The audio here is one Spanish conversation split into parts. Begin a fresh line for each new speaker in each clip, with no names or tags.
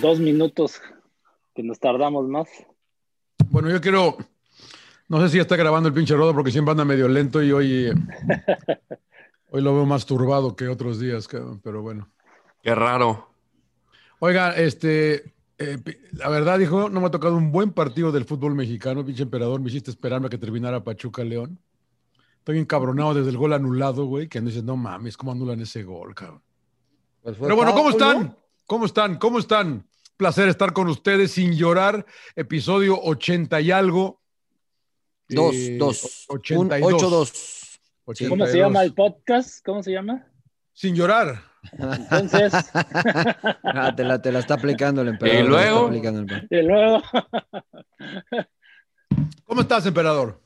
Dos minutos que nos tardamos más.
Bueno, yo quiero. No sé si está grabando el pinche Rodo porque siempre anda medio lento y hoy. eh, hoy lo veo más turbado que otros días, cabrón, pero bueno.
Qué raro.
Oiga, este. eh, pi- la verdad, dijo, no me ha tocado un buen partido del fútbol mexicano, pinche emperador. Me hiciste esperarme a que terminara Pachuca León. Estoy encabronado desde el gol anulado, güey, que no dices, no mames, ¿cómo anulan ese gol, cabrón?
Pues
Pero bueno, ¿cómo están? ¿Cómo están? ¿Cómo están? Placer estar con ustedes sin llorar. Episodio 80 y algo.
Dos,
Eh,
dos. Un
82.
8-2.
¿Cómo
82.
se llama el podcast? ¿Cómo se llama?
Sin llorar.
Entonces,
Ah, te la, te la está aplicando el
Y
emperador. te la está
luego-
aplicando el emperador.
y luego,
¿Cómo estás, emperador?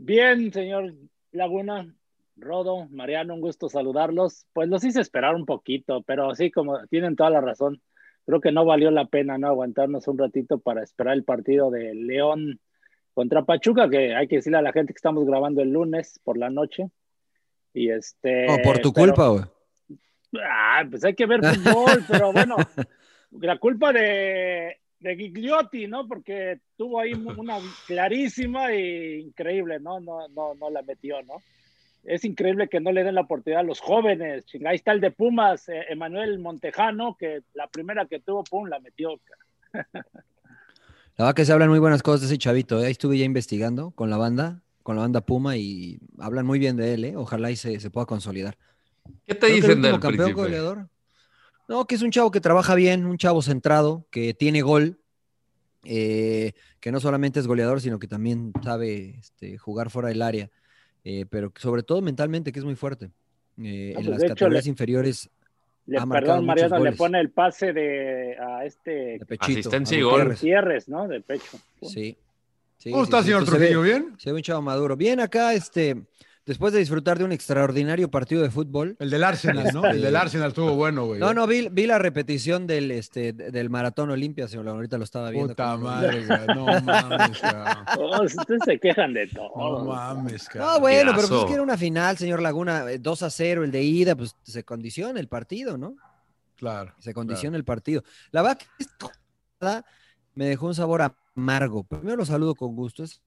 bien, señor Laguna, Rodo, Mariano, un gusto saludarlos. Pues los hice esperar un poquito, pero sí, como tienen toda la razón, creo que no valió la pena no aguantarnos un ratito para esperar el partido de León contra Pachuca, que hay que decirle a la gente que estamos grabando el lunes por la noche. Y este.
No, por tu
pero-
culpa, güey.
Ah, pues hay que ver fútbol, pero bueno, la culpa de, de Gigliotti, ¿no? Porque tuvo ahí mu- una clarísima e increíble, ¿no? No, no, no la metió, ¿no? Es increíble que no le den la oportunidad a los jóvenes. chinga. Ahí está el de Pumas, eh, Emanuel Montejano, que la primera que tuvo, pum, la metió. ca-
La verdad que se hablan muy buenas cosas de ese chavito. ¿eh? Ahí estuve ya investigando con la banda, con la banda Puma y hablan muy bien de él, ¿eh? Ojalá y se, se pueda consolidar.
¿Qué te
Creo que el
dicen
último
del
campeón
príncipe?
goleador? No, que es un chavo que trabaja bien, un chavo centrado, que tiene gol, eh, que no solamente es goleador, sino que también sabe este, jugar fuera del área, eh, pero que sobre todo mentalmente, que es muy fuerte. Eh,
Ah, pues,
en las
de hecho,
categorías
le-
inferiores,
Le,
Ha marcado
perdón,
muchos
Mariano, le
goles.
pone el pase de, a este
de pechito.
Asistencia
a
y gol.
Gutiérrez.
Gutiérrez, ¿no? De pecho.
Sí. Sí,
¿Cómo
sí,
estás,
sí,
señor
entonces se ve-
Trujillo? ¿Bien?
Se ve un chavo maduro. Bien acá, este, después de disfrutar de un extraordinario partido de fútbol.
El del Arsenal, ¿no?
Este-
El del Arsenal estuvo bueno, güey.
No, no, vi, vi la repetición del, este, del maratón Olimpia, señor. Ahorita lo estaba viendo.
Puta
cómo-
madre, güey. No mames, cabrón.
Oh, ustedes se quejan de todo.
No mames, cabrón.
No, bueno, pero pues
Partidazo.
es que era una final, señor Laguna. eh, 2 a 0, el de ida, pues se condiciona el partido, ¿no?
Claro.
Se condiciona el partido. La verdad que esta jornada me dejó un sabor amargo. Primero lo saludo con gusto. Es-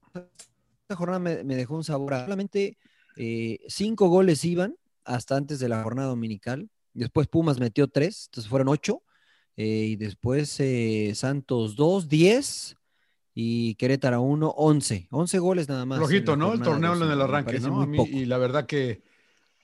Esta jornada me, me dejó un sabor. amargo. Solamente eh, cinco goles iban hasta antes de la jornada dominical. Después Pumas metió tres, entonces fueron ocho. Eh, y después eh, Santos dos, diez. Y Querétaro uno, once. Once goles nada más. en la
Flojito, ¿no? El
jornada
torneo
dos,
en el
me
arranque,
parece
¿no?
muy
A mí-
poco.
y la verdad que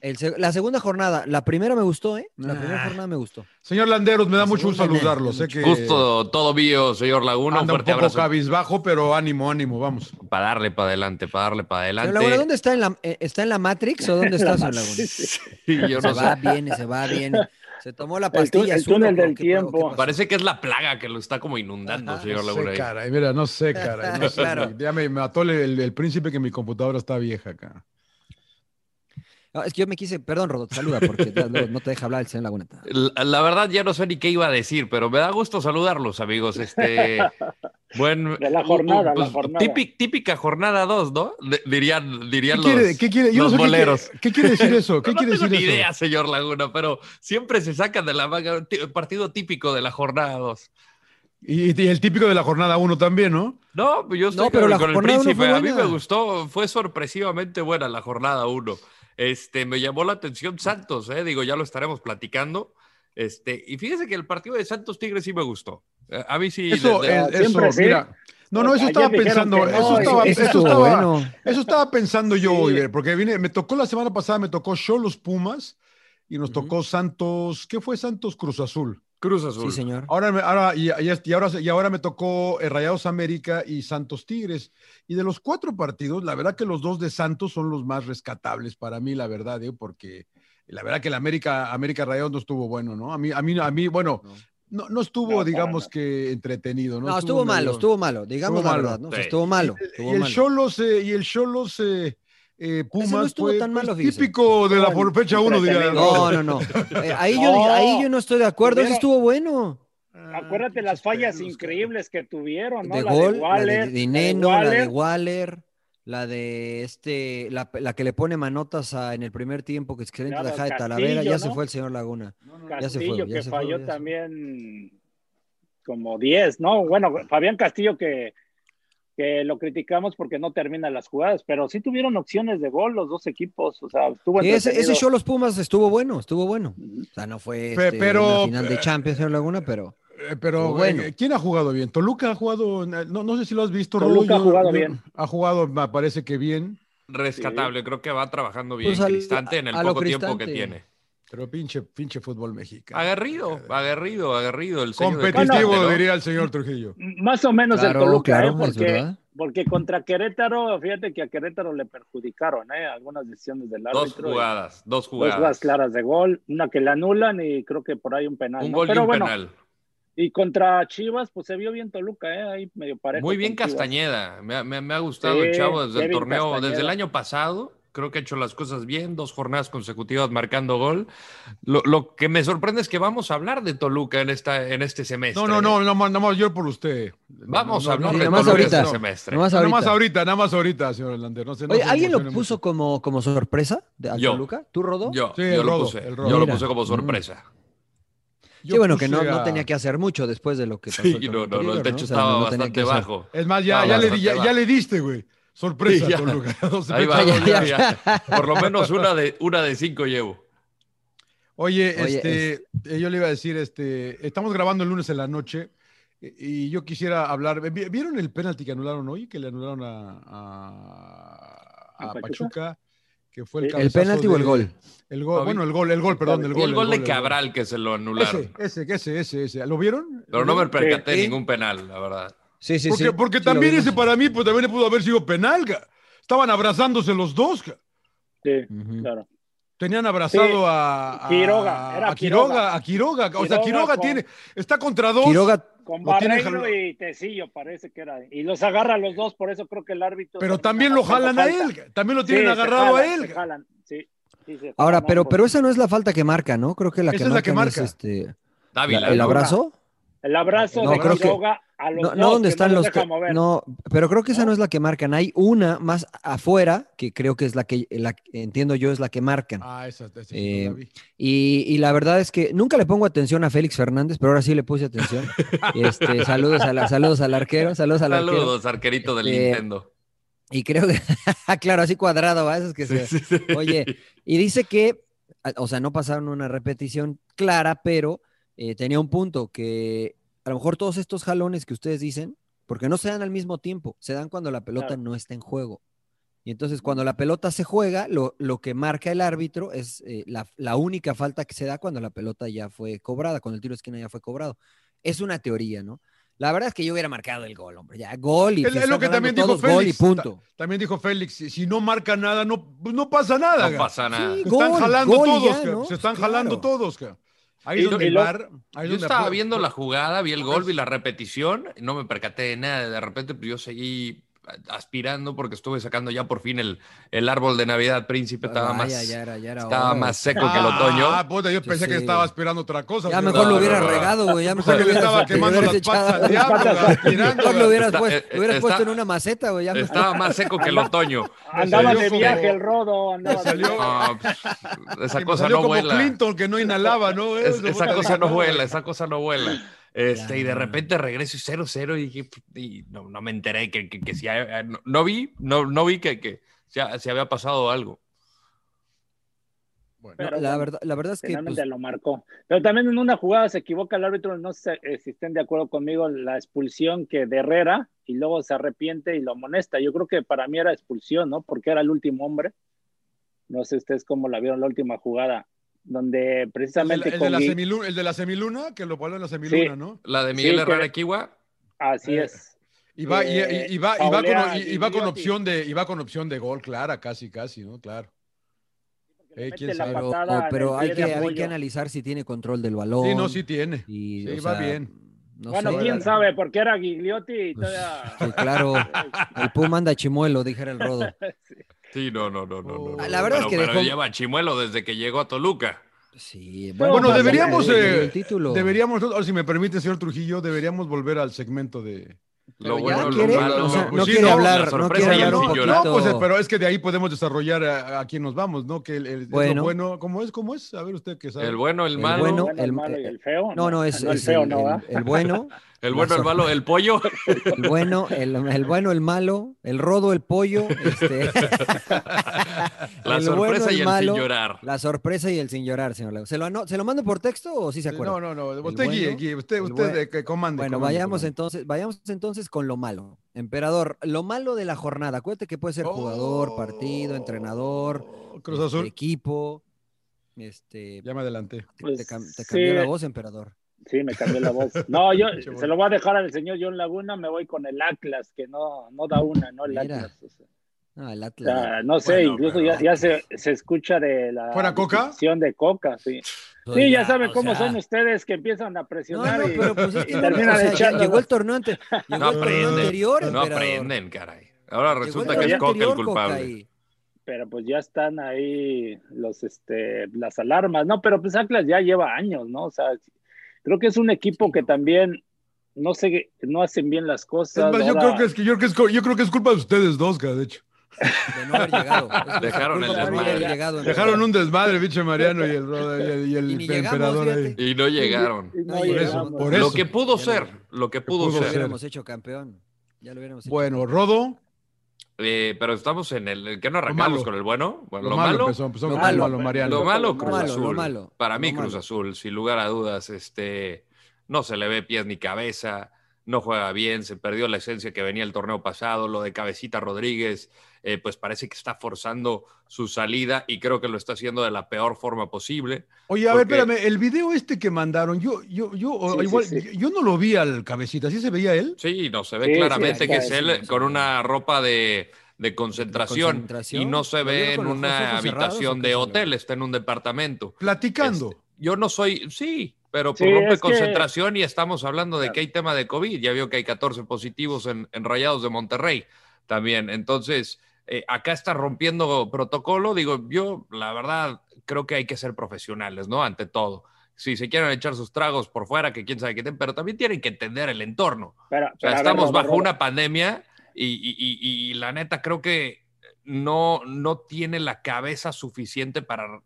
El seg- la segunda jornada, la primera me gustó, ¿eh? La primera
Ah.
jornada me gustó.
Señor Landeros, me da
La
mucho gusto
segunda,
saludarlo.
me-
Sé
me-
que
Gusto, todo bio, señor Laguna. Un
anda un
fuerte
poco
abrazo.
cabizbajo, pero ánimo, ánimo, vamos.
Para darle para adelante, para darle para
Señor
adelante.
Laguna, ¿dónde está? ¿En la, eh, ¿Está en la Matrix o dónde está,
La
señor Laguna?
Sí, yo
se
no sé.
va, viene, se va, viene. Se tomó la
tú-
pastilla
el
azul,
túnel
¿o
del
qué pedo?
tiempo.
¿Qué pasó?
Parece que es la plaga que lo está como inundandando,
Ajá,
señor
No
Laguna.
sé,
ahí.
caray, mira, no sé, caray. no sé.
Claro.
Ya me mató el, el- el príncipe que mi computadora está vieja acá.
No, Ah, es que yo me quise, perdón, Rodot, saluda, porque ya luego no te deja hablar el señor Laguna.
La, la verdad ya no sé ni qué iba a decir, pero me da gusto saludarlos, amigos. Este buen
De la jornada,
pues,
la jornada.
típic- típica jornada 2, ¿no? D- dirían
¿Qué
dirían los
quiere? ¿Qué quiere? Yo no
los
sé qué quiere-
boleros.
¿Qué, quiere decir eso? ¿Qué
no
quiere
tengo
decir
ni
eso?
idea, señor Laguna, pero siempre se sacan de la manga un ti- partido típico de la jornada 2.
Y, y el típico de la jornada 1 también, ¿no?
No, yo estoy
No, pero
con,
la
con el
jornada uno
príncipe.
fue
A mí me
buena.
gustó, fue sorpresivamente buena la jornada 1.
Este, me llamó la atención Santos, eh, digo, ya lo estaremos platicando. Este, y fíjese que el partido de Santos Tigres sí me gustó. Eh, A mí sí.
Eso,
desde-
eh, eso, mira. No, no, eso estaba pensando, eso estaba, eso estaba- eso estaba pensando yo, Oliver, porque vine, me tocó la semana pasada, me tocó yo los Pumas y nos tocó Santos, ¿qué fue Santos Cruz Azul?
Cruz Azul.
Sí, señor.
Ahora, me- ahora, y, y- y ahora, y ahora me tocó eh, Rayados América y Santos Tigres. Y de los cuatro partidos, la verdad que los dos de Santos son los más rescatables para mí, la verdad, ¿eh? porque la verdad que el América, América Rayados no estuvo bueno, ¿no? A mí, a mí, a mí bueno, no, no estuvo, digamos que, entretenido, ¿no?
No, estuvo malo,
medio-
estuvo malo, digamos la verdad, ¿no? O sea, estuvo malo,
Y el-
estuvo
Y el
malo.
Cholos, eh, y el Cholos eh, eh, Pumas
no estuvo
fue,
tan
pues,
malo, fíjese.
típico de la por- fecha uno, diría.
No, no, no. Eh, ahí,
No.
Yo, ahí yo no estoy de acuerdo. Eso
Hubiera-
estuvo bueno. Ah,
Acuérdate las fallas increíbles que tuvieron, ¿no?
de
la
gol,
de
la
Waller,
de Dineno, la de
Waller.
Waller, la de este, la, la que le pone manotas a- en el primer tiempo que se queda
Claro,
la de
Castillo,
Talavera, ya se
¿no?
fue el señor Laguna. Ya se fue,
Castillo
ya
que
se fue,
falló
ya se
también como 10, ¿no? Bueno, Fabián Castillo que, que lo criticamos porque no termina las jugadas, pero sí tuvieron opciones de gol los dos equipos, o sea, estuvo
Y ese, ese
entretenido.
show los Pumas estuvo bueno, estuvo bueno. O sea, no fue
Pe-
este,
pero-
una final de Champions, señor Laguna, pero
Eh, Pero
Pero bueno.
eh, ¿quién ha jugado bien? Toluca ha jugado, eh, no, no sé si lo has visto.
Toluca
Rulo,
ha jugado bien.
Ha jugado, me parece que bien.
Rescatable, creo que va trabajando bien
Pues al-
Cristante en el
a lo
poco tiempo que
Cristante.
tiene.
Pero pinche, pinche fútbol mexicano. Eh,
Aguerrido, aguerrido, aguerrido. El sello de
Competitivo,
Cristante, ¿no?
diría el señor Trujillo.
Más o menos
Claro,
el Toluca,
claro,
¿eh?
es
porque,
verdad.
porque contra Querétaro, fíjate que a Querétaro le perjudicaron, ¿eh? Algunas decisiones del árbitro.
Dos jugadas, dos
y Dos
jugadas.
jugadas claras de gol, una que le anulan y creo que por ahí un penal.
un
¿no?
gol y
Pero
un
bueno,
penal.
Y contra Chivas, pues se vio bien Toluca, ¿eh? Ahí medio parejo.
Muy bien
con Chivas.
Castañeda. Me, ha- me- me ha gustado
Sí,
el chavo desde el
Kevin
torneo,
Castañeda.
desde el año pasado. Creo que ha hecho las cosas bien, dos jornadas consecutivas marcando gol. Lo, lo que me sorprende es que vamos a hablar de Toluca en, esta, en este semestre.
No, no, no, no, más- nada más yo por usted.
Vamos
No,
a
no,
hablar
no,
de
nada más
Toluca
ahorita,
este semestre.
Nada más ahorita. Nada más
ahorita.
ahorita, señor Hernández. No se- no
Oye,
se
¿alguien lo
emocione
puso como, como sorpresa de, al
Yo.
Toluca? ¿Tú, Rodo?
Yo,
Sí,
yo
el
lo
Rodo,
puse.
el Rodo.
Yo lo
Mira.
puse como sorpresa.
Sí,
Yo
bueno, que no,
puse
no
a-
tenía que hacer mucho después de lo que pasó.
Sí,
el
no, no,
torneo
no, el
anterior,
techo
O sea,
estaba
tenía
bastante
que hacer.
bajo.
mucho. Es más, ya, ya,
Ah,
le, di- ya,
bastante
ya le diste, güey. Sorpresa,
Sí, ya.
Toluca. Dos
Ahí va,
metas,
ya,
dos
ya.
ya.
Por lo menos una de, una de cinco llevo.
Oye,
Oye,
este, eh, yo le iba a decir, este, estamos grabando el lunes en la noche eh, y yo quisiera hablar. ¿vi- ¿Vieron el penalti que anularon hoy? Que le anularon a, a- a
¿A Pachuca?
Pachuca, que fue el
¿El
cabezazo
penalti o el gol?
El gol,
Ah,
bueno,
vi-
el gol, el gol, perdón, el
Y
gol.
el gol de
el gol.
Cabral que se lo anularon.
Ese, ese, ese, ese, ese. ¿Lo vieron?
Pero no me percaté de
Sí.
ningún penal, la verdad.
Sí, sí,
porque
sí.
porque
Sí, lo
también
vimos.
ese para mí, pues también le pudo haber sido penal. ga. Estaban abrazándose los dos. ga.
Sí, claro.
Tenían abrazado
Sí,
a, a-
Quiroga, era
a Quiroga,
Quiroga.
a Quiroga. O sea,
Quiroga
Quiroga
con-
tiene, está contra dos.
Con
Lo tiene
Barreiro
jal-
y Tecillo parece que era. Y los agarra a los dos, por eso creo que el árbitro.
Pero también lo jalan a él, también lo tienen
se
agarrado a
jalan,
él.
se jalan, sí, sí, se
Ahora,
jalan
pero,
ambos.
pero esa no es la falta que marca, ¿no? Creo que la
Esa
que
es la
marca
que marca.
este,
Dávila,
la- ¿El
¿no?
abrazo?
El abrazo
No,
de
creo que-
Quiroga a los
No,
dos.
no donde
que
están
los
los
deja
que-
mover.
no, pero creo que esa no es la que marcan. Hay una más afuera que creo que es la que la, entiendo yo es la que marcan.
Ah, esa, esa sí
Eh,
no la vi.
y, y la verdad es que nunca le pongo atención a Félix Fernández, pero ahora sí le puse atención. Este, saludos, a la- saludos al arquero, saludos al arquero.
Saludos, arquerito del
Este,
Nintendo.
Y creo que, claro, así cuadrado, ¿va? Esos que se- Oye, y dice que, a- o sea, no pasaron una repetición clara, pero eh, tenía un punto, que a lo mejor todos estos jalones que ustedes dicen, porque no se dan al mismo tiempo, se dan cuando la pelota
Claro.
no está en juego. Y entonces cuando la pelota se juega, lo, lo que marca el árbitro es eh, la, la única falta que se da cuando la pelota ya fue cobrada, cuando el tiro de esquina ya fue cobrado. Es una teoría, ¿no? La verdad es que yo hubiera marcado el gol, hombre. Ya, gol y
Es- es
están
lo que
ganando
también dijo
todos, gol y
Félix.
punto.
Ta- también dijo Félix, si, si no marca nada, no, pues no pasa nada.
No
ga.
pasa nada. Sí,
se están
gol,
jalando
gol y
todos,
ya,
ga.
¿no?
se están
Claro.
jalando todos. ga.
Y
Ahí es
lo-
donde
y
el
lo-
VAR, ahí es
Yo
donde
estaba
fue-
viendo
fue-
la jugada, vi el gol, vi la repetición, no me percaté de nada. De repente pues, yo seguí aspirando porque estuve sacando ya por fin el, el árbol de Navidad, príncipe. Estaba
Vaya,
más,
Ah, ya era- ya era
estaba
hora.
más seco que el otoño.
Ah, puta, yo pensé
Sí,
que
sí.
estaba aspirando otra cosa.
Ya
güey.
mejor
No,
lo
no,
hubieras
no.
regado, güey. Ya
Pensé
mejor
que le
lo hubieras,
estaba
te
quemando
hubieras
las
echado-
patas al diablo, güey, aspirando,
Mejor lo hubieras,
Está-
puesto- lo hubieras
está-
puesto en una maceta, güey. ya mejor.
Estaba más seco que el otoño.
Andaba
Salió
de
como-
viaje el rodo. Andaba de viaje.
No, pues, esa
Me
cosa
salió
no
como
vuela.
Clinton que no inhalaba, ¿no?
Es-
Eso,
esa
puta,
cosa
dije,
no
güey.
vuela, esa cosa no vuela. Este, y de repente regreso y 0-0 y, dije, y no, no me enteré que, que, que si hay- no, no vi, no, no vi que, que se, ha- se había pasado algo.
Bueno.
Pero
No, la,
bueno,
verdad, la verdad es que
finalmente
pues,
lo marcó. Pero también en una jugada se equivoca el árbitro, no sé eh, si estén de acuerdo conmigo, la expulsión que de Herrera y luego se arrepiente y lo amonesta. Yo creo que para mí era expulsión, ¿no? Porque era el último hombre. No sé ustedes cómo la vieron la última jugada, donde
El, de la-
precisamente
el
con
de la
Gui-
semiluna, el de la semiluna, que lo paró en la semiluna, ¿no?
La de Miguel
Sí, que-
Herrera Kiwa.
Así
Eh,
es.
Y va, y-
Eh,
y, y va, y va
faulea
con, y-
a
y va con
Gigliotti.
opción de, y va con opción de gol, clara, casi, casi, ¿no? Claro. Eh, quién
mete la
sabe.
patada.
pero,
en el
oh, pero
pie
hay,
de
que, hay
apoyo.
que analizar si tiene control del balón.
Sí, no, sí tiene.
y,
Sí,
o
va
sea,
bien.
no
bueno,
sé,
quién
la-
sabe, porque era Gigliotti y
pues,
todavía-
que claro, el Puma anda chimuelo, dijera el Rodo.
Sí, no, no, no, no. no,
Oh. La
pero,
verdad es que
pero
dejó-
lleva Chimuelo desde que llegó a Toluca.
Sí,
Bueno,
pues,
deberíamos,
le dio
eh,
el título.
deberíamos, ahora, si me permite, señor Trujillo, deberíamos volver al segmento de.
Lo
ya
bueno, lo
quiere,
malo.
o sea,
pues
no
sí,
quiere
la
hablar, no
sorpresa
quiere
y el
hablar un
sin
poquito.
llorar.
No, pues, eh, pero es que de ahí podemos desarrollar a, a quién nos vamos, ¿no? Que el, el- es lo
Bueno.
bueno, ¿cómo es? ¿Cómo es? A ver usted que sabe.
El bueno, el
El
malo.
bueno,
Bueno, el malo y el feo.
No, no, es,
el
es
feo,
el,
no,
el-
¿verdad?
el bueno,
El bueno, el malo, el pollo.
el bueno, el, el bueno, el malo, el rodo, el pollo, este,
La
El
sorpresa
bueno, el
y el
malo.
sin llorar.
la sorpresa y el sin llorar, señor Lagos. ¿Se lo, ano- ¿se lo mando por texto o sí se acuerda?
No, no, no. Usted
bueno,
guíe, guíe, Usted,
el
usted
buen-
eh, que comande.
Bueno,
comande,
vayamos
comande.
entonces, vayamos entonces con lo malo. Emperador, lo malo de la jornada. Acuérdate que puede ser jugador, partido, entrenador,
Oh, Cruz
este,
Azul.
equipo. Este,
Ya me adelanté.
te,
Pues,
cam- te
sí,
cambió la voz, emperador.
Sí, me cambió la voz. No, yo
Qué bueno.
se lo voy a dejar al señor John Laguna, me voy con el Atlas, que no, no da una, ¿no? El
Mira.
Atlas. o sea.
No, Ah, el
O
Atlas.
sea, no sé,
Bueno,
incluso
pero-
ya, ya se, se escucha de la
¿Fuera Coca?
discusión de Coca, sí.
Pues
Sí, ya saben cómo son ustedes que empiezan a
No,
presionar
no,
y,
pero pues es que
y
no,
terminan
o sea, ya
echando.
llegó el torneo ante- llegó
No
el torneo
aprenden.
anterior,
No
emperador.
aprenden, caray. Ahora
Llegó el
resulta que
torneo
es Coca el
anterior,
culpable.
y-
Pero pues ya están ahí los, este, las alarmas, ¿no? Pero pues Atlas ya lleva años, ¿no? O sea, creo que es un equipo que también no sé, no hacen bien las
Es
cosas.
más, yo
ahora-
creo que es que yo creo que es, co- yo creo que es culpa de ustedes dos, cara, de hecho.
de no haber llegado.
Dejaron
Es culpa
el
por no haber
desmadre.
llegado,
Dejaron un desmadre, bicho Mariano y el, brother- y el- y el
Y ni llegamos,
emperador ahí.
fíjate.
Y no llegaron.
Y no
Por
Por eso,
llegamos.
por
Lo
eso.
que pudo
Ya
ser,
no.
lo que pudo,
pudo
Ya lo
ser.
ser.
hubiéramos hecho campeón. Ya lo hubiéramos hecho.
Bueno, Rodo,
Eh, pero estamos en el, ¿qué no
malo.
arrancamos con el bueno? Bueno,
lo,
lo,
malo,
malo,
empezó, empezó
lo
con
malo,
lo malo, Mariano.
lo malo, Cruz
malo, lo
Azul.
malo,
Para mí,
lo
Cruz
malo.
Azul, sin lugar a dudas, este, no se le ve pies ni cabeza, no juega bien, se perdió la esencia que venía el torneo pasado, lo de Cabecita Rodríguez, eh, pues parece que está forzando su salida y creo que lo está haciendo de la peor forma posible.
Oye, a ver,
Porque-
espérame, el video este que mandaron, yo, yo, yo, o
Sí, sí,
igual,
sí.
yo no lo vi al cabecita, ¿sí se veía él?
Sí, no, se ve
Sí, sí,
claramente
está,
que
sí,
es él
sí.
con una ropa de, de
¿De
concentración,
concentración?
y no se
¿Lo vio
ve en
con los ojos
una
cerrados o
habitación
qué
de
se le
hotel,
ve?
está en un departamento.
Platicando.
Este, yo no soy, sí, pero
Sí,
por rompe
es que-
concentración y estamos hablando de
Claro.
que hay tema de COVID. Ya vio que hay 14 positivos en, en Rayados de Monterrey también. Entonces, eh, acá está rompiendo protocolo. Digo, yo la verdad creo que hay que ser profesionales, ¿no? Ante todo. Si se quieren echar sus tragos por fuera, que quién sabe qué, ten- pero también tienen que entender el entorno.
Pero-
O sea,
pero a ver,
estamos
Rodo,
bajo
Rodo.
una pandemia y, y- y- y la neta creo que no, no tiene la cabeza suficiente para
Pero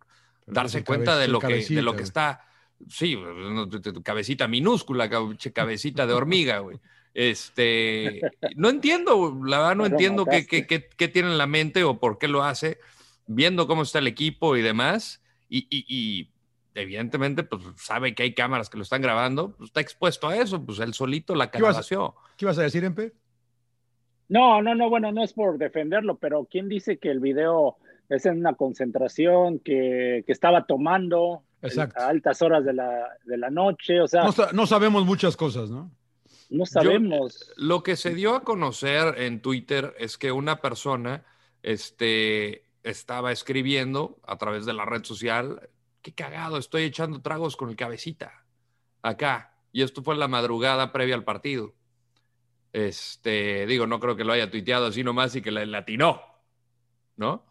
es
darse
el
cuenta
cabe-
de
el
lo, que, de
cabecita,
lo que
güey.
está. Sí, no, tu- tu- tu cabecita minúscula, cab- che, cabecita de hormiga, güey. Este, no entiendo, güey, la verdad no
Lo
entiendo qué, qué,
mataste.
qué- qué tiene en la mente o por qué lo hace, viendo cómo está el equipo y demás. Y, y- y evidentemente, pues sabe que hay cámaras que lo están grabando, pues, está expuesto a eso, pues él solito la
¿Qué vas a-
calabació.
¿Qué ibas a decir, Empe?
No, no, no, bueno, no es por defenderlo, pero ¿quién dice que el video es en una concentración, que, que estaba tomando
Exacto.
a altas horas de la, de la noche? O sea,
No,
no,
sa- no sabemos muchas cosas, ¿no?
sabemos.
Lo que se dio a conocer en Twitter es que una persona este, estaba escribiendo a través de la red social, qué cagado, estoy echando tragos con el cabecita acá. Y esto fue en la madrugada previa al partido. Este, digo, no creo que lo haya tuiteado así nomás y que le latinó, ¿no?
No,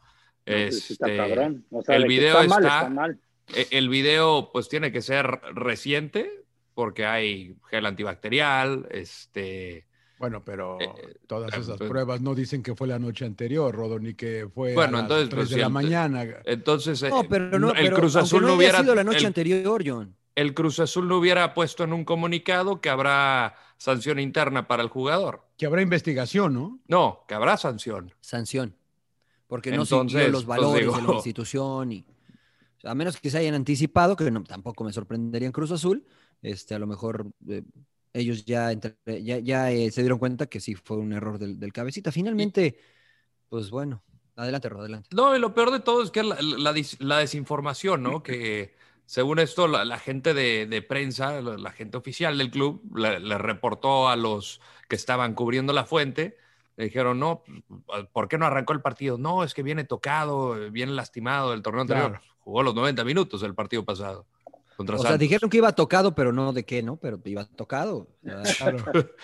pues, está
Este,
cabrón. O sea,
el
de que
video
está mal,
está-
está mal.
eh, El video, pues, tiene que ser reciente porque hay gel antibacterial, este...
Bueno, pero
Eh, eh,
todas
eh,
esas
pues-
pruebas no dicen que fue la noche anterior, Rodo, ni que fue
Bueno,
a las
entonces,
3
pues,
de
sí,
la
ante-
mañana.
Entonces, eh,
No, pero no,
el
pero
Cruz
aunque
Azul
no
no
haya
hubiera
sido la noche
el-
anterior, John.
el Cruz Azul no hubiera puesto en un comunicado que habrá sanción interna para el jugador.
Que habrá investigación, ¿no?
No, que habrá sanción.
Sanción. Porque no
Entonces,
siguió los
pues,
valores de
digo-
la institución y A menos que se hayan anticipado, que no, tampoco me sorprendería en Cruz Azul, este, a lo mejor eh, ellos ya, entre- ya, ya, eh, se dieron cuenta que sí fue un error del, del cabecita. Finalmente, pues bueno, adelante, Rod, adelante.
No, y lo peor de todo es que la, la dis- la desinformación, ¿no? Que según esto, la, la gente de, de prensa, la, la gente oficial del club, le, le reportó a los que estaban cubriendo la fuente, le dijeron, no, pues, ¿por qué no arrancó el partido? No, es que viene tocado, viene lastimado del torneo anterior.
Claro.
Jugó los 90 minutos el partido pasado. Contra
O sea,
Santos.
dijeron que iba tocado, pero no de qué, ¿no? Pero iba tocado.
Claro.
Puede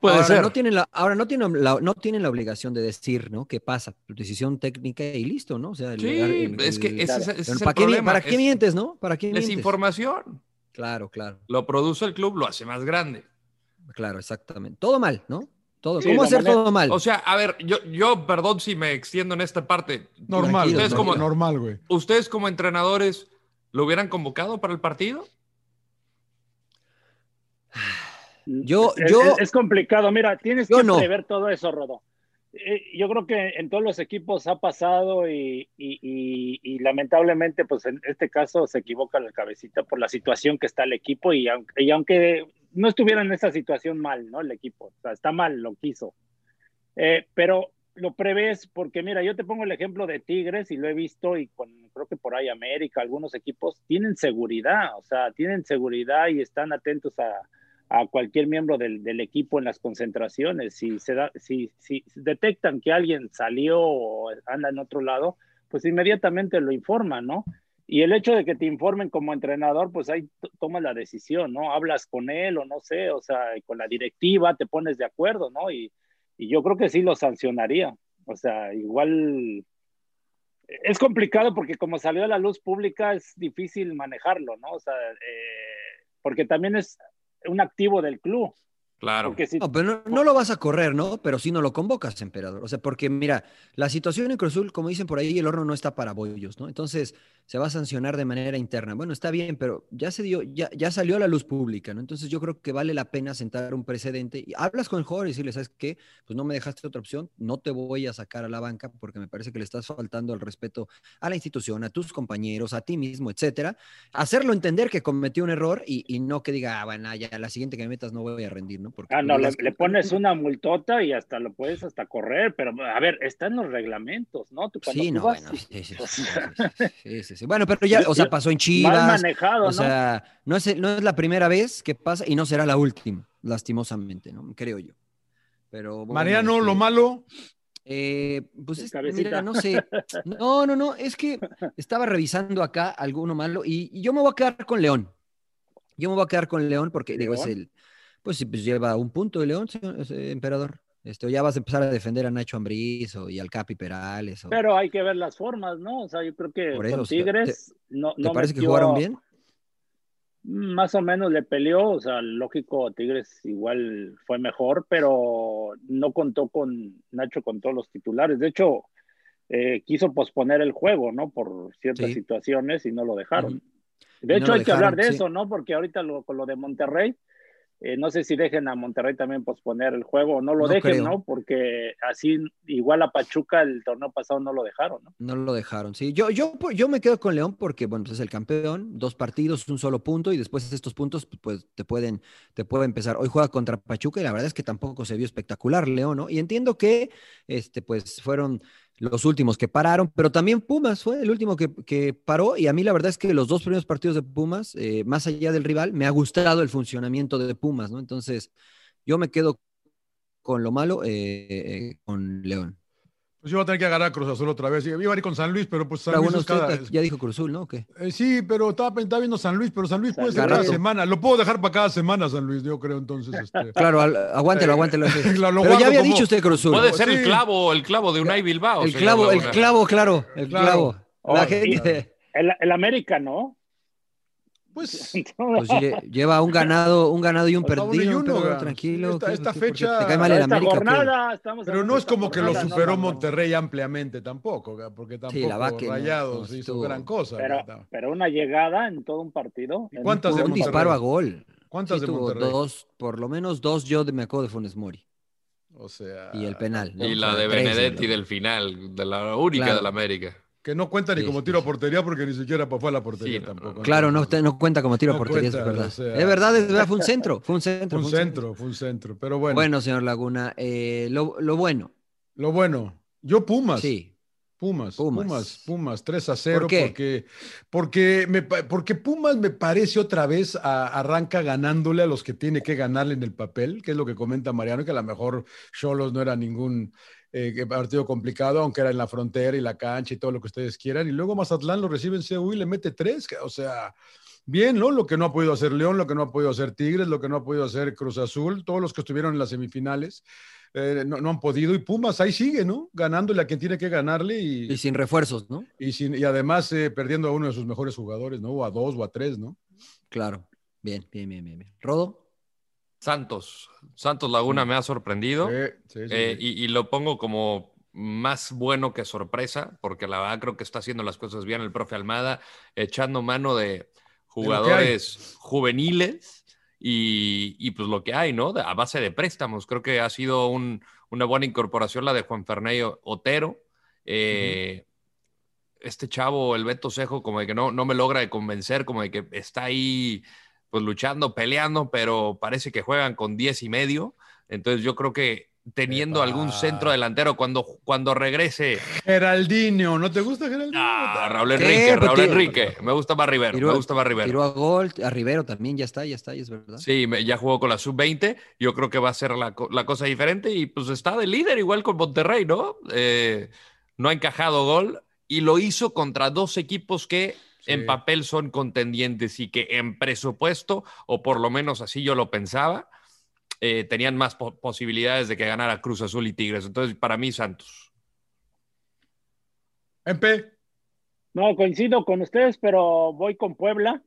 Puede
ahora,
ser.
No tienen la, ahora no tienen, la, no tienen la obligación de decir, ¿no? ¿Qué pasa? Decisión técnica y listo, ¿no? O sea, el-
Sí,
el-
es que
el-
ese es-
Pero
ese es el
¿para qué, mi-
problema,
¿Para qué
es-
mientes, no? ¿Para qué mientes?
Desinformación.
Claro, claro,
Lo produce el club, lo hace más grande.
claro, exactamente. Todo mal, ¿no? Todo.
Sí,
¿Cómo
la
hacer
manera-
todo mal?
O sea, a ver, yo, yo perdón si me extiendo en esta parte.
Normal,
Ustedes,
güey,
como,
normal, güey.
¿ustedes como entrenadores lo hubieran convocado para el partido?
Yo,
Es-
yo,
es, es complicado. Mira, tienes
Yo
que
no.
prever todo eso, Rodo. Eh, Yo creo que en todos los equipos ha pasado y, y- y- y lamentablemente, pues en este caso se equivoca la cabecita por la situación que está el equipo y aunque, y aunque no estuviera en esa situación mal, ¿no? El equipo, o sea, está mal lo que hizo. Eh, pero lo prevés porque, mira, yo te pongo el ejemplo de Tigres y lo he visto y con, creo que por ahí América, algunos equipos tienen seguridad, o sea, tienen seguridad y están atentos a, a cualquier miembro del, del equipo en las concentraciones. Si, se da, si, si detectan que alguien salió o anda en otro lado, pues inmediatamente lo informan, ¿no? Y el hecho de que te informen como entrenador, pues ahí t- tomas la decisión, ¿no? Hablas con él o no sé, o sea, con la directiva te pones de acuerdo, ¿no? Y, y yo creo que sí lo sancionaría. O sea, igual es complicado porque como salió a la luz pública es difícil manejarlo, ¿no? O sea, eh, porque también es un activo del club.
Claro.
Porque si-
No, pero no, no lo vas a correr, ¿no? Pero sí no lo convocas, emperador. O sea, porque mira, la situación en Cruz Azul, como dicen por ahí, el horno no está para bollos, ¿no? Entonces se va a sancionar de manera interna. Bueno, está bien, pero ya se dio, ya, ya salió a la luz pública, ¿no? Entonces yo creo que vale la pena sentar un precedente. Y hablas con el jugador y decirle, ¿sabes qué? Pues no me dejaste otra opción, no te voy a sacar a la banca porque me parece que le estás faltando al respeto a la institución, a tus compañeros, a ti mismo, etcétera hacerlo entender que cometió un error y, y no que diga, ah, bueno, ya la siguiente que me metas no voy a rendir, ¿no? Porque
Ah, no, le,
digas-
le pones una multota y hasta lo puedes hasta correr, pero a ver, están los reglamentos, ¿no? Tú cuando
Sí, no,
jugas-
bueno, sí, sí, sí, sí, sí, sí. Bueno, pero ya, o sea, pasó en Chivas.
Mal manejado,
O
¿no?
sea, no es, no es la primera vez que pasa y no será la última, lastimosamente, ¿no? Creo yo. Pero bueno,
Mariano,
este,
lo malo.
eh, pues es-
cabecita.
mira, no sé. No, no, no, es que estaba revisando acá alguno malo y, y yo me voy a quedar con León. Yo me voy a quedar con León porque, digo, es
¿León?
el. Pues, sí, pues lleva un punto de León, señor- eh, emperador. Este, o ya vas a empezar a defender a Nacho Ambriz o, y al Capi Perales. o-
Pero hay que ver las formas, ¿no? O sea, yo creo que
Por eso,
con
o sea,
Tigres no,
¿Te
no
parece que
metió-
jugaron bien?
Más o menos le peleó, o sea, lógico, Tigres igual fue mejor, pero no contó con Nacho con todos los titulares. De hecho, eh, quiso posponer el juego, ¿no? Por ciertas
Sí.
situaciones y no lo dejaron.
Ujú.
De
Y no
hecho,
lo
hay que hablar
dejaron,
de
sí.
eso, ¿no? Porque ahorita lo, con lo de Monterrey, eh, no sé si dejen a Monterrey también posponer el juego o no lo
No
dejen,
creo.
¿no? Porque así igual a Pachuca el torneo pasado no lo dejaron, ¿no?
No lo dejaron, sí. Yo, yo, pues, yo me quedo con León porque, bueno, pues es el campeón, dos partidos, un solo punto, y después estos puntos, pues te pueden, te pueden empezar. Hoy juega contra Pachuca y la verdad es que tampoco se vio espectacular, León, ¿no? Y entiendo que, este, pues fueron los últimos que pararon, pero también Pumas fue el último que, que paró, y a mí la verdad es que los dos primeros partidos de Pumas, eh, más allá del rival, me ha gustado el funcionamiento de Pumas, ¿no? Entonces, yo me quedo con lo malo, eh, eh, con León.
Pues yo voy a tener que agarrar a Cruz Azul otra vez. Iba a ir con San Luis, pero pues San
Pero
Luis
bueno,
es
usted
cada-
ta- ya dijo Cruzul, ¿no? ¿O qué?
Eh, sí, pero estaba, estaba viendo San Luis, pero San Luis puede ser
Garrazo.
cada semana. Lo puedo dejar para cada semana, San Luis, yo creo, entonces. Este...
Claro, al- aguántelo,
Eh,
aguántelo. ese.
claro, lo
Pero
guardo
ya había
como-
dicho usted Cruzul.
Puede ser el
sí.
clavo, el clavo de Unai Bilbao.
El
señor
clavo, el
Laguna.
clavo, claro, el
Claro.
clavo. La
Oh,
gente
El, el América, ¿no?
Pues
pues, lle- lleva un ganado, un ganado y un
Faltaba uno y
perdido,
uno,
emperador,
gan.
tranquilo.
Esta-
¿qué-
esta
qué- por qué
fecha-
te cae mal el
Esta
América. o qué?
jornada, estamos
Pero
hablando
no
de
es
esta
como que lo
jornada, no,
superó
no, no.
Monterrey ampliamente tampoco, ga- porque tampoco
la va que no,
Rayados
no,
hizo
estuvo-
gran cosa.
Pero,
ga-
pero una llegada en todo un partido. en
cuántas
un
de
Un
solo
Monterrey?
disparo
partido.
a gol.
¿Cuántas
Sí,
de
tuvo
Monterrey?
dos, por lo menos dos yo de, me acuerdo de Funes Mori
O sea,
y el penal. ¿no?
Y
O
la
Ah,
sea,
de
tres,
Benedetti
¿no?
del final, de la única
Claro.
del América.
Que no cuenta ni
Sí,
como
sí,
tiro a portería porque ni siquiera fue a la
Sí,
portería
no, no,
tampoco.
Claro, no, te- no cuenta como tiro a
No
portería, es
cuenta,
verdad.
o sea.
es verdad, es verdad, fue un centro, fue un
Fue
centro.
un
fue un
centro, fue un centro. Pero bueno,
Bueno, señor Laguna, eh, lo, lo bueno.
lo bueno. Yo Pumas.
Sí.
Pumas,
Pumas.
Pumas, Pumas, 3 a 0.
¿Por qué?
Porque, porque, me pa- porque Pumas me parece otra vez a- arranca ganándole a los que tiene que ganarle en el papel, que es lo que comenta Mariano, que a lo mejor Cholos no era ningún eh, partido complicado, aunque era en la frontera y la cancha y todo lo que ustedes quieran. Y luego Mazatlán lo recibe en CU y le mete 3, o sea. Bien, ¿no? Lo que no ha podido hacer León, lo que no ha podido hacer Tigres, lo que no ha podido hacer Cruz Azul, todos los que estuvieron en las semifinales eh, no, no han podido. Y Pumas ahí sigue, ¿no? Ganándole a quien tiene que ganarle y,
Y sin refuerzos, ¿no?
y, sin- y además eh, perdiendo a uno de sus mejores jugadores, ¿no? O a dos o a tres, ¿no?
Claro. Bien, bien, bien, bien. bien. Rodo.
Santos. Santos Laguna me ha sorprendido.
Sí, sí, sí.
Eh, y, y lo pongo como más bueno que sorpresa, porque la verdad creo que está haciendo las cosas bien el profe Almada, echando mano de jugadores juveniles y, y, pues lo que hay, ¿no? De- a base de préstamos. Creo que ha sido un- una buena incorporación la de Juan Ferney Otero. Eh, Este chavo, el Beto Cejo, como de que no, no me logra de convencer, como de que está ahí pues luchando, peleando, pero parece que juegan con 10 y medio. Entonces yo creo que teniendo algún centro delantero cuando, cuando regrese
Geraldinho, ¿no te gusta Geraldinho?
a Ah, Raúl
¿Qué?
Enrique,
Pues
Raúl
tiro-
Enrique, me gusta más Rivero,
Tiró-
me gusta más Rivero.
Tiró a gol, a Rivero también, ya está, ya está, ya es verdad.
Sí, me- ya jugó con la sub-20, yo creo que va a ser la, co- la cosa diferente y pues está de líder igual con Monterrey, ¿no? Eh, no ha encajado gol y lo hizo contra dos equipos que en papel son contendientes y que en presupuesto, o por lo menos así yo lo pensaba, eh, tenían más po- posibilidades de que ganara Cruz Azul y Tigres. Entonces, para mí, Santos.
MP.
No, coincido con ustedes, pero voy con Puebla.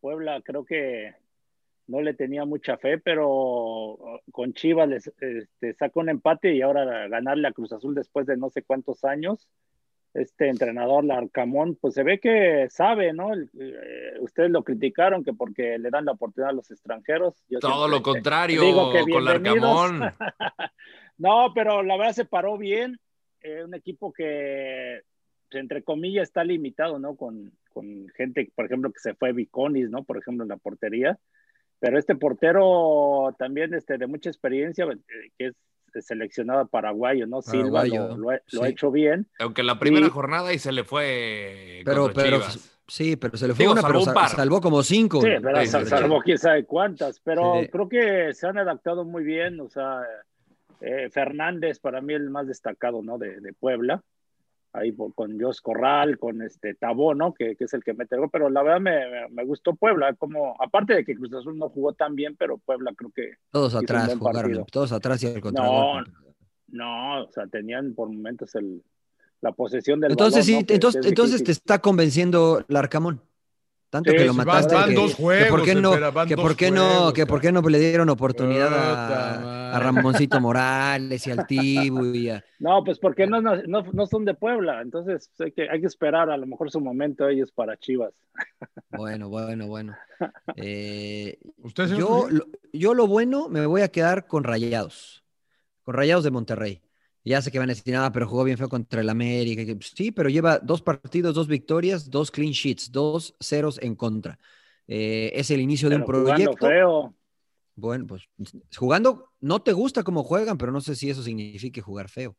Puebla creo que no le tenía mucha fe, pero oh, con Chivas les este, saca un empate y ahora ganarle a Cruz Azul después de no sé cuántos años. Este entrenador Larcamón, pues se ve que sabe, ¿no? El- eh, ustedes lo criticaron que porque le dan la oportunidad a los extranjeros. Yo
Todo
siempre,
lo
este,
contrario
digo que
con
bienvenidos.
Larcamón.
No, pero la verdad se paró bien. Eh, un equipo que, pues, entre comillas, está limitado, ¿no? Con, con gente, por ejemplo, que se fue Viconis, ¿no? Por ejemplo, en la portería. Pero este portero también este, de mucha experiencia, eh, que es seleccionado paraguayo, ¿no? Silva
Paraguayo,
lo, lo ha- lo ha
sí.
hecho bien.
Aunque la primera
Y-
jornada y se le fue
Pero,
contra
pero,
Chivas.
sí, pero se le fue
Digo,
una,
salvó
pero
un
sa-
par.
salvó como cinco.
Sí, pero
Sí,
sal-
sí, sí.
salvó quién sabe cuántas, pero
Sí.
creo que se han adaptado muy bien, o sea, eh, Fernández para mí el más destacado, ¿no? De, de Puebla, ahí por- con Jos Corral, con este Tabó, ¿no? Que, que es el que mete el gol, pero la verdad me, me- me gustó Puebla, como, aparte de que Cruz Azul no jugó tan bien, pero Puebla creo que
Todos
hizo un
atrás
buen
jugaron,
partido.
todos atrás y al
No,
contragolpe.
no, o sea, tenían por momentos el, la posesión del
entonces
balón,
sí,
¿no? Que-
entonces,
que es
entonces te
difícil.
está convenciendo Larcamón. Tanto
Sí,
que lo
sí, van-
mataste.
van
que,
dos
que
juegos,
por qué no,
espera, van
que
dos
por qué no,
juegos,
que por qué no le dieron oportunidad a,
Puta
a Ramoncito Morales y al Tibu y a,
No, pues porque no, no, no- no son de Puebla, entonces hay que, hay que esperar a lo mejor su momento ellos para Chivas.
Bueno, bueno, bueno. Eh,
¿Usted, señor
yo,
Trujillo?
lo, yo lo bueno me voy a quedar con Rayados, con Rayados de Monterrey. Ya sé que van a decir, nada, pero jugó bien feo contra el América. que- pues, Sí, pero lleva dos partidos, dos victorias, dos clean sheets, dos ceros en contra. Eh, es el inicio de un
Pero jugando
proyecto.
feo.
Bueno, pues jugando, no te gusta cómo juegan, pero no sé si eso signifique jugar feo,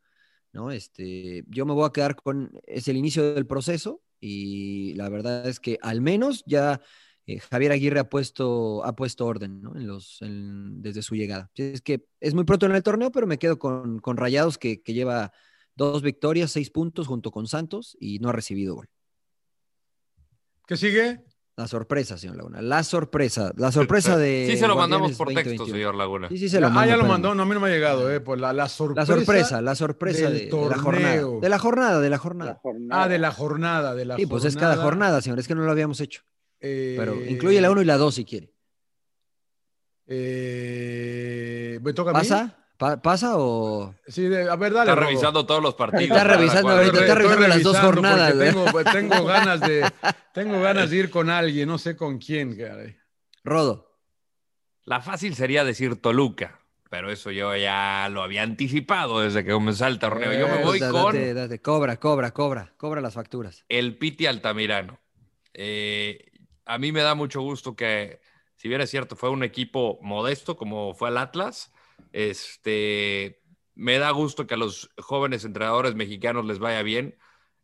¿no? Este, yo me voy a quedar con, es el inicio del proceso y la verdad es que al menos ya eh, Javier Aguirre ha puesto, ha puesto orden, ¿no? En los, en- desde su llegada. Así Es que es muy pronto en el torneo, pero me quedo con, con Rayados que, que lleva dos victorias, seis puntos junto con Santos y no ha recibido gol.
¿Qué sigue?
La sorpresa, señor Laguna, la sorpresa, la sorpresa de...
Sí, se lo mandamos
Guardianes
por texto,
2021.
señor Laguna.
Sí, sí, se lo mando,
ah, ya lo
espérame.
mandó, no, a mí no me ha llegado, eh. Pues la, la sorpresa.
La sorpresa, la sorpresa
del
de, de la jornada.
torneo.
De la jornada, de la jornada.
Ah, de la jornada, de la
Sí, pues es cada jornada, señor, es que no lo habíamos hecho.
Eh,
Pero incluye la 1 y la 2 si quiere.
eh, ¿Me toca a mí?
¿Pasa? Pa- ¿Pasa o.?
Sí, de- a ver, dale.
Está
Rodo.
revisando todos los partidos.
Está revisando
Cada
ahorita,
cuadro.
está
Estoy
revisando las dos
revisando
jornadas,
porque
¿verdad?
Tengo, tengo ganas de, tengo ganas de ir con alguien, no sé con quién, caray.
Rodo.
La fácil sería decir Toluca, Pero eso yo ya lo había anticipado desde que comenzó el torneo. Yo me voy
Date,
con
date, date. Cobra, cobra, cobra. Cobra las facturas.
el Piti Altamirano. Eh, a mí me da mucho gusto que, si bien es cierto, fue un equipo modesto como fue el Atlas, este, me da gusto que a los jóvenes entrenadores mexicanos les vaya bien.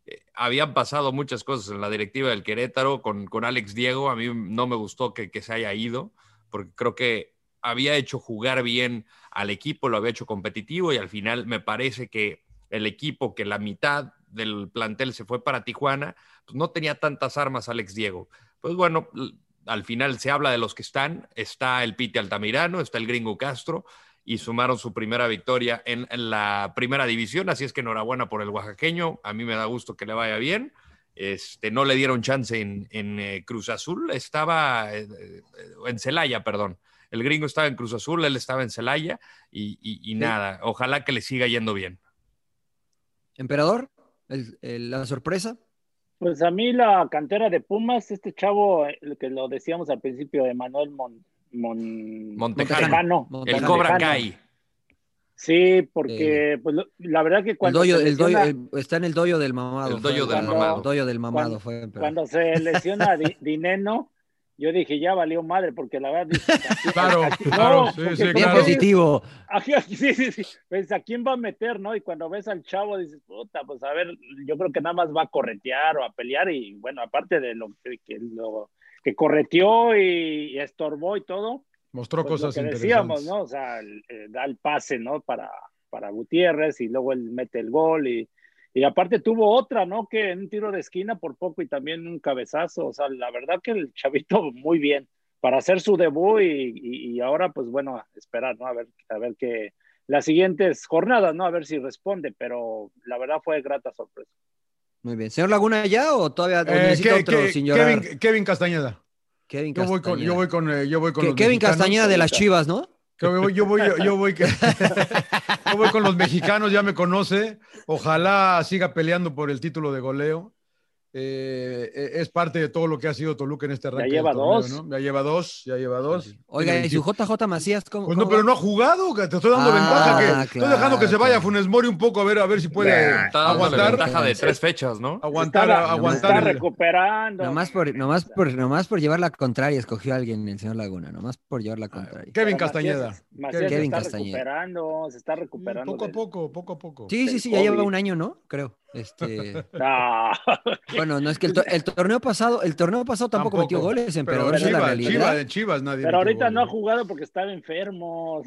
Eh, habían pasado muchas cosas en la directiva del Querétaro con, con Alex Diego. A mí no me gustó que, que se haya ido, porque creo que había hecho jugar bien al equipo, lo había hecho competitivo y al final me parece que el equipo que la mitad del plantel se fue para Tijuana, pues no tenía tantas armas Alex Diego. Pues bueno, l- al final se habla de los que están, está el Pite Altamirano, está el gringo Castro y sumaron su primera victoria en, en la primera división, así es que enhorabuena por el oaxaqueño, a mí me da gusto que le vaya bien. Este, no le dieron chance en, en, eh, Cruz Azul, estaba eh, eh, en Celaya, perdón. El gringo estaba en Cruz Azul, él estaba en Celaya y, y- y nada, ojalá que le siga yendo bien.
Emperador, el- el- la sorpresa.
Pues a mí la cantera de Pumas, este chavo, eh, lo que lo decíamos al principio, de Manuel Mon, Mon-
Montejano, el Cobra Kai.
Sí,
Eh,
porque pues, lo- la verdad que
El
cuando
doyo-
se
el doyo-
lesiona-
el- está en el doyo del mamado.
El doyo
fue,
del
cuando-
mamado.
el doyo del mamado
Cuando-
fue, emperador.
cuando se lesiona Di- Dineno, yo dije, ya valió madre, porque la verdad... dije, aquí-
Claro,
aquí-
claro,
no,
sí,
porque pues,
sí,
¿cómo
Bien
claro.
positivo.
Aquí- aquí- sí, sí, sí. Pues, ¿a quién va a meter, no? Y cuando ves al chavo dices, puta, pues a ver, yo creo que nada más va a corretear o a pelear y bueno, aparte de lo que, que lo- que correteó y, y estorbó y todo,
Mostró
pues,
cosas
lo que
interesantes.
decíamos, ¿no? O sea, el- eh, da el pase, ¿no? Para, para Gutiérrez y luego él mete el gol y, y aparte tuvo otra, ¿no? Que en un tiro de esquina por poco y también un cabezazo, o sea, la verdad que el chavito muy bien para hacer su debut y, y- y ahora, pues bueno, a esperar, ¿no? A ver, a ver qué las siguientes jornadas, ¿no? A ver si responde, pero la verdad fue grata sorpresa.
Muy bien. ¿Señor Laguna ya o todavía
Eh,
o necesita
que-
otro
que-
sin llorar?
Kevin, Kevin Castañeda.
Kevin
Yo voy con,
Castañeda.
yo voy con, eh, yo voy con
Que-
los
Kevin
mexicanos.
Castañeda de las Chivas, ¿no?
Que yo voy, yo voy, yo voy que- yo voy con los mexicanos, ya me conoce. Ojalá siga peleando por el título de goleo. Eh, eh, es parte de todo lo que ha sido Toluca en este arranque. del
lleva
torneo,
dos.
¿no? Ya lleva dos, ya lleva dos.
Oiga,
Tiene
y su
25.
JJ Macías, ¿cómo?
Pues no,
cómo
pero
va?
no ha jugado, que te estoy dando
Ah,
ventaja. Que estoy
claro,
dejando que se vaya a Funes Mori un poco a ver, a ver si puede
Está dándole
aguantar.
ventaja de tres fechas, ¿no?
Aguantar,
Está-
aguantar.
está
el-
recuperando.
Nomás por, nomás, por, nomás por llevar la contraria, escogió a alguien el señor Laguna, nomás por llevar
Ah,
la contraria.
Pero
Kevin Castañeda.
Macías- Macías se
Kevin
está
Castañeda.
recuperando, se está recuperando.
Poco a
del-
poco, poco a poco.
Sí, sí,
del
sí, ya lleva
COVID.
un año, ¿no? Creo. Este,
Ah,
bueno, no es que el, to- el torneo pasado, el torneo pasado tampoco, metió goles, emperador,
Pero
esa es la
Chivas,
realidad.
Chivas, de Chivas nadie.
pero
metió
ahorita no ha
goles.
jugado porque estaba enfermo.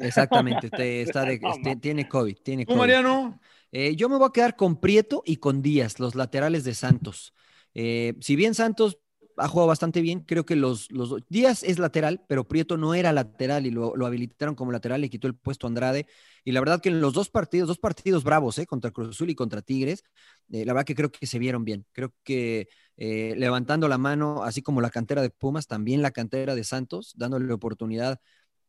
Exactamente, te- está de-
No,
este,
man.
tiene COVID, tiene
Tú,
COVID.
Mariano,
Eh, yo me voy a quedar con Prieto y con Díaz, los laterales de Santos. Eh, si bien Santos ha jugado bastante bien, creo que los, los dos- Díaz es lateral, pero Prieto no era lateral y lo, lo habilitaron como lateral, le quitó el puesto a Andrade. Y la verdad que en los dos partidos, dos partidos bravos, eh, contra Cruz Azul y contra Tigres, eh, la verdad que creo que se vieron bien. Creo que eh, levantando la mano, así como la cantera de Pumas, también la cantera de Santos, dándole oportunidad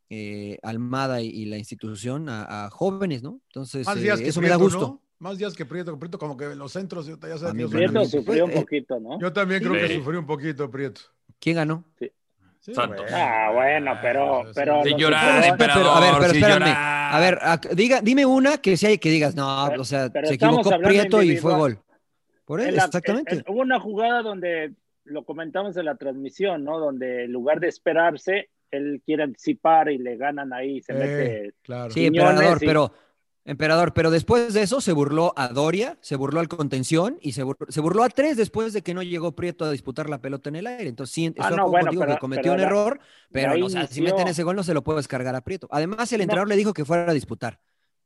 eh, a Almada y, y la institución a, a jóvenes, ¿no? Entonces,
más
eh,
días que
eso me
Prieto,
da gusto.
¿no? Más días que Prieto, Prieto como que los centros, yo- ya sabes,
A mí
yo,
me-
soy-
Prieto
Bueno,
sufrió un
pues, eh,
poquito, ¿no?
yo también creo que
Sí.
sufrí un poquito Prieto.
¿Quién ganó?
Sí,
Santos.
bueno.
Ah, bueno, pero... pero
Sin
lo
llorar,
superó.
emperador,
Pero, a ver, pero
sin
espérame.
llorar.
A ver, ac- diga, dime una que sí hay que digas, no,
Pero-
o sea,
pero
se
estamos
equivocó
hablando
Prieto y fue
individual.
gol. Por él,
En la-
exactamente.
en- en- hubo una jugada donde lo comentamos en la transmisión, ¿no? Donde en lugar de esperarse, él quiere anticipar y le ganan ahí, y se
Eh,
mete.
claro.
sí,
Quiñones
emperador,
y-
pero emperador, pero después de eso se burló a Doria, se burló al contención y se burló, se burló a tres después de que no llegó Prieto a disputar la pelota en el aire. Entonces, sí, estoy de
Ah, no,
acuerdo
bueno,
contigo
pero-
que cometió
pero
un
la-
error, pero
ahí
no, o sea, si
inició.
meten ese gol no se lo puedes cargar a Prieto. Además, el
No.
entrenador le dijo que fuera a disputar.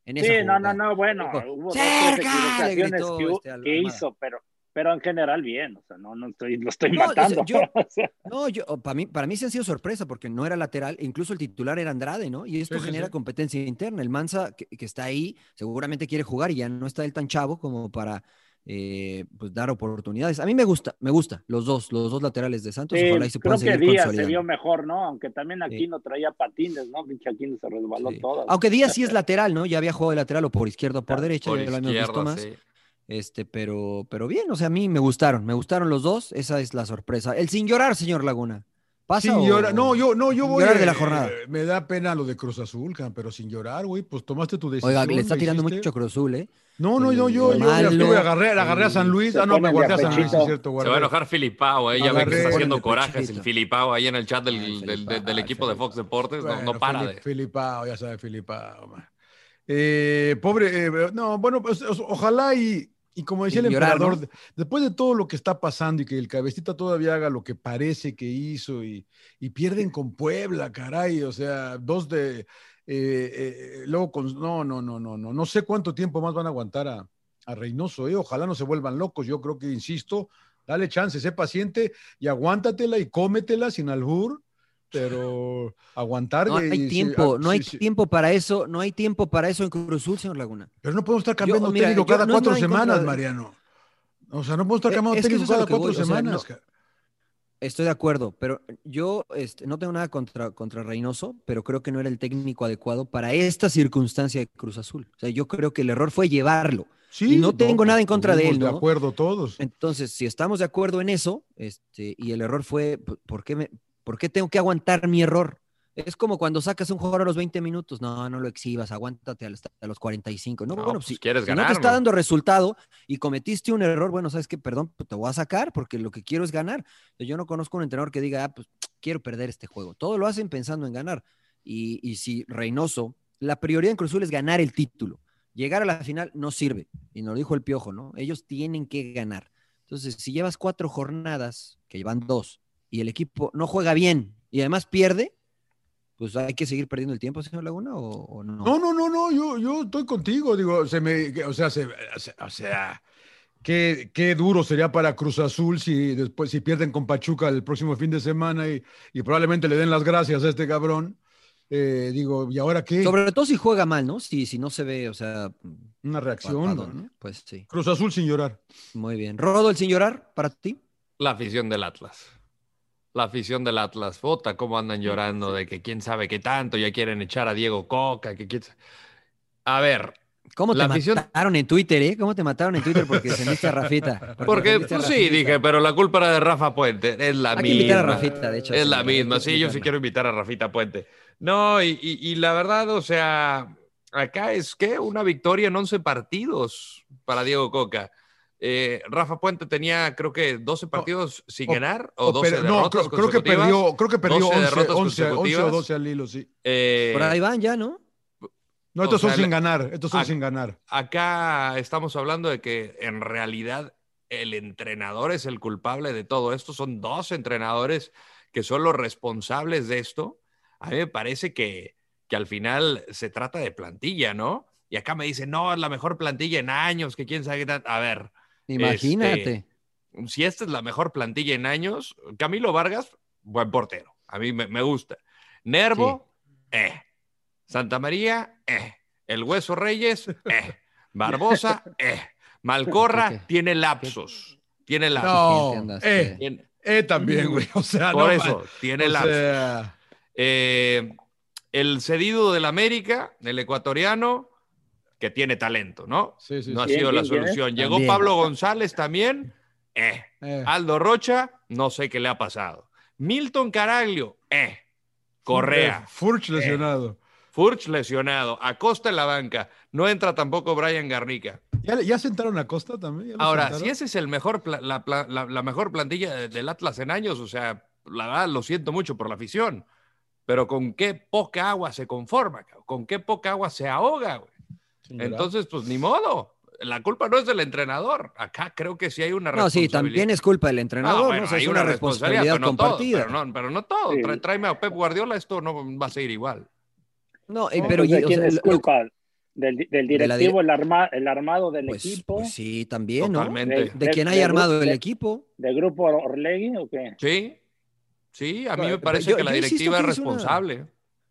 En esa
Sí, no, no,
jugada.
no, bueno,
Dijo,
hubo dos,
"Cerca",
tres
le
equivocaciones
gritó,
que, hu-
este, al-
que
Almada.
hizo, pero, pero en general bien, o sea, no, no estoy, lo estoy
No, o sea,
matando.
yo-
o sea.
No, yo, oh, para mí, para mí se han sido sorpresa porque no era lateral, e incluso el titular era Andrade, ¿no? Y esto
sí,
genera
sí.
competencia interna. El Mansa, que, que está ahí, seguramente quiere jugar y ya no está él tan chavo como para eh, pues, dar oportunidades. A mí me gusta, me gusta, los dos, los dos laterales de Santos.
Sí,
ojalá y se
creo
puedan
que
seguir
Díaz se
consolidando.
vio mejor, ¿no? Aunque también aquí
Sí.
no traía patines, ¿no? Pinche aquí se resbaló
Sí.
todo.
Aunque Díaz sí es lateral, ¿no? Ya había jugado de lateral o por izquierda o por derecha,
Por
ya lo habíamos visto
izquierda,
más.
sí.
Este, pero, pero bien, o sea, a mí me gustaron, me gustaron los dos, esa es la sorpresa. El sin llorar, señor Laguna. pasa?
Sin
o-
llorar. No, yo, no, yo
sin
voy.
llorar de la
eh,
jornada?
me da pena lo de Cruz Azul, can, pero sin llorar, güey, pues tomaste tu decisión.
Oiga, le está
lo
tirando
hiciste.
mucho Cruz Azul, ¿eh?
No, no, no, yo, yo, yo
Malo.
estuve, agarré, agarré a San Luis.
Se
Ah, no, me
ponen
guardé a
de
San Luis,
apechito.
es cierto,
Se
guardé.
va a enojar Filipao, ¿eh? ya ve que
Agarré-
está haciendo
Pone
corajes
pechito.
el Filipao ahí en el chat del, del- del- del equipo de Fox Deportes. No, no
Bueno,
para
Fili-
de.
Filipao, ya sabe, Filipao. man. Eh, pobre, eh, no, bueno, pues, o- ojalá y, y como decía
Sin
el
llorar,
emperador,
¿no?
de- después de todo lo que está pasando y que el cabecita todavía haga lo que parece que hizo y, y pierden con Puebla, caray, o sea, dos de, eh, eh, luego con, no, no, no, no, no, no sé cuánto tiempo más van a aguantar a, a Reynoso, eh, ojalá no se vuelvan locos, yo creo que, insisto, dale chance, sé paciente y aguántatela y cómetela sin albur, pero aguantar.
No
güey,
hay
sí,
tiempo,
ah,
no
sí,
hay
sí.
tiempo para eso, no hay tiempo para eso en Cruz Azul, señor Laguna.
Pero no podemos estar
Yo,
cambiando
mira,
técnico
yo
cada
no es
cuatro
nada en contra
semanas,
de-
Mariano. O sea, no podemos estar
Eh,
cambiando
es que
técnico
eso es a
cada
lo que
cuatro
voy, o sea,
semanas.
no-
ca-
Estoy de acuerdo, pero yo este, no tengo nada contra, contra Reynoso, pero creo que no era el técnico adecuado para esta circunstancia de Cruz Azul. O sea, yo creo que el error fue llevarlo.
Sí,
y no tengo nada en contra de él,
estuvimos
¿no?
De acuerdo todos.
Entonces, si estamos de acuerdo en eso, este, y el error fue, p- ¿por qué, me, ¿por qué tengo que aguantar mi error? Es como cuando sacas un jugador a los 20 minutos, no, no lo exhibas, aguántate a los, a los 45. No,
No,
bueno,
pues
si,
quieres
si no
ganar,
te está
¿no?
dando resultado y cometiste un error, bueno, sabes que, perdón, pues, te voy a sacar porque lo que quiero es ganar. Yo no conozco un entrenador que diga, ah, pues quiero perder este juego. Todo lo hacen pensando en ganar. Y, y si Reynoso, la prioridad en Cruz Azul es ganar el título. Llegar a la final no sirve. Y nos lo dijo el Piojo, ¿no? Ellos tienen que ganar. Entonces, si llevas cuatro jornadas, que llevan dos, y el equipo no juega bien y además pierde, pues hay que seguir perdiendo el tiempo, señor Laguna, o, o no.
No, no, no, no, yo, yo estoy contigo. Digo, se me, que- o sea, se- se- o sea, qué, qué duro sería para Cruz Azul si después si pierden con Pachuca el próximo fin de semana y, y probablemente le den las gracias a este cabrón. Eh, digo, ¿y ahora qué?
Sobre todo si juega mal, ¿no? Si, si no se ve, o sea.
Una
pa-
reacción.
pa-
¿no?
Pues sí.
Cruz Azul sin llorar.
Muy bien. Rodo, el sin llorar, para ti.
La afición del Atlas. La afición del Atlas. Vota cómo andan llorando de que quién sabe qué tanto, ya quieren echar a Diego Coca, que quién sa- A ver,
¿Cómo
La
te
afición-
mataron en Twitter, eh? ¿Cómo te mataron en Twitter porque defendiste a Rafita?
Porque,
defendiste a
pues sí,
Rafita.
dije, pero la culpa era de Rafa Puente. Es la
Hay que invitar
misma.
a Rafita, de hecho,
Es
sí,
la
hay que
misma. Sí, yo sí
invitarla.
quiero invitar a Rafita Puente. No, y, y- y la verdad, o sea, acá es que una victoria en 11 partidos para Diego Coca. Eh, Rafa Puente tenía, creo que, 12 partidos sin
o-
ganar o 12
pero-
derrotas
no, creo, creo que
consecutivas.
perdió, creo que perdió
12
11,
derrotas
11, 11 o
consecutivas.
12 al hilo, sí.
Eh,
Por ahí van ya, ¿no?
No,
o
estos
sea,
son sin
le- ah,
ganar, estos son
ac-
sin ganar.
acá estamos hablando de que en realidad el entrenador es el culpable de todo esto. Son dos entrenadores que son los responsables de esto. A mí me parece que, que al final se trata de plantilla, ¿no? Y acá me dicen, no, es la mejor plantilla en años, que quién sabe qué tan-". A ver,
Imagínate.
si esta es la mejor plantilla en años, Camilo Vargas, buen portero. A mí me, me gusta. Nervo, eh. Santa María, eh. El Hueso Reyes, eh. Barbosa, eh. Malcorra
¿Qué, qué, qué?
tiene lapsos. Tiene lapsos.
No, eh,
Tiene-
eh también, güey. O sea,
por
no,
eso,
man.
tiene
O
lapsos.
sea,
Eh, el cedido del América, el ecuatoriano, que tiene talento, ¿no?
sí, sí,
no ha
sí.
sido
Bien,
la
bien, eh. bien.
solución. Llegó
También.
Pablo González también, eh.
Eh,
Aldo Rocha, no sé qué le ha pasado. Milton Caraglio, eh. Correa,
eh, Furch lesionado.
Furch lesionado, Acosta en la banca, no entra tampoco Brian Garnica.
¿Ya, le- ya sentaron a Costa también? ¿Ya lo
Ahora,
sentaron?
si ese es el mejor pla- la, pla- la- la mejor plantilla de- del Atlas en años, o sea, la verdad lo siento mucho por la afición, pero con qué poca agua se conforma, cabrón? con qué poca agua se ahoga. güey?
Sin llorar.
Entonces, pues ni modo. La culpa no es del entrenador. Acá creo que sí hay una
No, sí,
responsabilidad.
también es culpa del
Ah,
entrenador,
bueno,
¿no? O sea,
hay
es una, responsabilidad
pero no todo,
compartida.
pero, no, pero no todo.
Sí.
Tra- Tráeme a Pep Guardiola, esto no va a seguir igual.
No, eh,
No,
pero
pues, ¿de
y- o
quién
sea,
es
lo-
culpa? Del, del
de la di-
directivo, el, arma- el armado del
pues-
equipo,
pues sí, también, ¿no?
Totalmente.
De quien
de-
haya armado el
de-
equipo.
del grupo Orlegui o qué?
Sí, sí, a mí me
Pero
parece
yo-
que la
yo insisto
directiva
que
es
es una-
responsable.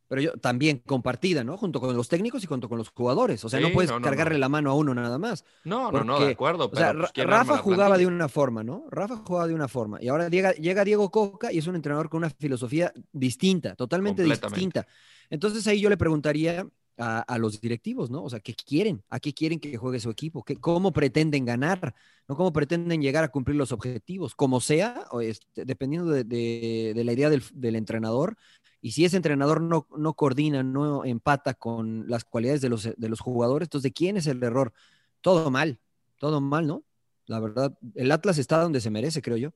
Pero yo también compartida, ¿no? Junto con los técnicos y junto con los jugadores. O sea,
Sí,
no puedes
no, no,
cargarle
no.
la mano a uno nada más.
No, no, no,
Porque,
de acuerdo.
O sea,
pero, pues,
Ra-
¿quién arma
Rafa
la
jugaba de
plantilla?
una forma, ¿no? Rafa jugaba de una forma. Y ahora llega, llega Diego Coca y es un entrenador con una filosofía distinta, totalmente
Completamente.
distinta. Entonces ahí yo le preguntaría a, a los directivos, ¿no? O sea, ¿qué quieren? ¿A qué quieren que juegue su equipo? ¿Qué, ¿Cómo pretenden ganar? ¿No? ¿Cómo pretenden llegar a cumplir los objetivos? Como sea, o este, dependiendo de, de- de la idea del, del entrenador. Y si ese entrenador no, no coordina, no empata con las cualidades de los, de los jugadores, entonces, ¿de quién es el error? Todo mal, todo mal, ¿no? La verdad, el Atlas está donde se merece, creo yo.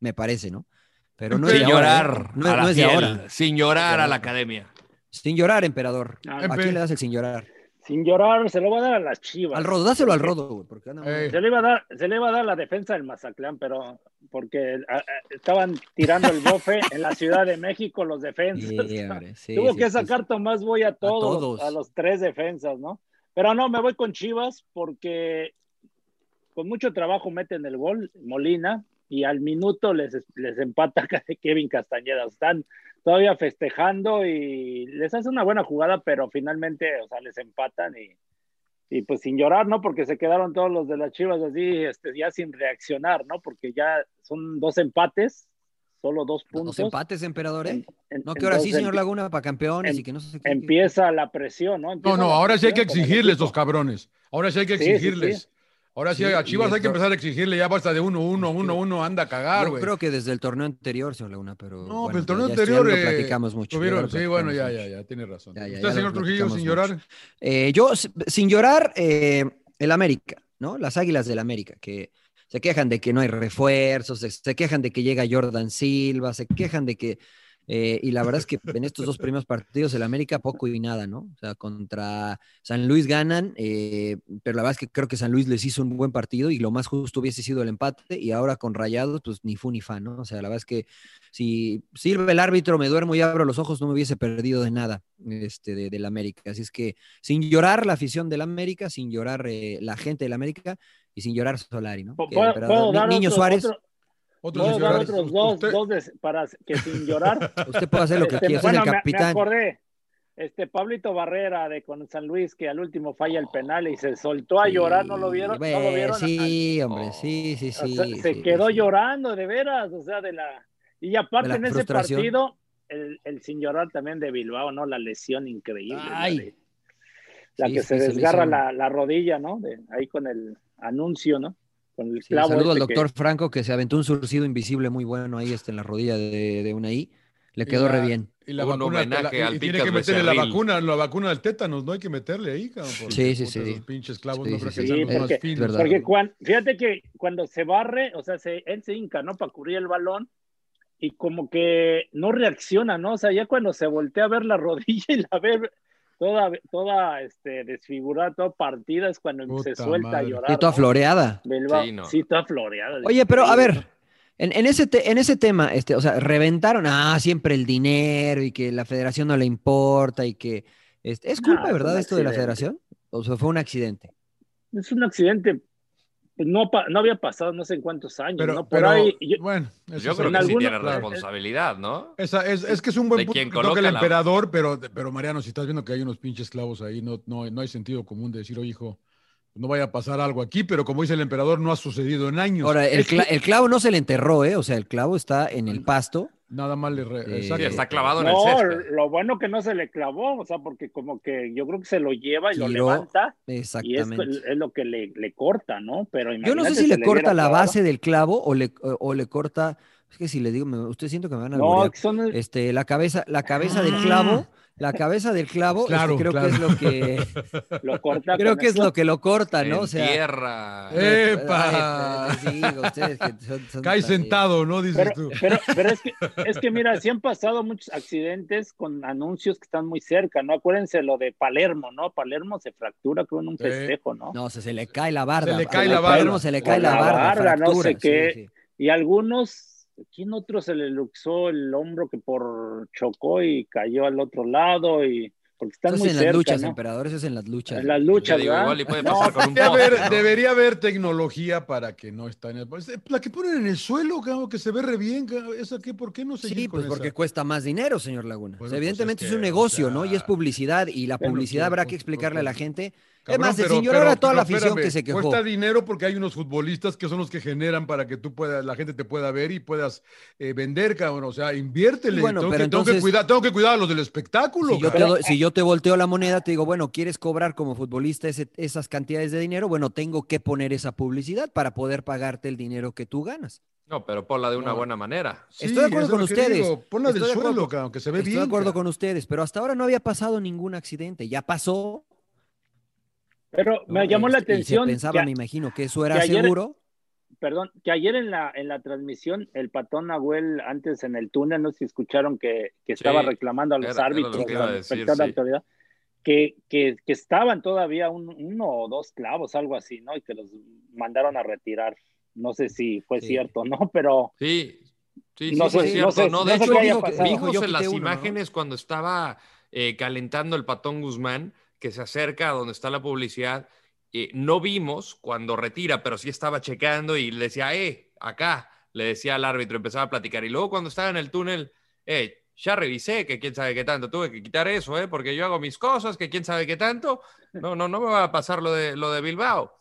Me parece, ¿no? Pero no es
sin
de ahora,
llorar
¿eh? No-
a la
no es de
piel,
ahora.
sin llorar a la academia.
Sin llorar, emperador.
Ah,
¿A
Empe.
quién le das el sin llorar?
Sin llorar, se lo va a dar a las chivas.
Al rodo, dáselo al rodo, güey, porque anda-
eh,
Se le, iba a dar, se le iba a dar la defensa del Mazatlán, pero porque a- a- estaban tirando el bofe en la Ciudad de México los defensas.
Sí, hombre, sí,
Tuvo
sí,
que
sí,
sacar Tomás Boy a todos, a,
todos.
los tres defensas, ¿no? Pero no, me voy con Chivas porque con mucho trabajo meten el gol, Molina, y al minuto les, les empata Kevin Castañeda. Están todavía festejando y les hace una buena jugada, pero finalmente, o sea, les empatan y, y pues sin llorar, ¿no? Porque se quedaron todos los de las Chivas así, este, ya sin reaccionar, ¿no? Porque ya son dos empates, solo dos puntos.
Los empates, emperador, ¿eh?
En-
No, que ahora sí,
entonces,
señor Laguna, para campeones
en-
y que no se
Empieza la presión, ¿no?
No,
Empieza
no,
la
ahora sí hay que
presión con el
exigirles,
equipo.
los cabrones. Ahora sí hay que
Sí, sí, sí.
exigirles. Ahora sí,
Sí,
a
y
Chivas
el
hay que
pro-
empezar a exigirle, ya basta de 1-1, 1-1, anda a cagar,
Yo
güey.
creo que desde el torneo anterior, señor Laguna, pero.
No,
bueno,
pero el
ya-
torneo
ya esto ya
anterior.
lo
eh,
platicamos mucho. ya
tuvieron-
lo
sí, bueno, ya,
platicamos
ya,
mucho.
ya, tiene razón.
Ya, ya,
¿Usted,
ya
señor
lo
Trujillo, sin
platicamos
llorar?
Eh, yo, s- sin llorar, eh, el América, ¿no? Las Águilas del América, que se quejan de que no hay refuerzos, se, se quejan de que llega Jordan Silva, se quejan de que. eh, y la verdad es que en estos dos primeros partidos el América poco y nada, ¿no? O sea, contra San Luis ganan, eh, pero la verdad es que creo que San Luis les hizo un buen partido y lo más justo hubiese sido el empate y ahora con Rayados, pues ni fu ni fa, ¿no? O sea, la verdad es que si sirve el árbitro, me duermo y abro los ojos, no me hubiese perdido de nada este, de- del América. Así es que sin llorar la afición del América, sin llorar eh, la gente del América y sin llorar Solari, ¿no?
¿Puedo-
Que,
puedo
emperador,
dar
Ni- Niño
otro-
Suárez,
otro-
Otro
puedo
sin
dar
llorar.
otros dos, dos de- para que sin llorar.
usted puede hacer lo que
Este,
quiera, usted es
bueno,
el
me- Me,
capitán.
acordé. Este Pablito Barrera de con San Luis que al último falla el penal y se soltó a llorar, ¿no lo vieron? ¿No lo
Eh,
vieron?
sí, hombre, sí, sí,
O
sí.
sea, se
sí,
quedó
sí.
llorando, de veras, o sea, de la... Y aparte
De la
en ese
frustración.
partido, el, el sin llorar también de Bilbao, ¿no? La lesión increíble. la
Ay.
de- La,
Sí,
que
sí,
se
se le
desgarra
hizo-
la, la rodilla, ¿no? De, ahí con el anuncio, ¿no? Con el
Sí,
clavo.
saludo al
este que-
doctor Franco que se aventó un surcido invisible muy bueno ahí este, en la rodilla de, de una I. Le quedó
la-
re bien.
Y la
Un
vacuna,
homenaje
la-
al
y tiene
Picas
que meterle la
Becerril.
vacuna, la vacuna del tétanos, no hay que meterle ahí, cabrón. porque,
Sí, sí,
puta,
sí.
Esos pinches clavos
Sí,
no
sí,
creo
sí.
que
Sí,
sean los
porque-
más finos.
verdad.
Porque cuan- fíjate que cuando se barre, o sea, se, él se hinca, ¿no? Para cubrir el balón y como que no reacciona, ¿no? O sea, ya cuando se voltea a ver la rodilla y la ve toda, toda este, desfigurada, toda partida, es cuando se
Puta
suelta a
madre.
llorar.
Y toda
¿no?
floreada.
Bilbao.
Sí,
Sí,
no.
toda floreada.
Oye, pero a ver, en, en ese, te- en ese tema, este, o sea, reventaron, ah, siempre el dinero y que la federación no le importa y que... este, es culpa,
Ah, fue
¿verdad,
un
esto de la
accidente.
federación? O sea, fue un accidente.
Es un accidente. Pues No, pa- no había pasado no sé en cuántos años,
Pero,
¿no? Por
pero,
ahí. yo-
bueno, eso
Yo
es-
creo
en
que sí
alguno-
tiene
claro.
responsabilidad, ¿no?
eh,
Esa es, es que es un buen
De
punto
quien
que toca el
coloca la-
emperador, pero, pero Mariano, si estás viendo que hay unos pinches clavos ahí, no, no, no hay sentido común de decir, oye, hijo, no vaya a pasar algo aquí, pero como dice el emperador, no ha sucedido en años.
Ahora, el,
Es que
cla- el clavo no se le enterró, ¿eh? O sea, el clavo está en el pasto.
Nada más le... re-
Eh,
exacto.
Sí, está clavado en el
No, eh,
césped.
lo bueno que no se le clavó, o sea, porque como que yo creo que se lo lleva y lo
Tiró.
levanta. Y es,
Exactamente.
es lo que le, le corta, ¿no? Pero
Yo no sé
imagínate
si le
hubiera
corta la
clavado.
base del clavo o le, o, o le corta. Es que si le digo, me- usted siento que me van a
No,
alburear.
que son el-
Este, la cabeza, la cabeza del clavo, la cabeza del clavo, este,
Ah. Pues Claro,
creo
claro.
que es lo que,
lo corta.
creo
con
que es
eso.
lo que lo corta,
En
Ah, ¿no? O sea,
tierra.
eh,
¡Epa!
ay, pues, les digo, ustedes que son- son
Cae
tan-
sentado, ¿no? Dices
Pero,
tú.
pero, pero es, que, es que, mira, sí han pasado muchos accidentes con anuncios que están muy cerca, ¿no? Acuérdense lo de Palermo, ¿no? Palermo se fractura con un
Sí.
festejo, ¿no?
No, se, se le cae la barda.
Se le
a
cae
la
Palermo
barda.
Se le
O
cae la
la
barda.
barda, no
fractura,
sé qué.
sí, sí.
Y algunos, ¿quién otro se le luxó el hombro que por chocó y cayó al otro lado? y Porque están
Eso es
muy
en
cerca,
las luchas,
¿no?
emperador, eso es en las luchas.
En las luchas,
Yo digo,
¿verdad?
igual y puede
No,
pasar con un
Debería
poste,
haber,
¿no?
debería haber tecnología para que no está en el... pues, La que ponen en el suelo, cabrón, que se ve re bien. cabrón, ¿Esa qué? ¿Por qué no se
Sí, pues porque cuesta más dinero, señor Laguna. O sea,
Bueno, pues
evidentemente
es
es, un
que, o
negocio, ¿no?
sea,
Y es publicidad y la
bueno,
publicidad
sí,
habrá
pues,
que explicarle a la
pues,
gente
Cabrón,
más, de
pero-
sin llorar
pero-
a toda la
pero
afición
espérame,
que se quejó.
Cuesta dinero porque hay unos futbolistas que son los que generan para que tú puedas, la gente te pueda ver y puedas eh, vender, cabrón. O sea, inviértele.
Y bueno,
tengo,
pero
que, tengo que
entonces-
cuidar, tengo que cuidar a los del espectáculo.
Si yo, te,
cabrón.
doy- si yo te volteo la moneda, te digo, bueno, ¿quieres cobrar como futbolista ese- esas cantidades de dinero? Bueno, tengo que poner esa publicidad para poder pagarte el dinero que tú ganas.
No, pero ponla de una
No.
buena manera.
Estoy de acuerdo
eso es
con
lo que
ustedes.
digo. Ponla
Estoy
del
de acuerdo-
suelo, cabrón, que se ve
Estoy
bien.
de acuerdo
cabrón.
con ustedes, pero hasta ahora no había pasado ningún accidente. Ya pasó.
Pero me
¿no?
llamó la
Y se
atención
pensaba,
que a-
me imagino, que eso era
que ayer-
seguro.
Perdón, que ayer en la, en la transmisión, el patón Nahuel, antes en el túnel, no sé si escucharon que, que
Sí,
estaba reclamando a los
era- era lo
árbitros,
que iba a
con
decir,
respecto a la
sí.
autoridad, que, que, que estaban todavía un- uno o dos clavos, algo así, ¿no? Y que los mandaron a retirar. No sé si fue
Sí.
cierto o no, pero
Sí, sí,
No
sí, fue
sé,
cierto.
no sé,
no,
no
de
sé
hecho,
qué haya
dijo,
pasado.
dijo
Yo
en
quité
las
uno, ¿no?
imágenes cuando estaba eh, calentando el patón Guzmán, que se acerca a donde está la publicidad. eh, no vimos cuando retira, pero sí estaba checando y le decía, eh, acá, le decía al árbitro, empezaba a platicar. Y luego cuando estaba en el túnel, eh, ya revisé que quién sabe qué tanto, tuve que quitar eso, eh, porque yo hago mis cosas, que quién sabe qué tanto. No, no, no me va a pasar lo de, lo de Bilbao.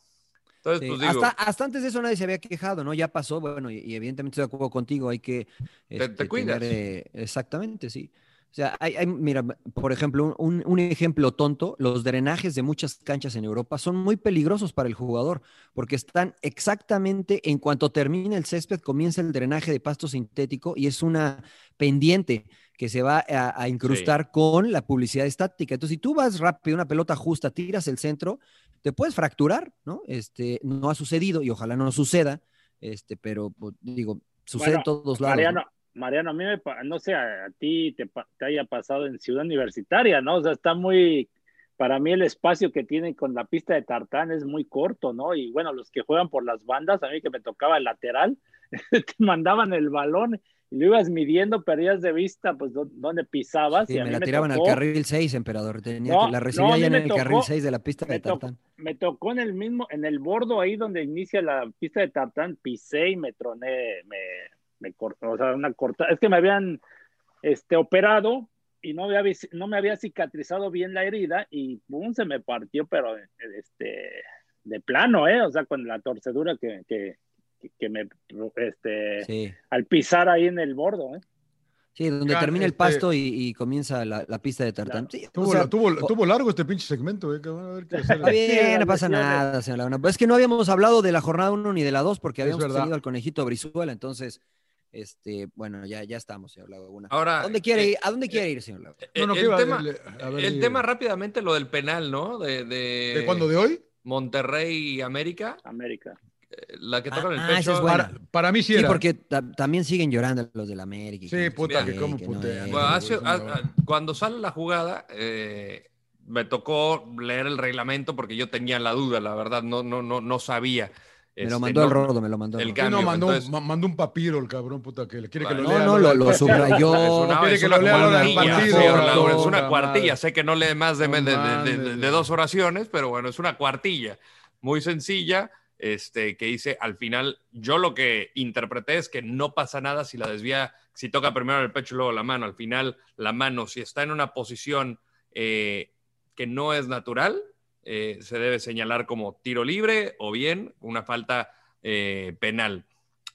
Entonces,
Sí,
pues digo,
hasta, hasta antes de eso nadie se había quejado, ¿no? Ya pasó, bueno, y, y evidentemente estoy de acuerdo contigo, hay que...
te cuidas.
eh, exactamente, sí. O sea, hay, hay- mira, por ejemplo, un, un ejemplo tonto, los drenajes de muchas canchas en Europa son muy peligrosos para el jugador, porque están exactamente, en cuanto termina el césped, comienza el drenaje de pasto sintético y es una pendiente que se va a, a incrustar con la publicidad estática. Entonces, si tú vas rápido, una pelota justa, tiras el centro, te puedes fracturar, ¿no? Este, no ha sucedido y ojalá no suceda, este, pero pues, digo, sucede en
Bueno,
todos lados. ¿no?
Mariano, Mariano, a mí me, pa- no sé, a, a ti te, pa- te haya pasado en Ciudad Universitaria, ¿no? O sea, está muy, para mí el espacio que tienen con la pista de tartán es muy corto, ¿no? Y bueno, los que juegan por las bandas, a mí que me tocaba el lateral, te mandaban el balón y lo ibas midiendo, perdías de vista, pues, dó- dónde pisabas.
Sí,
y a
me
mí
la tiraban
tocó-
al carril 6, emperador. Tenía
No,
que- la recibía
no, a mí
ya en
me
el
tocó-
carril 6 de la pista
me
de
tocó-
tartán.
me tocó en el mismo, en el bordo ahí donde inicia la pista de tartán, pisé y me troné, me, me cor- o sea, una corta, es que me habían este, operado y no, había, vis- no me había cicatrizado bien la herida y pum, se me partió, pero este, de plano, ¿eh? O sea, con la torcedura que, que, que me, este,
Sí,
al pisar ahí en el bordo, ¿eh?
sí, donde
Oigan,
termina el
este-
pasto y, y comienza la, la pista de tartán. Sí, o
Tuvo,
sea,
la- tuvo-
o-
tuvo largo este pinche segmento, eh, cabrón. A ver qué hacer.
Está bien, no
las
pasa
lesiones.
nada, señor Laguna. Pero es que no habíamos hablado de la jornada 1 ni de la 2 porque
Es
habíamos
verdad.
tenido al conejito Brizuela. Entonces, este, bueno, ya, ya estamos, señor Laguna.
Ahora,
¿A dónde quiere
eh,
ir, ¿A dónde quiere ir, señor Laguna?
No, no,
el
que iba a
tema-
verle- a ver,
el
diga.
tema rápidamente, lo del penal, ¿no? De, de,
¿De cuándo? ¿De hoy?
Monterrey y América,
América.
eh, la que
Ah,
toca en el
ah,
pecho.
esa es buena.
Para, para mí sí,
Sí,
era.
porque ta- también siguen llorando los del América. y
Sí,
que no sé
puta,
qué,
que cómo
no
putean.
es.
Bueno, hace-
güey, es una
a- a- cuando sale la jugada, eh, me tocó leer el reglamento porque yo tenía la duda, la verdad, no, no, no, no sabía.
Me
Este,
lo mandó
no-
el rodo, me lo mandó.
el
el Rodo.
Sí, no,
cambio,
mandó, un-
entonces-
ma- mandó un papiro el cabrón, puta, que le quiere que lo
Bueno,
lea.
No, no,
Laura.
lo- lo subrayó.
Es una,
Quiere
es
que
una
lo lea a la hora del
cuartilla,
partido,
señor
cabrón.
Laura, es una
Puta
cuartilla.
madre.
Sé que no lee más de,
No
de- de- de-
mames,
de
güey.
dos oraciones, pero bueno, es una cuartilla muy sencilla. Este, que dice al final, yo lo que interpreté es que no pasa nada si la desvía, si toca primero el pecho y luego la mano. Al final, la mano, si está en una posición eh, que no es natural, eh, se debe señalar como tiro libre o bien una falta eh, penal.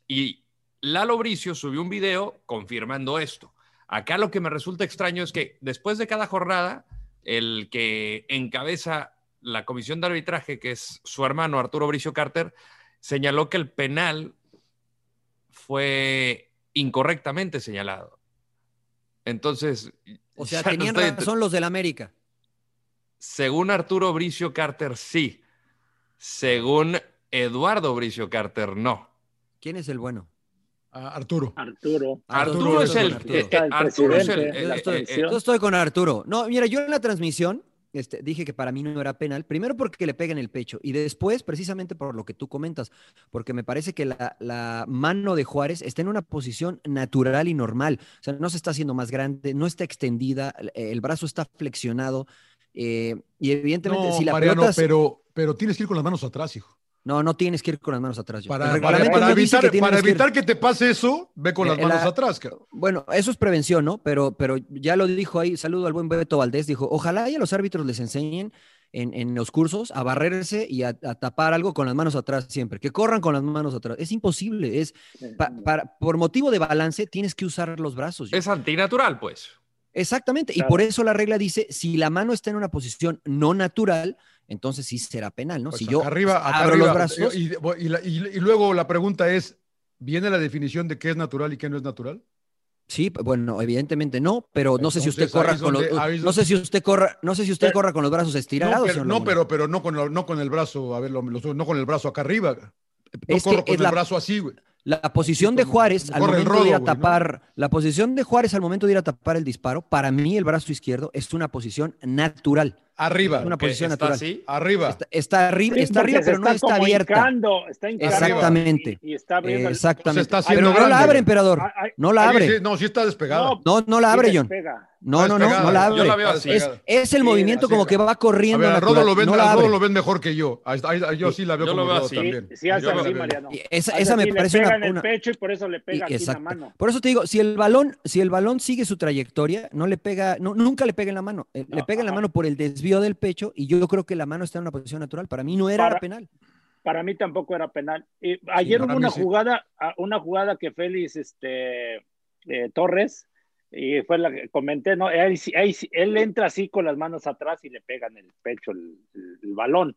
Y Lalo Bricio subió un video confirmando esto. Acá lo que me resulta extraño es que después de cada jornada, el que encabeza la comisión de arbitraje, que es su hermano Arturo Bricio Carter, señaló que el penal fue incorrectamente señalado. Entonces,
O sea,
ya no
tenían
estoy ent-
razón los del América.
según Arturo Bricio Carter, sí. Según Eduardo Bricio Carter, no.
¿Quién es el bueno?
A Arturo.
Arturo.
Arturo,
Arturo
es el,
Arturo.
eh, eh,
El
Arturo es el,
presidente de la
eh, eh,
selección.
eh,
Yo estoy con Arturo. No, mira, yo en la transmisión este, dije que para mí no era penal, primero porque le pega en el pecho y después precisamente por lo que tú comentas, porque me parece que la, la mano de Juárez está en una posición natural y normal. O sea, no se está haciendo más grande, no está extendida, el, el brazo está flexionado. eh, y evidentemente,
No,
si la
Mariano,
pelota es-
pero, pero tienes que ir con las manos atrás, hijo.
No, no tienes que ir con las manos atrás. Josh. El
Para, para-
reglamento
para
no dice
evitar,
que
que
tienes
para
que ir-
evitar que te pase eso, ve con las
Eh, la-
manos atrás, cabrón.
Bueno, eso es prevención, ¿no? Pero, pero ya lo dijo ahí, saludo al buen Beto Valdés, dijo, ojalá y a los árbitros les enseñen en, en los cursos a barrerse y a, a tapar algo con las manos atrás siempre, que corran con las manos atrás. Es imposible, es pa- para, por motivo de balance tienes que usar los brazos.
eh, Es antinatural, pues.
Exactamente, y por eso la regla dice, si la mano está en una posición no natural, entonces sí será penal, ¿no? si yo
Pues arriba, acá
abro
arriba,
los brazos,
Y, y la- y- y luego la pregunta es, ¿viene la definición de qué es natural y qué no es natural?
sí, bueno, evidentemente no, pero no sé si usted
Entonces, ahí
corra
es
con los
donde- ahí es
no sé si usted corra, no sé si usted corra con los brazos estirados,
no, pero,
señor
no,
Laguna.
pero, pero no, con, el- no con el brazo, a ver, lo- lo- no con el brazo acá arriba. No
Es que
corro con
es
el
la-
brazo así, güey.
La posición de Juárez al
corre el
momento de ir a
rodo, güey, ¿no?
tapar, la posición de Juárez al momento de ir a tapar el disparo, para mí el brazo izquierdo es una posición natural.
Arriba.
Es una
Ok,
posición
¿está
natural.
así? Arriba.
Está, está arriba,
Sí,
está arriba,
porque se
pero no está
como
abierta.
hincando, está hincando.
Exactamente.
Y, y está abriendo el- Ah,
Exactamente.
Entonces está
pero
siendo
no la
grande.
abre, emperador.
Ay, ay.
no la
Sí,
abre.
sí, no, sí está despegada.
No,
No, no la abre,
Sí,
John.
despega.
No, no, no,
despegada,
no la abre.
yo la veo así.
es, es el
Sí,
movimiento
así
como
es.
que va
A
corriendo.
ver, a Rodo
natural,
lo ven,
no
a
la
Rodo
abre.
lo ven mejor que yo. Ahí está- ahí- yo sí la veo
Yo
como
lo veo
Rodo
así.
también.
Sí, hace
Yo la
así,
veo.
Mariano.
Y esa-
Hace
esa me
así, le
parece
pega
una-
en el
una-
pecho y por eso le
Y-
pega aquí
exacto.
en la mano.
Por eso te digo, si el balón, si el balón sigue su trayectoria, no le pega, no, nunca le pega en la mano. Eh, le
No,
pega en la
ajá.
mano por el desvío del pecho y yo creo que la mano está en una posición natural. Para mí no era
Para-
penal.
Para mí tampoco era penal. Y ayer
para
hubo
mí
una
sí.
jugada, a- una jugada que Félix este, eh, Torres, y fue la que comenté, ¿no? Él, sí- ahí sí- él entra así con las manos atrás y le pega en el pecho el, el- el balón.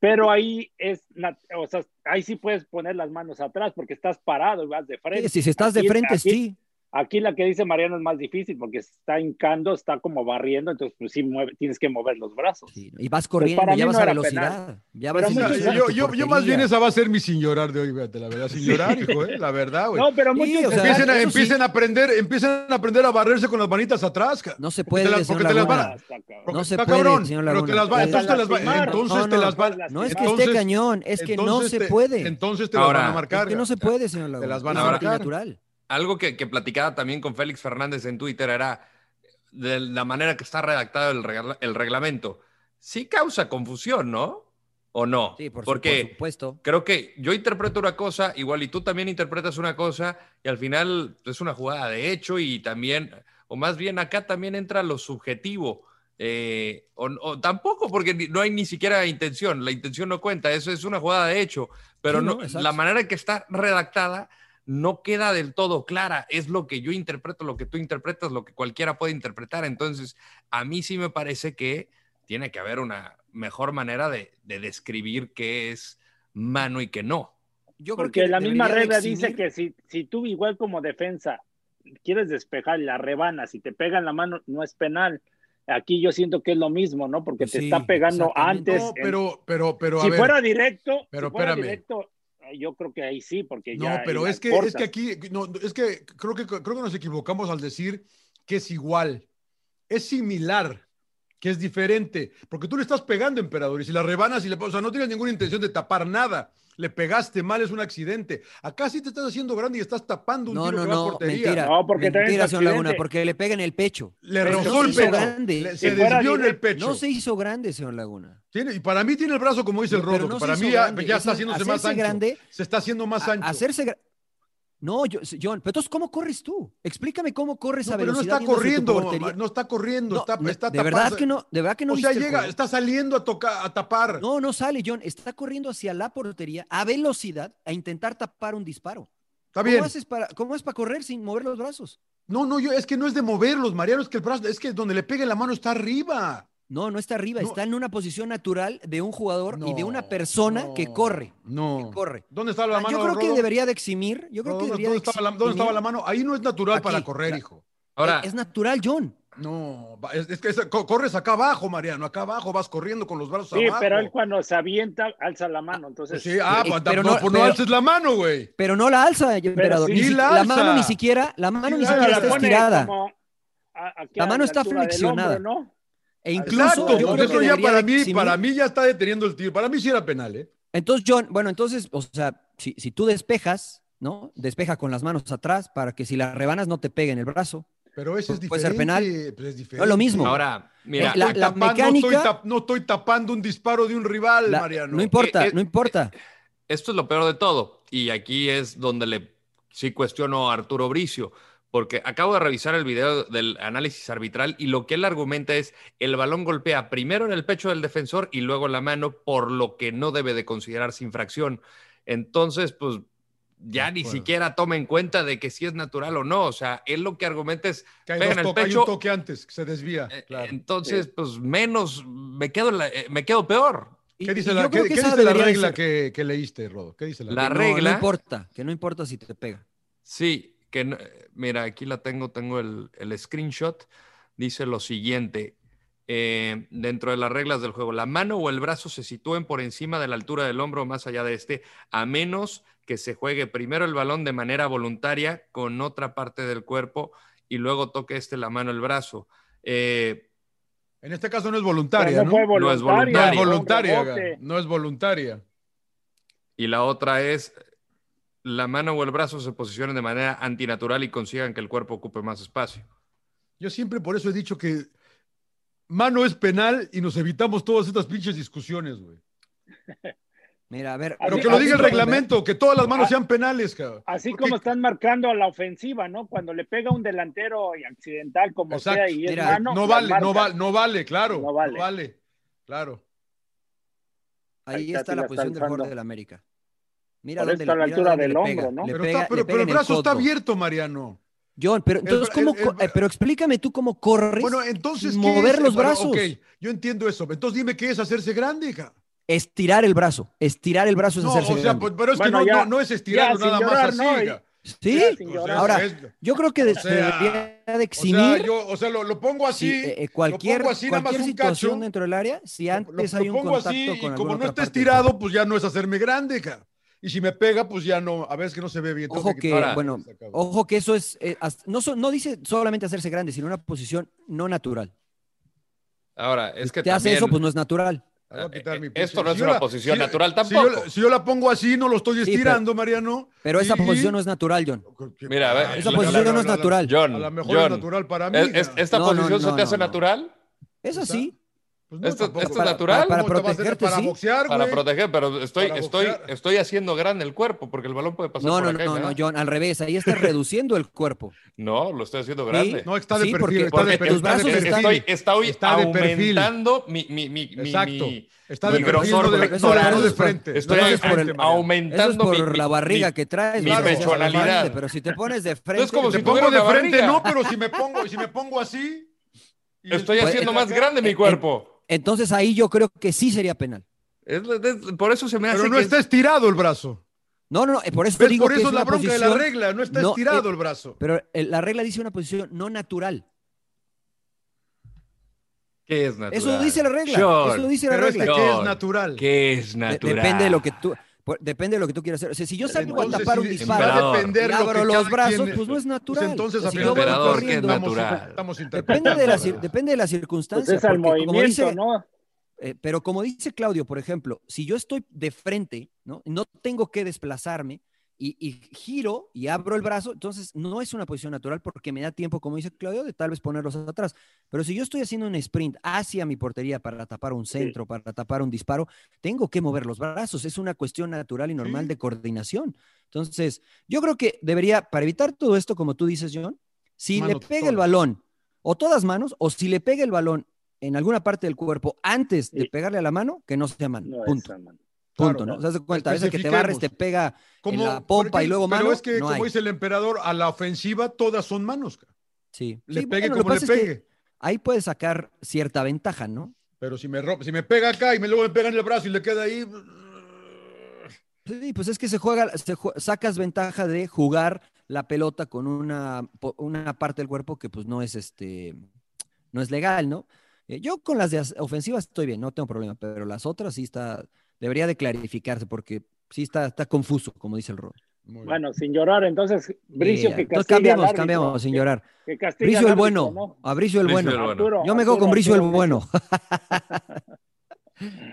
Pero ahí es, nat- o sea, ahí sí puedes poner las manos atrás porque estás parado y vas de frente.
Sí, si, si estás de
Aquí-
frente,
aquí-
sí.
Aquí la que dice Mariano es más difícil porque está hincando, está como barriendo, entonces pues sí mueve- tienes que mover los brazos.
Sí, Y vas
Pues
corriendo,
para mí
ya vas
no
a
era
velocidad. Ya vas
Pero
a
mira,
velocidad
Yo,
en tu
yo- yo más bien
portería.
esa va a ser mi sin llorar de hoy, fíjate, la verdad, sin llorar, hijo, eh, la verdad, güey.
No, pero muchos
Sí, o sea,
empiecen a,
eso sí,
empiecen a aprender, empiecen a aprender a barrerse con las manitas atrás, ca-
No se
porque te
puede,
las-
señor
porque te las van
Laguna.
a-
Hasta acá.
porque
No se
está
puede,
cabrón,
señor
pero
Laguna.
te las va-
Puedes
entonces te las va-
lastimar.
entonces
No,
te
no,
las va-
No es que
entonces-
esté cañón, es que no
entonces
se
te-
puede.
Entonces te
Ahora-
las van a marcar.
Es que no
ca-
se puede, señor Laguna.
las van
es
a marcar.
antinatural.
Algo que, que platicaba también con Félix Fernández en Twitter era de la manera que está redactado el, regla- el reglamento. Sí causa confusión, ¿no? ¿O no?
Sí, por, su-
Porque
por supuesto.
creo que yo interpreto una cosa, igual y tú también interpretas una cosa, y al final es una jugada de hecho y también, o más bien acá también entra lo subjetivo. eh, o, o tampoco, porque ni- no hay ni siquiera intención, la intención no cuenta, eso es una jugada de hecho, pero
Sí,
no,
no, exacto.
la manera que está redactada no queda del todo clara, es lo que yo interpreto, lo que tú interpretas, lo que cualquiera puede interpretar, entonces a mí sí me parece que tiene que haber una mejor manera de, de describir qué es mano y qué no.
Yo creo
Porque
que
la misma
debería de
regla
eximir-
dice que si, si tú igual como defensa quieres despejar y la rebanas y te pegan la mano, no es penal. Aquí yo siento que es lo mismo, ¿no? Porque te
Sí,
está pegando
exactamente.
antes.
No,
en-
pero, pero, pero, a
si
ver.
fuera directo,
Pero
si fuera
espérame.
directo, eh, yo creo que ahí sí, porque ya.
No, pero
ahí
es
la
que, es
cortas.
que aquí, no, es que creo, que creo que nos equivocamos al decir que es igual, es similar, que es diferente, porque tú le estás pegando, emperador, y si la rebanas y le o sea, no tienes ninguna intención de tapar nada, le pegaste mal, es un accidente. Acá sí te estás haciendo grande y estás tapando un
No,
tiro
no,
que va a
no,
portería.
mentira.
No, porque también
mentira,
es
señor Laguna,
accidente.
porque le pega en el pecho.
Le
Pero
rozó
se
el
hizo
pecho,
grande.
le-
Si
se
fuera
desvió en el
directo,
pecho.
No se hizo grande, señor Laguna.
Tiene- y para mí tiene el brazo, como dice el
No, pero
rodo,
no se
para
hizo
mí ya,
grande,
ya
es
está
un-
haciéndose más
hacerse
ancho.
grande,
se está haciendo más
A-
ancho.
Hacerse gra- No, yo, John, pero entonces, ¿cómo corres tú? Explícame cómo corres
No,
a
pero no está
velocidad. yéndose a tu
corriendo,
portería.
no está corriendo,
No,
está,
no,
está
de verdad
tapando-
que no, de verdad que no.
o sea,
viste el
llega,
juego.
está saliendo a tocar, a tapar.
No, no sale, John. Está corriendo hacia la portería a velocidad a intentar tapar un disparo.
está bien.
¿Cómo haces para, cómo es para correr sin mover los brazos?
No, no, yo, es que no es de moverlos, Mariano, es que el brazo, es que donde le pegue la mano está arriba.
No, no está arriba,
No.
está en una posición natural de un jugador y de
No,
una persona que
no,
corre,
No.
que corre.
¿Dónde estaba la
Ah,
mano?
yo creo que
Rodo?
debería de eximir, yo creo
Rodo,
que debería
¿dónde
de
estaba, la, dónde estaba la mano? Ahí no es natural para
Aquí,
correr,
la-
hijo.
Ahora,
E-, Es natural, John.
No, va- es, es que es- co- corres acá abajo, Mariano, acá abajo, vas corriendo con los brazos
Sí,
abajo.
pero él cuando se avienta, alza la mano. Entonces,
Sí, ah,
Eh,
pa-
pero
no,
no-
pues no
pero-
alces la mano, güey.
Pero no la alza, emperador.
sí.
Ni
Ni
si-
la
la,
alza.
mano ni siquiera, la mano
Sí,
ni
la-
siquiera
la
está
pone
estirada. La mano está flexionada.
flexionada. ¿no?
E incluso
Claro,
yo
pues
creo que
eso ya
debería
para
de
mí,
eximir.
para mí ya está deteniendo el tiro. Para mí sí era penal, ¿eh?
Entonces, John, bueno, entonces, o sea, si, si tú despejas, ¿no? Despeja con las manos atrás para que si la rebanas no te pegue en el brazo.
Pero ese es diferente.
Puede ser penal.
pues es
No es lo mismo.
ahora, mira,
la-
Estoy
la
tapando,
mecánica-
estoy tap- no estoy tapando un disparo de un rival,
La-
Mariano.
no importa,
Eh, eh,
no importa.
esto es lo peor de todo. Y aquí es donde le sí cuestiono a Arturo Bricio, porque acabo de revisar el video del análisis arbitral y lo que él argumenta es el balón golpea primero en el pecho del defensor y luego la mano, por lo que no debe de considerarse infracción. Entonces, pues ya ni siquiera toma en cuenta de que si es natural o no. O sea, él lo que argumenta es
Que hay,
pega
dos
en el
toques, hay
pecho. Eh,
un toque antes, que se desvía.
Eh,
claro.
Entonces, pues menos, me quedo, en la- eh, me quedo peor.
¿Qué dice la, qué- qué dice la regla que, que leíste, Rodo? ¿Qué dice la,
La
No,
regla-
No importa, que no importa si te pega.
Sí, que no- mira, aquí la tengo, tengo el, el screenshot. Dice lo siguiente, eh, dentro de las reglas del juego, la mano o el brazo se sitúen por encima de la altura del hombro o más allá de este, a menos que se juegue primero el balón de manera voluntaria con otra parte del cuerpo y luego toque este la mano el brazo. Eh,
En este caso no es voluntaria,
Pero no
¿no?
fue No es voluntaria.
No es voluntaria.
Fue un rebote.
Gaby. No es voluntaria.
y la otra es, la mano o el brazo se posicionen de manera antinatural y consigan que el cuerpo ocupe más espacio.
Yo siempre por eso he dicho que mano es penal y nos evitamos todas estas pinches discusiones, güey.
Mira, a ver.
Pero
Así-
que lo
así
diga el
como- Ah,
reglamento, que todas las manos sean penales, cabrón.
Así como están marcando a la ofensiva, ¿no? Cuando le pega un delantero y accidental como sea y es
Mira,
mano,
no
la
vale, no
marca.
vale, no vale, claro.
No
No
vale.
vale. claro.
Ahí,
Ahí está,
está,
sí,
la
la
posición
está
del jugador
alzando.
del América. Mira
Por
dónde
eso está a la
mira
altura
dónde
del
le pega,
hombro, ¿no?
le
Pero,
pega-
está- pero-
le pega
pero el
en
brazo está
codo.
abierto, Mariano.
John, pero entonces,
bra-
¿cómo?
el- el
co- eh, pero explícame tú cómo corres.
Bueno, eh, entonces.
sin
¿qué
mover
es?
los
Bueno,
brazos.
ok, yo entiendo eso. Entonces dime qué es hacerse grande, hija.
Estirar el brazo. Estirar el brazo es
No,
hacerse
o sea,
grande.
pues, pero es
Bueno,
que no,
ya-
no, no es estirarlo
ya,
nada
sin
más
llorar,
así,
¿no?
hija.
Sí,
Ya, sin llorar.
ahora,
es-
yo creo que
pues, o
de-
sea,
se debería de
O sea,
eximir
yo, o sea, lo, lo pongo así.
sí, eh, eh, cualquier,
lo pongo así, nada más
cualquier
un
situación
cacho.
dentro del área. Si
Lo, lo
antes hay un
pongo
contacto
así y
con alguna
como no
otra
está
parte.
estirado, pues ya no es hacerme grande, hija. Y si me pega, pues ya no. A ver, es que no se ve bien. tengo
Ojo que,
quitar-
bueno,
se acabó.
ojo que eso es, eh, as- no, so- no dice solamente hacerse grande, sino una posición no natural.
Ahora, es que
Te hace eso,
también-
pues no es natural.
Ah, voy a quitar mi
eh, esto
posición.
no es
Si yo
una
la-
posición
si-
natural
si yo la-
tampoco.
Si yo la pongo así, no lo estoy
pero-
estirando, Mariano.
Pero esa
Y-
posición no es natural, John.
Mira, a
Ah,
ver,
Esa
la-
posición
la-
no es
la- la-
natural.
John,
A lo mejor
John,
es natural para mí.
¿es- es-
hija.
¿Esta
No, no,
posición se
no,
te hace
no, no.
natural?
Es así.
Pues no,
esto-
tampoco.
esto es natural.
Para
¿Cómo te va a hacer
protegerte,
Para
sí.
boxear,
Para
güey?
proteger, pero estoy,
Para
estoy,
boxear.
estoy haciendo grande el cuerpo porque el balón puede pasar
No,
por
no,
acá y
no,
me
no,
da.
John, al revés, ahí está reduciendo el cuerpo.
No, lo estoy haciendo
Sí,
grande.
No, está de
Sí,
perfil.
porque-
está
porque
de perfil.
tus brazos
está de
están-
estoy,
perfil.
está hoy
Está de perfil.
aumentando mi, mi, mi, mi-
Exacto.
mi-
Está
mi
de perfil,
grosor
no de,
pectoral.
no de frente.
Estoy
no de
haces por
frente,
el-
Mariano.
Eso es
aumentando
por
mi-
la
mi-
barriga
mi-
que traes.
mi
no seas
pechonalidad.
grande, Pero si te pones de frente.
como
Si
si
me pongo
tuviera
de
una
frente,
barriga.
no, pero si me pongo, si me pongo así. y el-
Estoy
Pues,
haciendo más
acá-
grande mi cuerpo.
Entonces ahí yo creo que sí sería penal.
Es- es- por eso se me hace
Pero no
que-
está estirado el brazo.
No, no, no, eh, por eso te
¿Ves?
digo
Pues, Por
que
eso
es
es la
una
bronca de la
posición-
regla. No está
no,
estirado
eh,
el brazo.
Pero eh, la regla dice una posición no natural.
¿Qué es natural?
Eso dice la regla.
John,
Eso dice la
Pero es
regla.
que ¿qué es
John,
natural.
¿Qué es
De-
natural?
Depende de lo que tú. por- Depende de lo que tú quieras hacer. O sea, si yo salgo a
Entonces,
tapar un
si- si
disparo
va a
Emperador.
depender
y
lo que
abro los
cada
brazos,
quien-
pues no es
Pues
natural.
entonces,
O sea,
a
si
final
yo voy
de cuentas,
Emperador, que es
corriendo,
estamos-
natural.
Estamos
depende
interpretando.
de la, cir-
¿verdad?
depende de la
Pues
circunstancia.
es al
porque como
movimiento,
dice-
¿no?
Eh, pero como dice Claudio, por ejemplo, si yo estoy de frente, ¿no? No tengo que desplazarme y, y giro y abro el brazo, entonces no es una posición natural porque me da tiempo, como dice Claudio, de tal vez ponerlos atrás. Pero si yo estoy haciendo un sprint hacia mi portería para tapar un centro, para tapar un disparo, tengo que mover los brazos. Es una cuestión natural y normal de coordinación. Entonces, yo creo que debería, para evitar todo esto, como tú dices, John, si
Mano
le pega el
toda.
balón, o todas manos, o si le pega el balón en alguna parte del cuerpo antes de
Sí.
pegarle a la mano, que no sea mano.
No es
punto,
esa, mano.
punto,
Claro.
¿no? ¿Se das cuenta? A veces que te barres, te pega
Como-
en la pompa
porque-
y luego mano.
Pero es que,
no
como
hay.
dice el emperador, a la ofensiva todas son manos. ca.
sí.
Le
Sí,
pegue
bueno, lo
como le
que pasa es que
pegue.
ahí puedes sacar cierta ventaja, ¿no?
Pero si me, ro- si me pega acá y me luego me pega en el brazo y le queda ahí.
Sí, pues es que se juega, se jue- sacas ventaja de jugar la pelota con una, po- una parte del cuerpo que pues no es este, no es legal, ¿no? Eh, yo con las de as- ofensivas estoy bien, no tengo problema, pero las otras sí está, debería de clarificarse porque sí está, está confuso, como dice el Rod.
Muy bien.
Bueno, sin llorar, entonces, Bricio
Eh,
que
entonces
castiga
cambiamos,
al árbitro,
cambiamos, sin
que-
llorar.
que castiga
Bricio
al
el
árbitro,
bueno,
¿no?
a Bricio el
Bricio
bueno.
el bueno.
Arturo,
Yo me quedo con
Arturo,
Bricio el
Arturo,
bueno.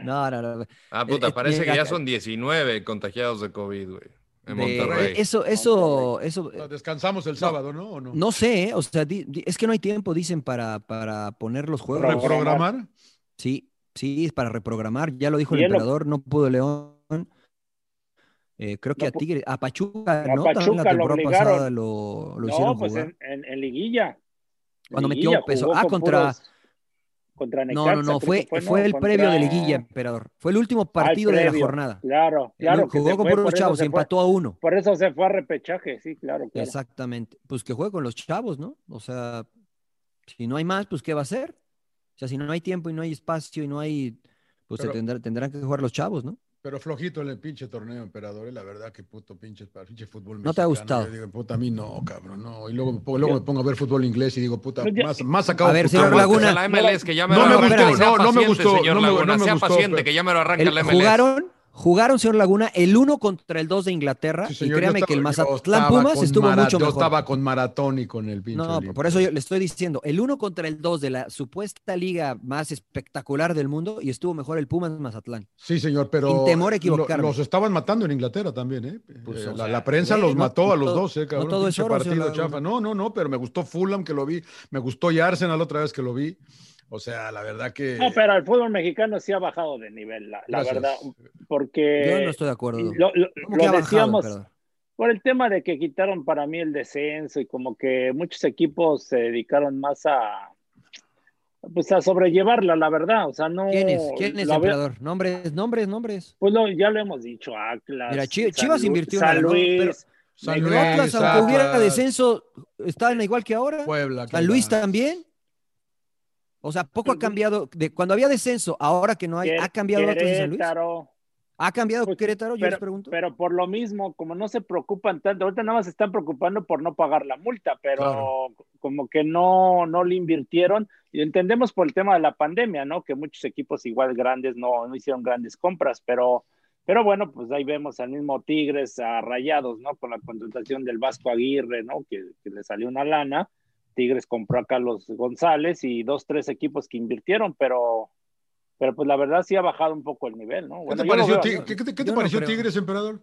no, no, no.
Ah,
Eh,
puta,
eh,
parece que
mira,
ya son 19 contagiados de COVID, güey. En
de-
Monterrey.
eso, eso, eso,
O sea, Descansamos el sábado, ¿no? ¿O no?
No sé, ¿eh? o sea, di- di- es que no hay tiempo, dicen, para, para poner los juegos.
¿Reprogramar?
Sí, sí, es para reprogramar. Ya lo dijo
Y
el
es lo-
emperador, no pudo León. Eh, creo que a Tigre, a Pachuca,
A
¿no? También
Pachuca
la
lo
temporada
obligaron.
pasada lo, lo hicieron
no, pues
jugar.
en, en- en liguilla.
Cuando
Liguilla,
metió peso.
jugó
Ah,
con
contra.
puros- contra
No,
Necaxa,
no,
creo
no, fue,
que fue,
fue,
¿no?
el
Contra-
previo de liguilla, emperador. Fue el último
Al
partido de la
previo,
jornada.
Claro,
El-
claro. que
jugó
se
con
fue,
puros
por eso
chavos,
se fue.
empató a uno.
Por eso se fue a repechaje, sí, claro. claro.
Exactamente. Pues que juegue con los chavos, ¿no? O sea, si no hay más, pues ¿qué va a hacer? O sea, si no hay tiempo y no hay espacio y no hay, pues se
Pero-
tendrá- tendrán que jugar los chavos, ¿no?
Pero flojito en el pinche torneo, emperadores. La verdad que puto pinche, para- pinche fútbol
No te ha
mexicano,
gustado.
yo digo, puta, a mí no, cabrón, no. Y luego, me pongo- luego me pongo a ver fútbol inglés y digo, puta,
Pues ya-
más, más sacado.
A ver,
puto
señor
aguante.
Laguna.
La MLS, que ya me
No
lo
me
arranca.
gustó, no, no me
paciente,
gustó,
señor
no me-
Laguna,
no me
sea
gustó,
paciente,
pero-
que ya me lo arranca
El-
la MLS.
jugaron, jugaron, señor Laguna, el uno contra el dos de Inglaterra.
Sí, señor,
y
yo
créame que el
estaba- yo
Mazatlán
estaba
Pumas
con
estuvo
Mara-
mucho
Yo
mejor.
estaba con maratón y con el pinche.
No,
Olimpia.
por eso yo le estoy diciendo, el uno contra el dos de la supuesta liga más espectacular del mundo y estuvo mejor el Pumas Mazatlán.
Sí, señor, pero.
Sin temor a
lo-
equivocarme.
los estaban matando en Inglaterra también, ¿eh? Eh,
Pues, o
la,
sea,
la prensa
güey,
los
no-
mató a
no
los
todo-
dos, ¿eh?
no
Cabrón,
todo es
pinche
oro, señor
partido
Laguna.
chafa. No, no, no, pero me gustó Fulham que lo vi, me gustó y Arsenal otra vez que lo vi. O sea, la verdad que.
No, pero el fútbol mexicano sí ha bajado de nivel, la, la
Gracias.
verdad. Porque
Yo no estoy de acuerdo.
Eh, lo, lo-
¿Cómo
lo
que ha bajado,
decíamos
emperador?
por el tema de que quitaron para mí el descenso y como que muchos equipos se dedicaron más a pues a sobrellevarla, la verdad. O sea, no.
¿Quién es? ¿Quién es,
Eh, la ve-
emperador? Nombres, nombres, nombres.
Pues lo- ya lo hemos dicho, Atlas.
Mira, Chi-
San
Chivas
Lu-
invirtió en
San
la- no,
Luis.
pero-
San
Necaxa,
Luis,
Atlas, aunque hubiera
Atlas,
descenso, estaban igual que ahora.
Puebla.
San Luis también. O sea, poco ha cambiado. De cuando había descenso, ahora que no hay, ¿ha cambiado Atlas y San Luis?
Querétaro. Pues,
¿Ha cambiado Querétaro? Yo les
pero,
pregunto.
pero por lo mismo, como no se preocupan tanto, ahorita nada más se están preocupando por no pagar la multa, pero
Claro.
como que no, no le invirtieron. Y entendemos por el tema de la pandemia, ¿no? Que muchos equipos igual grandes no, no hicieron grandes compras, pero, pero bueno, pues ahí vemos al mismo Tigres a Rayados, ¿no? Con la contratación del Vasco Aguirre, ¿no? Que, que le salió una lana. Tigres compró a Carlos González y dos, tres equipos que invirtieron, pero, pero pues la verdad sí ha bajado un poco el nivel, ¿no? Bueno,
¿Qué te
yo lo
pareció,
veo,
Ti-
¿no?
qué- qué te- qué te
yo no
pareció
creo.
Tigres, emperador?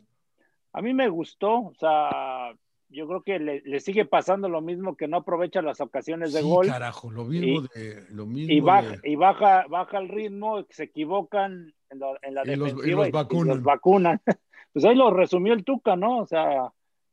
A mí me gustó, o sea, yo creo que le, le sigue pasando lo mismo que no aprovecha las ocasiones de
Sí,
gol
carajo, lo mismo de. Lo mismo
y eh, baja,
de-
y baja, baja el ritmo, se equivocan en la, en la
Y los- y
defensiva
los vacunan.
vacunan. Pues ahí lo resumió el Tuca, ¿no? O sea,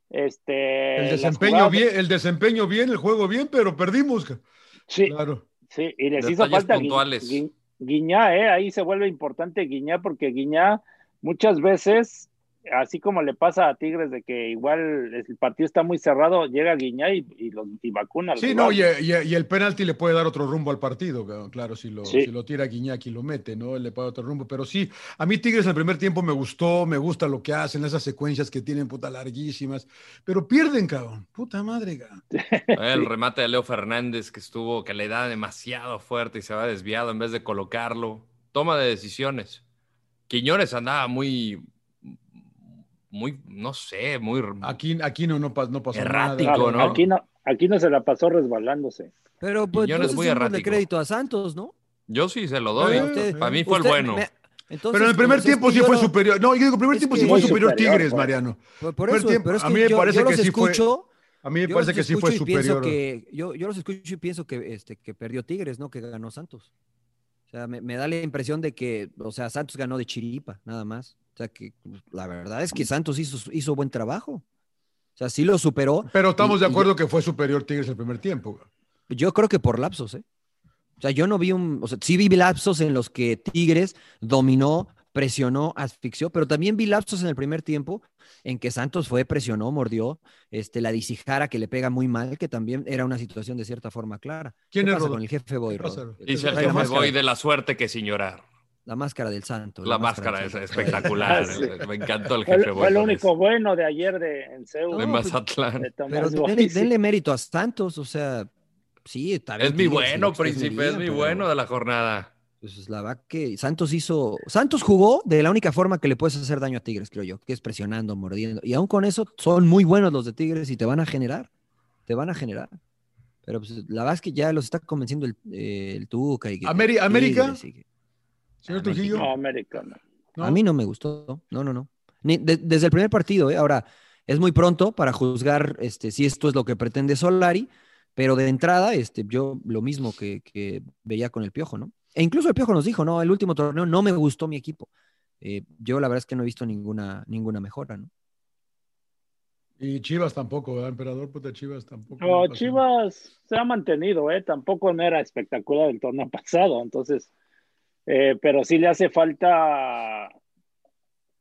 este
el,
las
desempeño
jugadas-
bien, el desempeño bien, el juego bien, pero perdimos. ca-
Sí,
Claro.
Sí, y les hizo
Detalles
falta Gui-
puntuales.
Gui- Guiñá, ¿eh? Ahí se vuelve importante Guiñá, porque Guiñá muchas veces, así como le pasa a Tigres, de que igual el partido está muy cerrado, llega Guiñá y, y, los- y vacuna. al
Sí,
rival.
no, y, y- y el penalti le puede dar otro rumbo al partido, ca- claro, si lo,
Sí.
si lo tira Guiñaki lo mete, ¿no? Le puede dar otro rumbo, pero sí, a mí Tigres en el primer tiempo me gustó, me gusta lo que hacen, esas secuencias que tienen, puta, larguísimas, pero pierden, cabrón, puta madre, ca.
El remate de Leo Fernández que estuvo, que le da demasiado fuerte y se va desviado en vez de colocarlo. Toma de decisiones. Quiñones andaba muy, muy, no sé, muy
Aquí, aquí no, no, pas- no pasó
Errático,
nada.
¿no?
cabrón.
Aquí no, aquí no se la pasó resbalándose.
Pero pues
Quiñones
entonces
muy
démosle
errático.
crédito a Santos, ¿no?
Yo sí se lo doy.
Eh, usted-
Para mí fue el
usted
bueno.
me- entonces,
pero en el primer
pues, es
tiempo
que
sí
yo
fue
lo-
superior. No, yo digo, primer
es
tiempo
que-
sí fue
Muy
superior
superior,
Tigres,
pues.
Mariano.
Por, por
Primer
eso,
tiempo,
pero es
a
que
mí me
yo,
parece
yo
que
los
sí fue-
escucho,
A mí me
yo
parece
los
que sí fue
escucho y pienso
superior.
que- yo, yo los escucho y pienso que, este, que perdió Tigres, ¿no? Que ganó Santos. O sea, me, me da la impresión de que, o sea, Santos ganó de chiripa, nada más. O sea, que pues, la verdad es que Santos hizo, hizo buen trabajo. O sea, sí lo superó.
Pero estamos
Y-
de
y
acuerdo que fue superior Tigres el primer tiempo. ca.
yo, yo creo que por lapsos, ¿eh? O sea, yo no vi un, o sea, sí vi lapsos en los que Tigres dominó, presionó, asfixió, pero también vi lapsos en el primer tiempo en que Santos fue, presionó, mordió, este, la disijara que le pega muy mal, que también era una situación de cierta forma clara.
¿Quién
¿Qué
es
pasa
Rodo?
con el jefe Boy,
¿Qué pasa,
Rodo?
Rodo?
Dice el
Trae la
jefe
máscara.
voy de la suerte que sin llorar.
La máscara del santo.
La máscara
del
es
santo.
Ah,
espectacular.
Sí.
eh, Me encantó el
Fue,
jefe
fue
Boy
lo
con eso.
único bueno de ayer de, en Seúl.
De
No, pues,
Mazatlán.
de Tomás
Pero
Boy,
denle,
sí.
denle mérito a Santos, o sea, sí, está bien
Es mi
Tigres,
bueno,
lo que ustedes me
príncipe, es
digan,
mi
pero-
bueno de la jornada.
Pues la verdad que Santos hizo. Santos jugó de la única forma que le puedes hacer daño a Tigres, creo yo, que es presionando, mordiendo. Y aún con eso, son muy buenos los de Tigres y te van a generar. Te van a generar. Pero pues, la verdad es que ya los está convenciendo el, eh, el Tuca. Y que-
Ameri-
Tigres
América.
y que-
Señor
Ah,
Trujillo.
No, americano.
¿no?
A mí no me gustó. No, no, no. Ni- de- desde el primer partido, ¿eh? Ahora, es muy pronto para juzgar este, si esto es lo que pretende Solari, pero de entrada, este, yo lo mismo que, que veía con el Piojo, ¿no? E incluso el Piojo nos dijo, no, el último torneo no me gustó mi equipo. eh, yo la verdad es que no he visto ninguna, ninguna mejora, ¿no?
Y Chivas tampoco, ¿verdad, emperador? Puta Chivas tampoco.
No,
pues,
pasó.
Chivas se ha mantenido, ¿eh? Tampoco no era espectacular el torneo pasado, entonces, eh, pero sí le hace falta,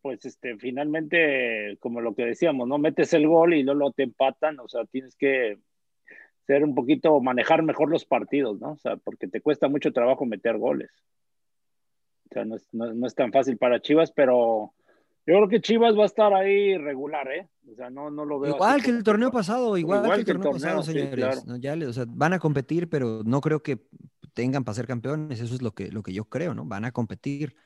pues, este, finalmente, como lo que decíamos, ¿no? Metes el gol y luego te empatan, o sea, tienes que ser un poquito, manejar mejor los partidos, ¿no? O sea, porque te cuesta mucho trabajo meter goles. O sea, no es, no- no es tan fácil para Chivas, pero yo creo que Chivas va a estar ahí regular, ¿eh? O sea, no, no lo veo. así
Igual que
como-
el torneo pasado, igual,
Igual
que el torneo, pasado,
sí,
señores.
claro.
¿no? Ya le- o sea, van a competir, pero no creo que tengan para ser campeones. Eso es lo que, lo que yo creo, ¿no? Van a competir.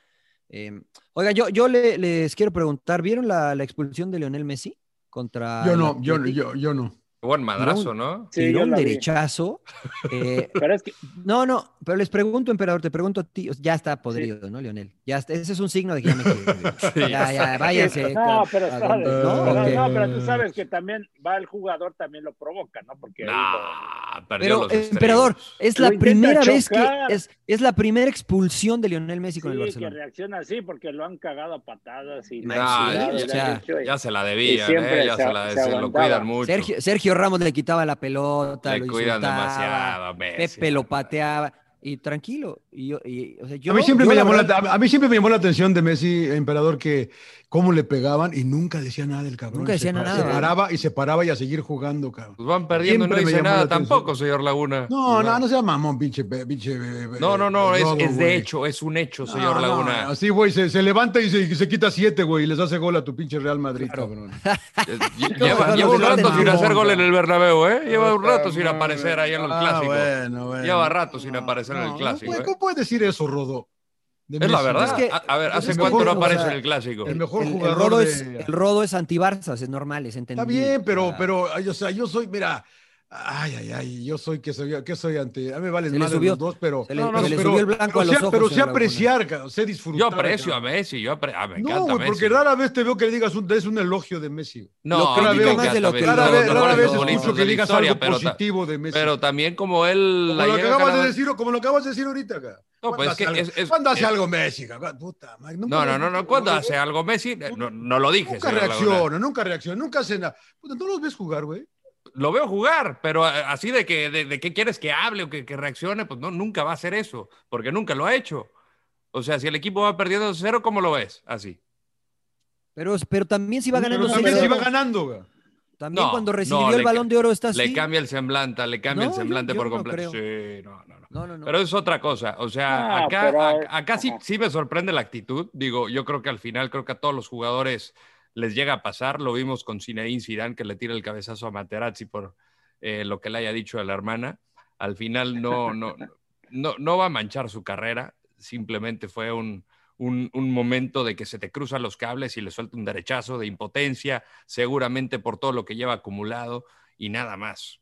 Eh, oiga, yo, yo le- les quiero preguntar, ¿vieron la, la expulsión de Leonel Messi contra...
Yo
el
no, yo,
Athletic?
yo, yo no.
Buen madrazo,
Tiró un-
¿no?
tiró un derechazo. eh, No, no, pero les pregunto, emperador, te pregunto a ti. o sea, Ya está podrido, ¿no, Leonel? Ya está, ese es un signo de que ya me quiero ir.
Sí.
Ya, ya, váyase.
No,
a-
pero,
a
sabes,
donde- ¿no?
pero
¿O
Eh,
qué?
no, pero tú sabes que también va el jugador, también lo provoca, ¿no? Porque ahí
Nah, perdió
eh,
Pero,
los extremos.
emperador, es
Lo
la
intenta
primera vez que
chocar.
es, es la primera expulsión de Lionel Messi con el
lo- sí, que
Barcelona.
reacciona así, porque lo han cagado a patadas y
Nah,
le han
ya,
ya-
hecho-
ya se la
y
debían,
siempre
eh, ya
se-
se, la
se
se lo
aguantaba.
cuidan mucho.
Sergio, Sergio Ramos le quitaba la pelota,
Le
lo
cuidan
insultaba,
demasiado a Messi,
Pepe lo pateaba y tranquilo. Y, yo- y- o sea, yo-
a, mí siempre
yo
me
la
llamó la,
verdad-
a mí siempre me llamó la atención de Messi, emperador, que cómo le pegaban y nunca decía nada eh. del cabrón.
Nunca
Se
decía
pa-
nada,
Se
¿verdad?
paraba y se paraba y a seguir jugando, cabrón.
Pues van perdiendo y no
Siempre me
dice
llamó la
nada
atención.
tampoco, señor Laguna.
No, no, no sea mamón, pinche, pe- pinche.
No, no, no, es, es de
hecho
hecho, es un hecho, señor Laguna.
así, güey, se, se levanta y se, y se quita siete, güey, y les hace gol a tu pinche Real Madrid, cabrón.
Lle-
No,
Eh, Lleva, lleva
no, no,
un
no,
rato
no,
sin
no,
hacer
no.
gol en el Bernabéu, ¿eh? Lleva un
Puta
rato sin
madre.
aparecer ahí en los
Ah,
clásicos.
bueno, bueno.
Lleva rato sin aparecer en el clásico.
güey,
¿eh?
¿Cómo puedes decir eso, Rodo? De
Es la
Messi,
verdad.
güey.
a, a ver,
es
¿hace
el
cuánto
mejor,
no
o
aparece
sea,
en el clásico?
el mejor
el- el
jugador
rodo
de-
es, el rodo es antibarzas, es normal, es
Está
entendible.
bien,
O
pero,
sea,
pero, ay, o sea, yo soy, mira, ay, ay, ay, yo soy que soy, que soy ante, a mí me valen
Se le
más de
subió-
los dos, pero,
se le-
No, no,
se le
pero-
subió el blanco
pero
a los
sé-
ojos,
pero sé
señor Laguna.
apreciar, ca- sé disfrutar.
Yo aprecio a
cabrón.
Messi, yo apre- ah, me
No,
encanta
güey,
Messi.
porque rara vez te veo que le digas un, es un elogio de Messi. güey.
No, a
Lo
mí
critican
me
más
encanta
de lo que
Messi,
lo-
es
Rara
de los
vez,
no,
rara
mejores
no,
vez
no,
futbolistas
escucho
de
que
la
digas
historia,
algo
pero ta-
positivo de Messi.
Pero también como él
como
la
lo que
llega
acabas
cada
de
vez-
decir, o como lo acabas de decir ahorita, ca.
No, pues es que
¿Cuándo
es-
hace
es-
algo- ¿Cuándo hace
es-
algo Messi, ca? Puta madre, nunca
No, no,
lo-
no, no. ¿Cuándo hace algo Messi? Eh, No, no lo dije.
Nunca
señor Laguna.
reacciona, nunca reacciona, nunca hace nada. Puta, ¿no los ves jugar, güey?
Lo veo jugar, pero eh, así de que de, de qué quieres que hable o que, que reaccione, pues no, nunca va a hacer eso, porque nunca lo ha hecho. O sea, si el equipo va perdiendo cero, ¿cómo lo ves? Así.
pero, pero también si va ganando
Pero también
seis
si va
cero,
ganando, güey.
también
No,
cuando
no,
recibió
le
el balón de oro está así.
Le cambia el semblante, le cambia
No,
el
yo-
semblante
yo
por
no
completo.
creo.
Sí, no, no, no.
No, no, no.
Pero es otra cosa. O sea,
Ah,
acá,
pero-
acá- acá sí,
Ajá.
sí me sorprende la actitud. Digo, yo creo que al final, creo que a todos los jugadores les llega a pasar. Lo vimos con Zinedine Zidane que le tira el cabezazo a Materazzi por eh, lo que le haya dicho a la hermana. Al final no, no, no, no va a manchar su carrera. Simplemente fue un, un, un momento de que se te cruzan los cables y le suelta un derechazo de impotencia, seguramente por todo lo que lleva acumulado y nada más.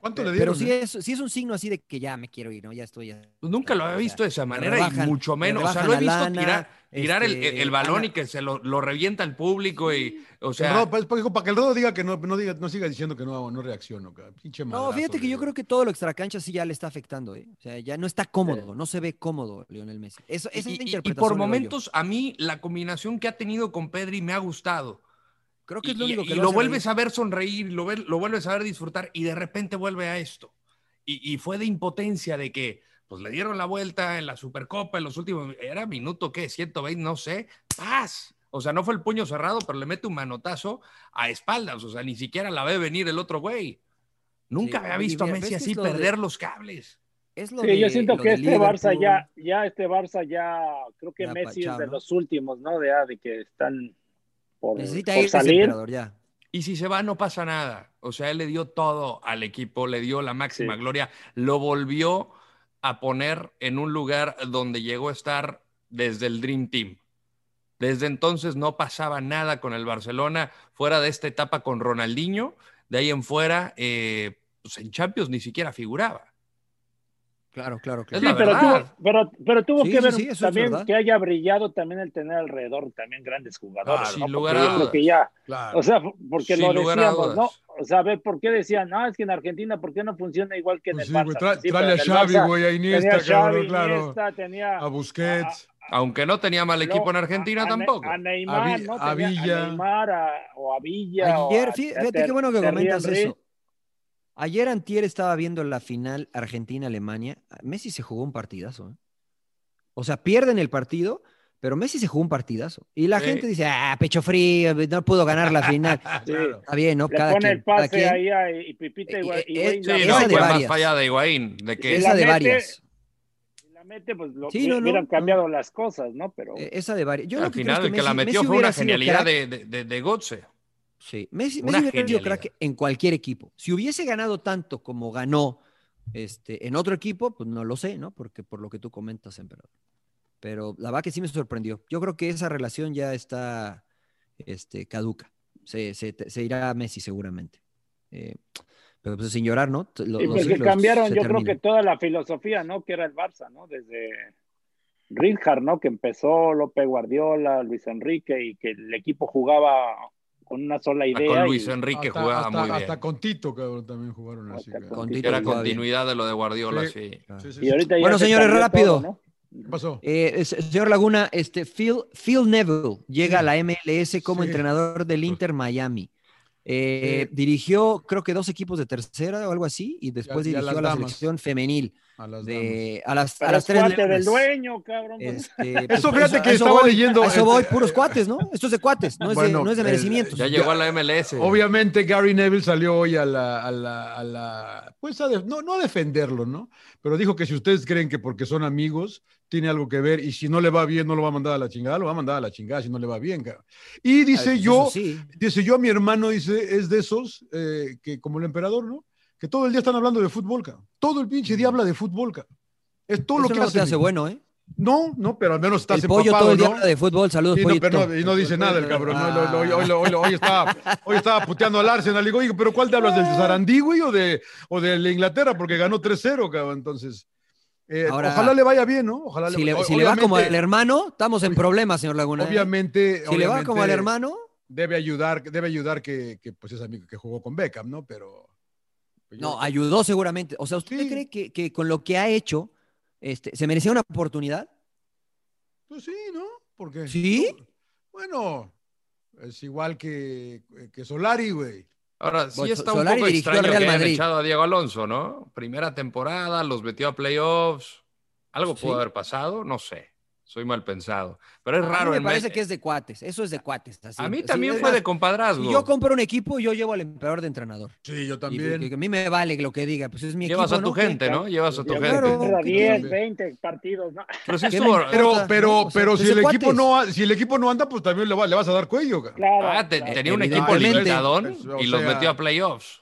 ¿Cuánto le
Pero
dieron?
sí
eh?
es, sí es un signo así de que ya me quiero ir, ¿no? Ya estoy. ya-
Pues nunca lo había
o sea,
visto de esa
me
manera
rebajan-
y mucho
me
menos. O sea,
rebajan
lo he
la
visto
lana,
tirar, tirar el- el,
este,
el balón
gana-
y que se lo, lo revienta al público y, o
El
sea,
Rodo, pues, digo, para que el Rodo diga que no, no, diga, no siga diciendo que no, no reacciono, ca. Pinche
No, fíjate que yo creo que todo lo extracancha sí ya le está afectando, ¿eh? O sea, ya no está cómodo, no se ve cómodo Lionel Messi. Eso, esa
y-
es la
y- y,
interpretación.
por
le doy yo.
momentos a mí la combinación que ha tenido con Pedri me ha gustado.
Creo que
Y,
es lo
y-
único que
y lo
hace
vuelves a ver sonreír, lo, vel- lo vuelves a ver disfrutar y de repente vuelve a esto. Y, y fue de impotencia de que pues le dieron la vuelta en la Supercopa en los últimos, era minuto qué, 120, no sé, paz. O sea, no fue el puño cerrado, pero le mete un manotazo a espaldas, o sea, ni siquiera la ve venir el otro güey. Nunca
Sí,
había
y
visto a
mira,
Messi
ves que
así
es lo de-
perder los cables.
reír. Es lo
Sí,
de-
yo siento
lo
que
de
este Barça
Liverpool.
ya, ya este Barça ya, creo que
Ya
Messi
apachado,
es de
¿no?
los últimos, ¿no? De, ah, de que están por,
Necesita
por
irse el
salir.
emperador ya.
Y si se va, no pasa nada. O sea, él le dio todo al equipo, le dio la máxima
Sí.
gloria, lo volvió a poner en un lugar donde llegó a estar desde el Dream Team. Desde entonces no pasaba nada con el Barcelona, fuera de esta etapa con Ronaldinho, de ahí en fuera, eh, pues en Champions ni siquiera figuraba.
Claro, claro,
Es
claro.
Sí,
la
pero
verdad.
tuvo, pero, pero tuvo
Sí,
que
sí,
ver
sí, eso es
también
verdad.
que haya brillado también el tener alrededor también grandes jugadores.
Claro,
¿no?
sin
Porque
lugar
yo
a
creo que ya,
Claro.
o sea, porque
Sin
lo
lugar a
decíamos,
dudas.
¿no? O sea, a ver, ¿por qué decían, no, es que en Argentina, ¿por qué no funciona igual que en
Pues
el
sí,
Barça?
güey, tra-
Sí,
trale
pero en
a
el
Xavi,
Barça
güey, a
Tenía
Iniesta,
a Xavi,
cabrón, claro.
Iniesta, tenía
A Busquets.
Aunque no tenía mal equipo
No,
en Argentina
a- a-
tampoco.
A Neymar,
A Vi-
¿no?
a
Tenía
Villa.
A Neymar a- o a Villa. o
Ayer,
a-
fí-
a
fíjate
Ter-
qué bueno que
Terry
comentas
Henry.
eso. Ayer Antier estaba viendo la final Argentina-Alemania. Messi se jugó un partidazo. ¿eh? O sea, pierden el partido, pero Messi se jugó un partidazo. Y la
Sí.
gente dice, ah, pecho frío, no pudo ganar la final.
Sí.
Está bien, ¿no?
Le
Cada
pone
quien,
el pase
cada quien.
ahí a y Pipita y,
Eh,
y-
eh,
y-
Sí,
y-
no,
Esa de
fue más
varias.
falla de Higuaín. De que
Esa de
mete,
varias.
y La mete, pues lo,
Sí, no, no,
hubieran cambiado las cosas, ¿no? Pero
Eh, Esa de varias. Yo lo
Al
que creo
final,
es que
el que la
Messi-
metió
Messi
fue una
hubiera sido
genialidad
crack.
de, de, de- de Götze.
Sí, Messi,
Una
Messi hubiera sido
genialidad.
crack en cualquier equipo. Si hubiese ganado tanto como ganó este, en otro equipo, pues no lo sé, ¿no? Porque por lo que tú comentas, emperador. Pero la verdad que sí me sorprendió. Yo creo que esa relación ya está este, caduca. Se, se- se irá a Messi seguramente. Eh, pero pues sin llorar, ¿no? T- lo-
Y
los
porque
ciclos
cambiaron,
se
yo creo
terminan.
que toda la filosofía, ¿no? Que era el Barça, ¿no? Desde Rijkaard, ¿no? Que empezó López Guardiola, Luis Enrique y que el equipo jugaba con una sola
Ah,
idea.
Ah, Con
y-
Luis Enrique
Hasta-
jugaba
hasta-
muy bien.
Hasta con Tito, cabrón, también jugaron así. cabrón.
con Tito
Era
jugaba bien.
continuidad de lo de Guardiola,
Sí,
sí.
sí, sí,
Y ahorita ya
Bueno,
se
señores,
cambió
rápido.
todo,
¿Qué pasó?
Eh, es- señor Laguna, este, Phil, Phil Neville llega a la MLS como
Sí.
entrenador del Inter Miami. Eh, Dirigió, creo que dos equipos de tercera o algo así, y después
y a
dirigió
las
a la
damas.
selección femenil.
A las
de, a las,
Pero
a las
es
tres
cuate
leonas.
del dueño, cabrón.
Este,
Eso fíjate que
a
estaba
voy,
leyendo,
a eso
este-
voy, puros cuates, ¿no? Esto es de cuates, no es,
Bueno,
de, no es de
eh,
merecimientos.
Ya llegó a la MLS.
Obviamente Gary Neville salió hoy a la, a la- a la- pues a de- no, no a defenderlo, ¿no? Pero dijo que si ustedes creen que porque son amigos tiene algo que ver y si no le va bien no lo va a mandar a la chingada, lo va a mandar a la chingada si no le va bien. cabrón. Y
Ah,
dice
pues
yo,
eso sí.
dice yo a mi hermano, dice, es de esos eh, que como el emperador, ¿no? Que todo el día están hablando de fútbol, cabrón. Todo el pinche día habla de fútbol, cabrón. Es todo
Mm. Eso
lo que
no
hace.
te hace
mi-
bueno, ¿eh?
No, no, pero al menos estás
El pollo
empapado,
todo el día
¿no?
habla de fútbol, saludos,
Y no,
pollito.
pero no, y no dice nada el cabrón. ¿no? Hoy- hoy, hoy- hoy- hoy- hoy estaba, hoy estaba puteando al Arsenal. Le digo, oye, pero ¿cuál te hablas? ¿Del Sarandí, güey? ¿O de, o de la Inglaterra? Porque ganó 3-0, cabrón. Entonces, eh,
Ahora,
ojalá le vaya bien, ¿no? Ojalá
Si le,
pues. o-
si le va como al
obviamente-
hermano, estamos en problemas, señor Laguna. ¿eh?
Obviamente.
Si le va como al
obviamente
hermano,
Debe ayudar, debe ayudar que, que, pues, es amigo que jugó con Beckham, ¿no? Pero. pues,
no, ah. ayudó seguramente. O sea, ¿usted cree que, que con lo que ha hecho este, se merecía una oportunidad?
Pues sí, ¿no? Porque.
¿Sí?
Bueno, es igual que, que Solari, güey.
Ahora, sí
Bueno,
está
Solari
un poco
dirigió al
extraño que
Real
hayan
Madrid.
echado a Diego Alonso, ¿no? Primera temporada, los metió a playoffs. Algo pudo
Sí.
haber pasado, no sé. Soy mal pensado. Pero es
A mí
raro.
me
en
parece
me-
que es de cuates. Eso es de cuates. así-
A mí
así,
también
es
fue
más,
de compadrazgo.
Si yo compro un equipo, yo llevo al emperador de entrenador.
Sí, yo
Y
también.
que a mí me vale lo que diga. Pues es mi
Llevas
equipo,
a tu
¿no?
gente, ¿no? Llevas a tu
Llegaron
gente.
Claro.
a
que
10,
no.
20 partidos, ¿no? Ah,
Pero sí
¿Qué
estuvo-
me
Pero,
importa,
pero,
no? O sea,
pero
pues
si el
es de
equipo
cuates.
no, a- si el equipo no anda, pues también le, va- le vas a dar cuello. cabrón.
Claro.
Ah, te-
claro.
tenía un equipo
Evidentemente.
limitadón
Pues, o
y los
sea-
metió a playoffs.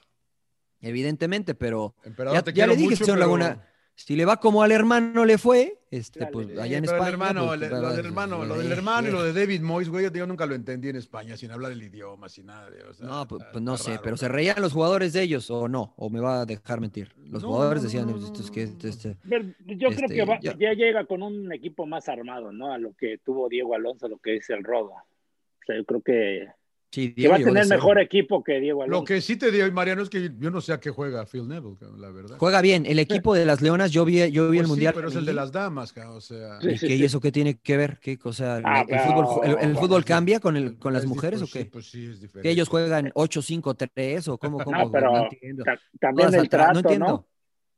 Evidentemente, pero
Emperador,
ya,
te
ya
quiero
le dije,
mucho,
señor
pero-
Laguna, si le va como al hermano le fue, este, pues
Sí,
allá en
pero
España.
el hermano,
pues,
le-
va-
lo
va-
del hermano, lo del
eh,
hermano y
eh.
lo de David Moyes, güey, yo, yo nunca lo entendí en España, sin hablar el idioma, sin nada. o sea,
No, pues,
está-
pues no
está
sé,
raro,
pero se
cabrón.
reían los jugadores de ellos o no, o me va a dejar mentir. Los
No,
jugadores
no,
decían,
no, no,
"Esto es que este- este-".
Pero Yo creo
Este,
que va-
ya.
ya. llega con un equipo más armado, ¿no? A lo que tuvo Diego Alonso, a lo que es el Rodo. O sea, yo creo que,
Sí,
que
Diego
va a
llegó de
tener
cero.
mejor equipo que Diego Alonso.
Lo que sí te digo, Mariano, es que yo no sé a qué juega Phil Neville, cabrón, la verdad.
Juega bien, el equipo de las Leonas, yo vi, yo vi
Pues
el
sí,
Mundial.
pero es el de
femenil.
las damas, cabrón, o sea.
¿Y, qué- y eso qué tiene que ver? ¿Qué cosa? ¿El-
Ah,
¿El, fútbol,
claro.
el- el fútbol cambia con, el, con las
pues es di-
mujeres o
pues sí,
qué?
pues sí, es diferente.
¿Que ellos juegan 8-5-3 o cómo? cómo
No, pero
entiendo.
ta- también
Todas
el
atrás, no
trato,
entiendo.
¿no?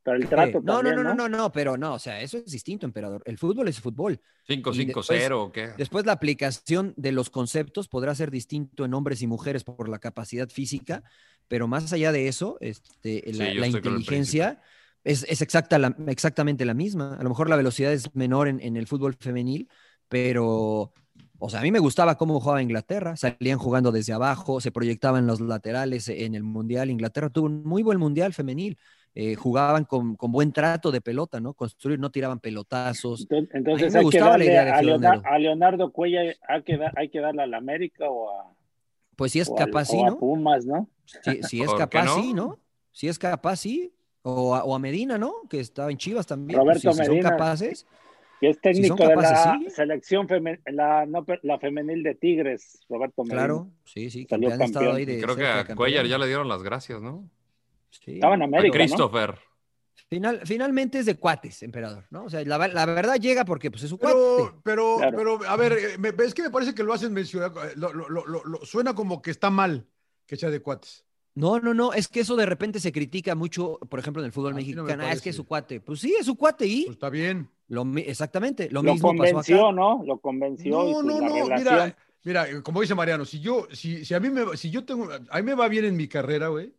Pero el
¿Qué?
trato
no,
también,
no, no,
¿no?
no, no, no, pero no, o sea, eso es distinto, emperador. El fútbol es fútbol.
5-5-0 o qué.
Después la aplicación de los conceptos podrá ser distinto en hombres y mujeres por la capacidad física, pero más allá de eso, este, la,
yo
la
estoy con el
inteligencia es, es exacta la- exactamente la misma. A lo mejor la velocidad es menor en, en el fútbol femenil, pero, o sea, a mí me gustaba cómo jugaba Inglaterra. Salían jugando desde abajo, se proyectaban los laterales en el Mundial. Inglaterra tuvo un muy buen Mundial femenil. Eh, jugaban con, con buen trato de pelota, ¿no? Construir, no tiraban pelotazos.
Enton-
A mí
Entonces
me
hay que
gustaba la
darle
idea de
a, Leonardo,
Fionero.
a Leonardo Cuella hay que, dar- hay que darle a la América o a,
Pues si es
o a-
capaz, sí,
o a
¿no?
Pumas, ¿no?
Si, si es
¿Por qué
capaz,
no?
sí, ¿no? Si es capaz, sí. O a, o a Medina, ¿no? Que estaba en Chivas también.
Roberto
si, si
Medina.
son capaces.
Que es
Si
técnico
son
de
capaces,
la
sí.
selección femen- la, no, pe- la femenil de Tigres, Roberto Medina.
Claro, sí, sí.
Salió
que han estado
campeón.
ahí de
Creo que
cerca de
a
campeón.
Cuellar ya le dieron las gracias, ¿no?
Sí.
Estaba en
A
América, ¿no?
Christopher.
Final, finalmente es de cuates, emperador, ¿no? O sea, la, la verdad llega porque pues, es su cuate.
Pero, pero,
Claro.
pero, a ver, eh, me- es que me parece que lo hacen mencionar, eh, lo- lo- lo- lo- lo- suena como que está mal que sea de cuates.
No, no, no, es que eso de repente se critica mucho, por ejemplo, en el fútbol
no
mexicano.
me
Ah, es que es
parece.
su cuate. Pues sí, es su cuate y.
está bien.
exactamente. Lo,
Lo
mismo pasó
convenció,
acá.
¿no? Lo convenció. y
No,
pues
no,
la
no,
relación-
mira, mira, eh, como dice Mariano, si yo, si, si a mí me, va- si yo tengo, a mí me va bien en mi carrera, güey,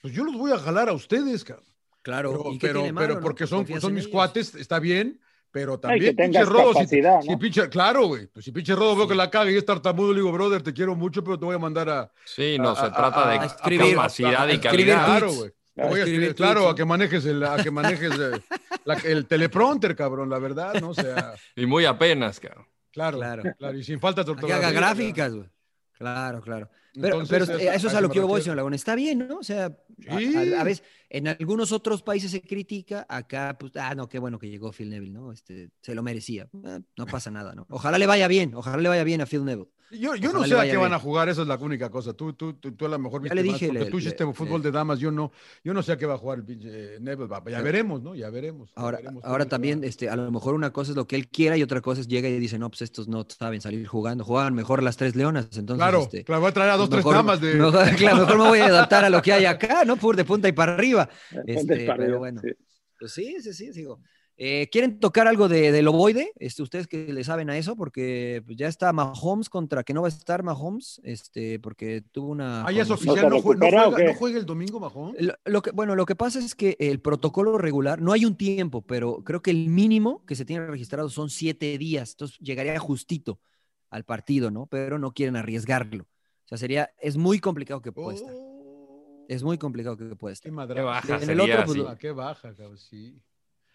pues yo los voy a jalar a ustedes, cabrón.
Claro,
pero,
¿y qué
pero,
tiene malo,
pero
no?
porque son,
Confías
son
en
mis
ellos.
cuates, está bien, pero
Ay, que
también pinche
tengas
rodo, si,
capacidad, ¿no?
si pinche, claro, güey, pues si pinche rodo veo que la caga y es tartamudo, le digo, brother, te quiero mucho, pero te voy a mandar a...
Sí, no,
a-
se
a-
trata de
a- a-
escribir, capacidad
a-
y
a-
calidad.
Claro, güey. Te voy a
Escribir
escribir,
tweets,
claro,
sí.
a que manejes el, a que manejes eh, la- el teleprompter, cabrón, la verdad, ¿no? O sea,
Y muy apenas, cabrón.
claro,
Claro.
claro, y sin falta de
A que haga
ortografía,
gráficas, güey. Claro, claro. Pero,
Entonces,
pero,
eso-
eh,
a
eso es a
eso
lo
me
que yo voy,
refiero.
señor Laguna. Está bien, ¿no? O sea, a-
Sí.
a, a veces, en algunos otros países se critica, acá, pues, ah, no, qué bueno que llegó Phil Neville, ¿no? Este, se lo merecía. Ah, no pasa nada, ¿no? Ojalá le vaya bien, ojalá le vaya bien a Phil Neville.
Yo, yo no
Ojalá
sé
le
a
vaya
qué van
bien.
a jugar, esa es la única cosa. Tú, tú, tú, tú a lo mejor
Ya
viste
le
más,
dije,
porque
le-
tú hiciste
le-
fútbol
le-
de damas, yo no, yo no sé a qué va a jugar el pinche Neville. va, Ya veremos, ¿no? Ya veremos. ya
Ahora,
veremos cómo
ahora
se
también, este, a lo mejor una cosa es lo que él quiera y otra cosa es llega y dice, no, pues estos no saben salir jugando, jugaban mejor las tres leonas, entonces,
Claro,
este,
claro, voy a traer a dos, tres
mejor-
damas de.
mejor- claro, mejor me voy a adaptar a lo que hay acá, ¿no? Pur de punta y para arriba.
punta y
Este,
para
pero
arriba,
bueno,
sí.
pues sí, sí, sí, digo. Eh, ¿Quieren tocar algo de, del ovoide? Este, ustedes que le saben a eso, porque pues, ya está Mahomes contra que no va a estar Mahomes, este, porque tuvo una.
Ah, ya es
conmoción.
oficial, no, jue- no
recuperó o
juega,
qué?
no juega el domingo, Majón.
Lo, lo que, bueno, lo que pasa es que el protocolo regular, no hay un tiempo, pero creo que el mínimo que se tiene registrado son siete días. Entonces llegaría justito al partido, ¿no? Pero no quieren arriesgarlo. O sea, sería, es muy complicado que pueda
Oh.
estar. Es muy complicado que pueda
Qué
estar.
madre.
baja
En el sería, otro, pues, sí.
Ah, qué baja, cabrón, sí.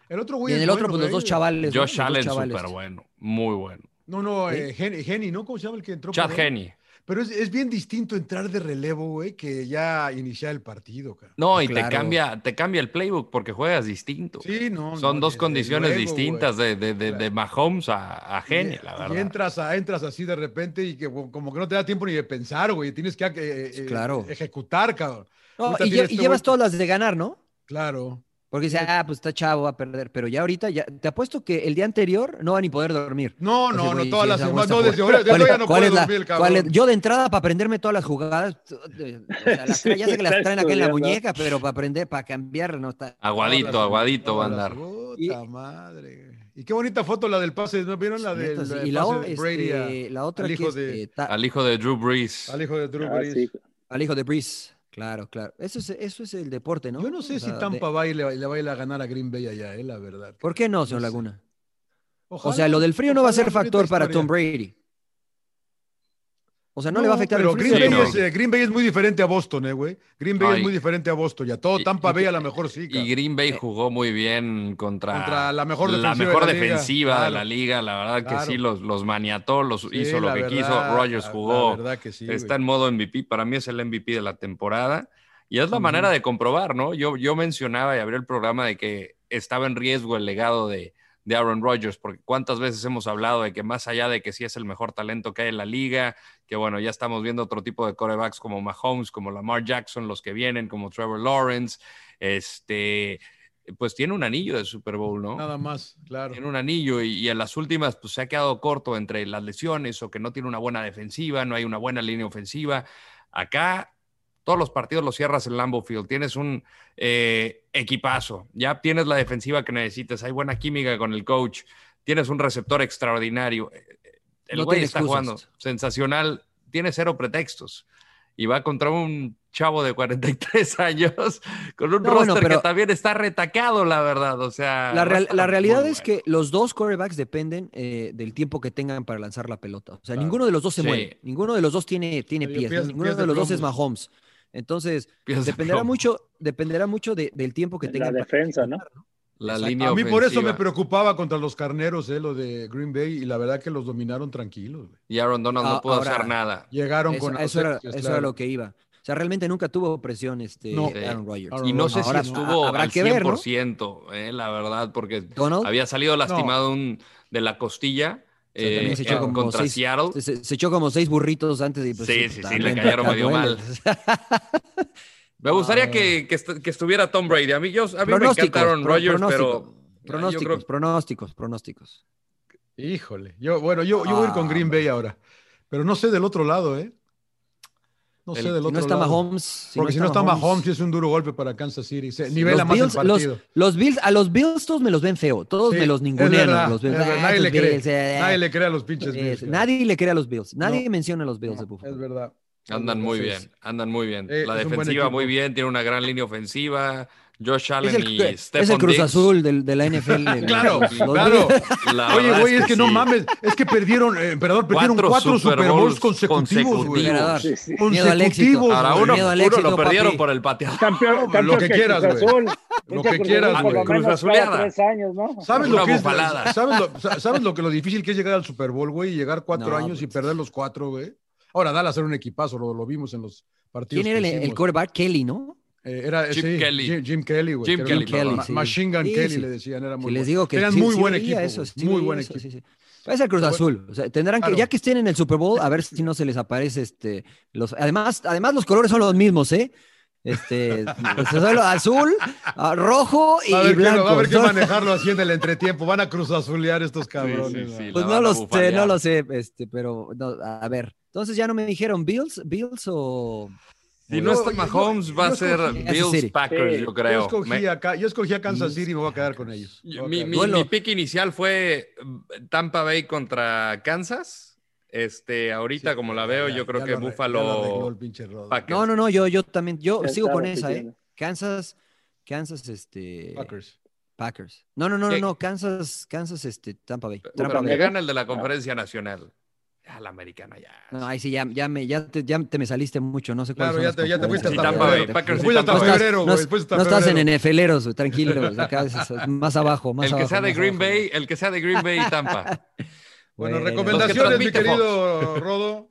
El otro
Y
güey.
en
es
el otro,
bueno, eh.
pues los
güey.
dos chavales. ¿no? Los
Josh
dos
Allen,
chavales.
súper bueno. Muy bueno.
No, no,
¿Sí?
eh, Gen- Geni, ¿no? ¿Cómo se llama el que entró?
Chad
por él?
Henney.
Pero es, es bien distinto entrar de relevo, güey, que ya iniciar el partido, cabrón.
No, y
Claro.
te, cambia, te cambia el playbook porque juegas distinto.
Sí, no.
Son
no,
dos
desde
condiciones
luego, güey.
distintas de, de, de, de
Claro.
Mahomes a, a Henney,
Y-
la
Y
verdad.
entras, a- entras así de repente y que bueno, como que no te da tiempo ni de pensar, güey. Tienes que eh, eh,
Claro.
ejecutar, cabrón.
No,
Puta,
y,
tiene
lle- y
este güey
llevas
que-
todas las de ganar, ¿no?
Claro.
Porque dice, ah, pues está chavo, va a perder. Pero ya ahorita, ya, te apuesto que el día anterior no va a ni poder dormir.
No,
Ese
no,
güey,
no, todas
sí,
las
esa
semanas.
bolsa
No,
fue-
desde ahora, desde
¿Cuál es-
ahora ya no
cuál
puedo
es la-
dormir,
cuál es-
cabrón.
yo de entrada, para aprenderme todas las jugadas, eh, o sea, las tra- ya sé que las traen acá en la muñeca, pero para aprender, para cambiar, no está.
Aguadito,
Todas las-
aguadito va a
todas las-
andar.
Puta madre. güey. Y qué bonita foto la del pase, ¿no vieron la del
Neta, sí.
la
y
del
la,
pase
o-
de Brady a-
este, la otra
al
que
hijo
es,
de-
eh, ta-
Al hijo de Drew Brees.
al hijo de Drew
Ah,
Brees?
sí.
al hijo de Breeze. Claro, claro. Eso es, eso es el deporte, ¿no?
Yo no sé
O sea,
si
de-
Tampa va y le, le va a ir a ganar a Green Bay allá, eh, la verdad.
¿Por qué no, señor
sé.
Laguna?
Pues, Ojalá,
o sea, lo del frío no va a
ojalá
ser
bonita
factor para
historia.
Tom Brady. O sea, no, le va a afectar
pero
el frío.
Green, Bay
Sí, no.
es, eh, Green Bay es muy diferente a Boston, eh, güey. Green Bay
Ay.
es muy diferente a Boston y a todo.
Y-
Tampa
y-
Bay a lo mejor sí.
Y
cabrón.
Green Bay jugó muy bien contra,
Eh. Contra la mejor
la
defensiva
mejor
de la liga.
defensiva de
Claro.
la liga. La verdad que
Claro.
sí, los, los maniató, los
Sí,
hizo lo
la
que
verdad,
quiso. Rogers
la-
jugó.
La verdad que sí. güey.
Está en modo MVP. Para mí es el MVP de la temporada. Y es la manera de comprobar, ¿no? Yo, yo mencionaba y abrió el programa de que estaba en riesgo el legado de, de Aaron Rodgers, porque cuántas veces hemos hablado de que más allá de que sí es el mejor talento que hay en la liga, que bueno, ya estamos viendo otro tipo de corebacks como Mahomes, como Lamar Jackson, los que vienen, como Trevor Lawrence, este, pues tiene un anillo de Super Bowl, ¿no?
Nada más, claro.
Tiene un anillo y, y en las últimas pues, se ha quedado corto entre las lesiones o que no tiene una buena defensiva, no hay una buena línea ofensiva. Acá todos los partidos los cierras en Lambeau Field, tienes un eh, equipazo, ya tienes la defensiva que necesitas, hay buena química con el coach, tienes un receptor extraordinario. eh, eh, El
No
güey
tiene
está
excusas.
jugando sensacional, tiene cero pretextos y va contra un chavo de 43 años con un
No, bueno,
roster que
pero-
también está retacado, la verdad, o sea... va
La,
a
real-
estar
la
muy
realidad es
bueno.
que los dos corebacks dependen eh, del tiempo que tengan para lanzar la pelota. O sea,
Claro.
ninguno de los dos se
Sí.
mueve. Ninguno de los dos tiene, tiene
Medio
pies.
pies-
ninguno
pies
de
de
los dos es
plomo.
Mahomes. Entonces,
Pies de
dependerá
plomo.
mucho, dependerá mucho de- del tiempo que
La
tengan. para
defensa, ¿no?
ejecutar,
La
Exacto.
línea
A mí por eso me
ofensiva.
preocupaba contra los carneros, eh, lo de Green Bay, y la verdad que los dominaron tranquilos. güey.
Y Aaron Donald
Ah,
no pudo
ahora-
hacer nada.
Llegaron
Eso,
con
eso era,
ausencias,
eso era
claro.
lo que iba. O sea, realmente nunca tuvo presión este
No.
Sí.
Aaron Rodgers.
Aaron
Y no sé
Ahora,
si estuvo
ha- habrá
al
que ver, ¿no?
100%, eh, la verdad, porque
Donald
había salido lastimado un- de la costilla
o sea,
eh,
también se echó
eh,
como
contra
seis-
Seattle.
se- Se, se echó como seis burritos antes y pues,
Sí, sí, sí, le
también
cayeron
acá
medio
duele.
Me gustaría que, que est- que estuviera Tom Brady. A mí, yo, a mí me encantaron
pro-
Rogers,
pronósticos,
pero ah,
Pronósticos,
yo creo-
pronósticos, pronósticticos.
Híjole. Yo, bueno, yo, yo voy a ir con
Ah,
Green Bay ahora. Pero no sé del otro lado, ¿eh? No
El-
sé del
si no
otro
está
lado.
Mahomes, si
Porque si no está Mahomes, sí es un duro golpe para Kansas City. Se nivela más
Bills,
el partido.
Los, los Bills, a los Bills todos me los ven feo, todos
Sí,
me los
es
ningunean.
verdad,
los Bills.
es verdad,
Ah,
nadie le
esos
cree,
Bills, eh,
nadie le cree a los pinches
eh,
Bills, claro.
Nadie le cree a los Bills, nadie
No.
menciona a los Bills de Buffalo.
Es verdad.
Andan muy
Entonces,
bien, andan muy bien.
eh,
la
es un buen
defensiva
equipo.
muy bien, tiene una gran línea ofensiva. Josh
Es
Allen
el,
y
es el
Stephon
Cruz
Diggs.
Azul del- de la NFL. los-
Claro,
los- los
claro.
Bills.
La
Oye,
verdad
güey, es que, no
sí.
mames, es que perdieron, eh, perdón, perdieron
Cuatro
cuatro,
Super
Super Bowls
Bowls
consecutivos, güey.
consecutivos.
Sí, sí. Miedo al éxito.
Consecutivos.
Ahora
güey.
uno,
miedo al
uno
éxito,
lo perdieron
papi.
por el pateado.
Campeón, campeón
lo que
Cruz
quieras, güey.
Azul.
Lo
Pinche
que
Cruz
quieras,
Azul por
güey.
lo
Cruz
menos cada
Azuleada.
tres años, ¿no?
¿Sabes
Una
lo, que es,
bufalada.
¿sabes, lo, sa- sabes lo que lo difícil que es llegar al Super Bowl, güey? Y llegar cuatro
No,
años y
pues.
perder los cuatro, güey. Ahora, Dallas era un equipazo, lo, lo vimos en los partidos.
¿Quién era el,
que
el
hicimos.
quarterback? Kelly, ¿no?
Eh, era,
Chip
sí,
Kelly.
Jim, Jim Kelly, güey.
Jim
que era
Kelly,
un-
Kelly,
Ma-
sí.
Machine Gun
Sí,
Kelly
sí.
le decían, era muy
Si les
bueno.
digo que
Tenían
sí-
muy
sí
buen
veía
equipo,
eso,
güey,
sí
muy
veía
buen
eso,
equipo.
sí, sí. Va a ser Cruz
Bueno.
Azul. O sea, tendrán
Claro.
que, ya que estén en el Super Bowl, a ver si no se les aparece este. Los, además, además, los colores son los mismos, ¿eh? Este, pues, solo azul, ah, rojo y,
Va a
y
haber que-
blanco.
va a haber que
Son-
manejarlo así en el entretiempo. Van a cruzazulear estos cabrones.
Sí, sí,
güey.
sí,
Pues
la
no
van a
lo sé,
bufalear.
no lo sé, este, pero no, a ver. Entonces ya no me dijeron Bills, Bills o
Si no está Mahomes, va a
yo
ser
escogí-
Bills
City.
Packers,
Sí.
yo
Yo
creo.
escogí,
Me- Mm.
a, Ca- yo escogí a Kansas City y me voy a quedar con ellos. Me voy a
mi,
quedar
mi-
con-
Duelo.
mi pick inicial fue eh, Tampa Bay contra Kansas. Este, ahorita, como la veo,
Ya-
yo creo
ya
que
lo arre- ya lo arregló el
Buffalo
pinche Rodo.
Packers.
No, no, no, yo yo también yo
Ya
sigo
está
con esa, eh.
repitiendo.
Kansas Kansas este
Packers.
Packers. No, no, no, no,
¿Qué?
no, Kansas Kansas este Tampa Bay.
Pero
Tampa
Bay.
que
Bay.
gana el de la conferencia nacional. Ya, la americana ya.
No, ahí sí ya, ya me ya te, ya te me saliste mucho, no sé
Claro,
cuáles son
ya te-
las
ya te fuiste
conferencias.
hasta Tampa Bay, Packers
Fui
y
hasta
Tampa Bay.
febrero,
No,
güey. después hasta
no estás en
febrero.
NFLeros, güey, tranquilo, güey, acá es- es más abajo, más
el que
abajo,
sea de
más
Green
abajo.
Bay, el que sea de Green Bay y Tampa.
Bueno,
Bueno,
recomendaciones, mi
los que transmite
querido Rodo.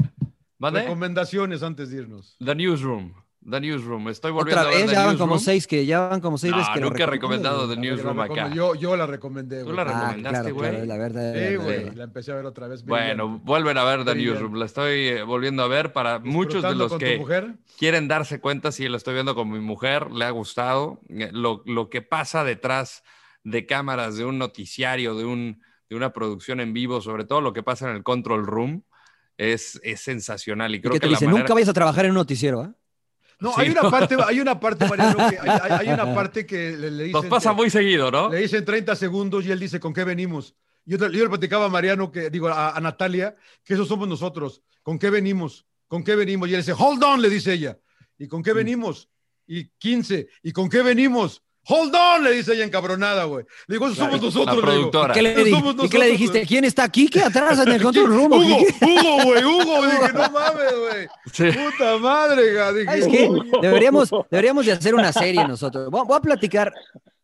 ¿Vale?
Recomendaciones antes de irnos.
The Newsroom. The Newsroom. Estoy volviendo
Otra
a ver
vez
The
ya van
Newsroom.
como seis que ya van como seis
No,
veces que lo
nunca he
recomiendo,
recomendado
güey.
The
La
Newsroom
recom-
acá.
Yo, yo la recomendé, güey.
la
Ah,
recomendaste,
claro,
güey.
claro, la verdad.
Sí,
la
güey.
verdad.
La empecé a ver otra vez.
Bueno, vuelven a ver The
Brillante.
Newsroom. La estoy eh, volviendo a ver para muchos de los
con
que
Tu mujer?
quieren darse cuenta si lo estoy viendo con mi mujer, le ha gustado eh, lo, lo que pasa detrás de cámaras, de un noticiario, de, un, de una producción en vivo, sobre todo lo que pasa en el control room, es, es sensacional. Y
Y
creo
que
que,
te
la
dice,
manera-
nunca vayas a trabajar en un noticiero, ¿ah?
No,
Sí,
hay una
no.
parte, hay una parte, Mariano, que hay, hay- hay una parte que le, le dicen.
Nos pasa
que-
muy seguido, ¿no?
Le dicen 30 segundos y él dice, ¿con qué venimos? Yo, te- yo le platicaba a Mariano, que, digo, a, a Natalia, que eso somos nosotros. ¿Con qué venimos? ¿Con qué venimos? Y él dice, hold on, le dice ella. ¿Y con qué
Mm.
venimos? Y 15. ¿Y con qué venimos? Hold on, le dice ella encabronada, güey. Le digo, eso somos nosotros,
la
le digo.
productora.
¿Qué le,
Pero
di-
somos
¿Y qué le
nosotros,
dijiste?
güey.
¿Quién está aquí? ¿Qué atrás en el control rumbo?
Hugo,
Quique?"
Hugo, güey, Hugo. Dije, no mames, güey.
Sí.
Puta madre, güey. Dije,
¿Sabes qué?
"Uy".
Deberíamos, deberíamos de hacer una serie nosotros. Voy, voy a platicar.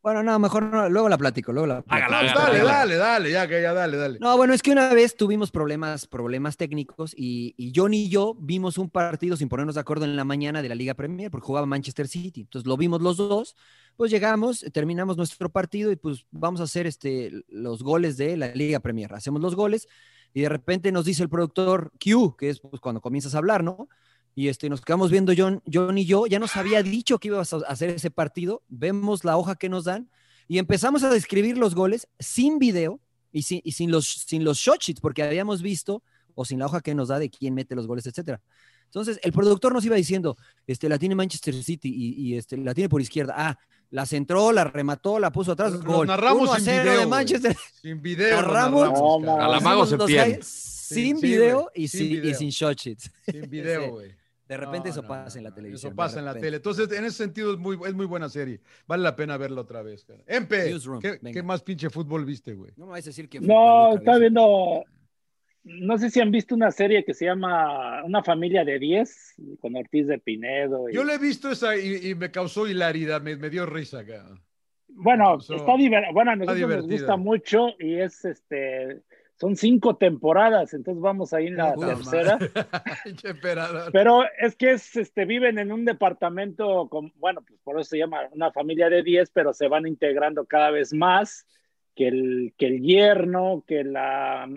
Bueno, no, mejor no, luego la platico, luego la platico.
Hágala,
Pues
hágala,
dale,
hágala.
dale, dale, ya que ya dale, dale.
No, bueno, es que una vez tuvimos problemas, problemas técnicos y, y Johnny y yo vimos un partido sin ponernos de acuerdo en la mañana de la Liga Premier porque jugaba Manchester City. Entonces lo vimos los dos, pues llegamos, terminamos nuestro partido y pues vamos a hacer este, los goles de la Liga Premier. Hacemos los goles y de repente nos dice el productor Q, que es pues, cuando comienzas a hablar, ¿no? Y este, nos quedamos viendo John, John y yo, ya nos había dicho que íbamos a hacer ese partido, vemos la hoja que nos dan y empezamos a describir los goles sin video y sin, y sin los, sin los shot sheets, porque habíamos visto, o sin la hoja que nos da de quién mete los goles, etcétera. Entonces, el productor nos iba diciendo, este, la tiene Manchester City y, y, este, la tiene por izquierda. Ah, la centró, la remató, la puso atrás,
Los
gol.
narramos
1 a
sin
0
video,
de
güey.
Manchester
Sin video. lo
Narramos.
narramos,
No,
cabrón.
Al
Hacemos
amago
los
septién.
highlights Sin
sí,
video
güey,
y
sin
sin, y
video.
sin shot sheets.
Sin video,
Sí.
güey.
De repente
No,
eso
no,
pasa
no,
en la
no,
televisión.
Eso
de
pasa en la
repente.
tele. Entonces, en ese sentido, es muy, es muy buena serie. Vale la pena verla otra vez. cara. Empe,
Newsroom,
¿qué,
venga.
qué más pinche fútbol viste, güey?
No me vais a decir que fue la
No,
otra
está
vez.
viendo. No sé si han visto una serie que se llama Una familia de 10 con Ortiz de Pinedo. y-
Yo le he visto esa y, y me causó hilaridad, me, me dio risa, cara.
Bueno,
Eso-
está diver- bueno, a nosotros nos
divertida.
gusta mucho y es este, son cinco temporadas, entonces vamos ahí en la
Puta
tercera.
madre. Pinche emperador.
Pero es que es, este, viven en un departamento, con, bueno, pues por eso se llama una familia de 10, pero se van integrando cada vez más, que el, que el yerno, que, la,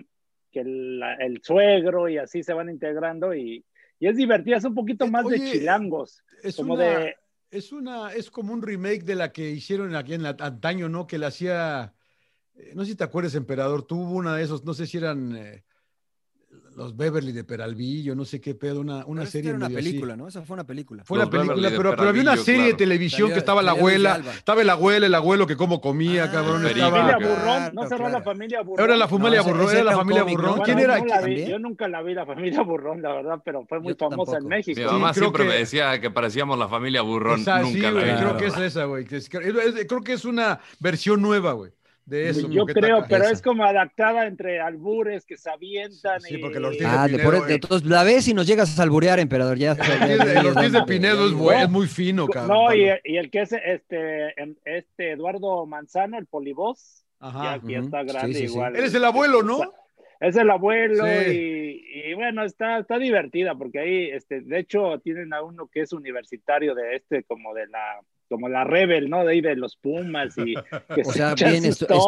que la- el suegro, y así se van integrando y, y es divertida, es un poquito más
Oye,
de chilangos,
Es
como
una,
de,
Es una, es como un remake de la que hicieron aquí en la, antaño, ¿no? Que la hacía, eh, no sé si te acuerdas, Emperador, tuvo una de esos, no sé si eran eh, los Beverly de Peralvillo, no sé qué pedo, una, una
Pero esta
serie.
era una
medio así.
película, ¿no? Esa fue una película.
Fue una película,
de
pero, pero había una
Peralvillo,
serie de
claro.
televisión
Salía-
que estaba la
salía Luis de Ah,
abuela,
Alba.
estaba el abuela, el abuelo que cómo comía, cabrón.
la
Estaba,
familia burrón, no será la familia burrón.
era la familia
ese-
burrón,
ese
era la
era un
familia
cómic, ¿no?
burrón.
Bueno,
¿Quién
yo
era?
no la vi,
¿También?
yo nunca la vi, la familia burrón, la verdad, pero fue muy
Yo
famosa
tampoco.
en
Mi
México.
mamá
creo
siempre
que-
me decía que parecíamos la familia burrón.
Esa, sí,
Nunca la
güey,
vi.
creo que es esa, güey. que es- es- es- Creo que es una versión nueva, güey, de eso.
yo
como que
creo,
taca-
pero
esa.
es como adaptada entre albures que se avientan
Sí,
y...
porque el Ortiz-
Ah, de por-
Pinedo,
de
eh.
todos la ves y nos llegas a alburear, emperador. Ya, ya- ya- ya-
El Ortiz de
ya-
Pinedo
ya-
es,
ya-
buen- es muy fino, cabrón.
No, y, y el que es este, em- este Eduardo Manzano, el polivoz,
Ajá.
ya, ya
Ah, ujú.
está
Sí,
grande
sí, sí.
igual.
Eres el abuelo, ¿no?
Es el abuelo
Sí.
y, y bueno, está, está divertida porque ahí, este, de hecho, tienen a uno que es universitario de este, como de la, como la Rebel, ¿no? De ahí de los Pumas y que
O
se
sea,
echa
bien
sus
estu-
toques.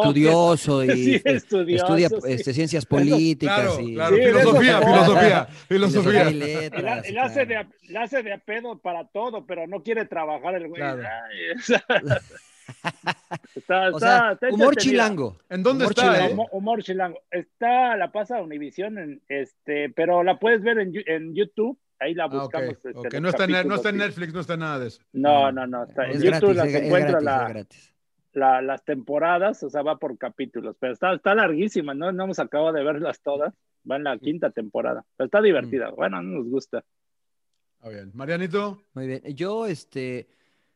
estudioso y
Sí,
eh,
estudioso,
estudia
sí.
este, ciencias políticas.
Claro,
y,
claro.
Sí,
filosofía,
eso-
filosofía,
filosofía y
filosofía.
Y la,
letras,
y la hace de,
claro.
a- la hace de a pedo para todo, pero no quiere trabajar el güey.
Claro.
Ay, o sea, está-
O
está-
sea,
está
humor
entretenida.
chilango.
¿En dónde
Humor
está, eh?
Humo- Humor chilango. Está, la pasa Univisión, en, este, pero la puedes ver en, Yu- en YouTube. Ahí la
Ah, ok,
buscamos. este,
ok.
los
No, está en, no está en
capítulos.
Netflix, Ah, no está nada de eso.
No, no, no. Está, en
Es
YouTube
gratis,
las
es, es
encuentras
gratis,
la-
es gratis.
la- las temporadas, o sea, va por capítulos, pero está, está larguísima, ¿no? No hemos acabado de verlas todas. Va en la quinta temporada. Pero está
Mm.
divertida. Bueno, nos gusta.
Ah, bien. Marianito,
Muy bien. Yo, este,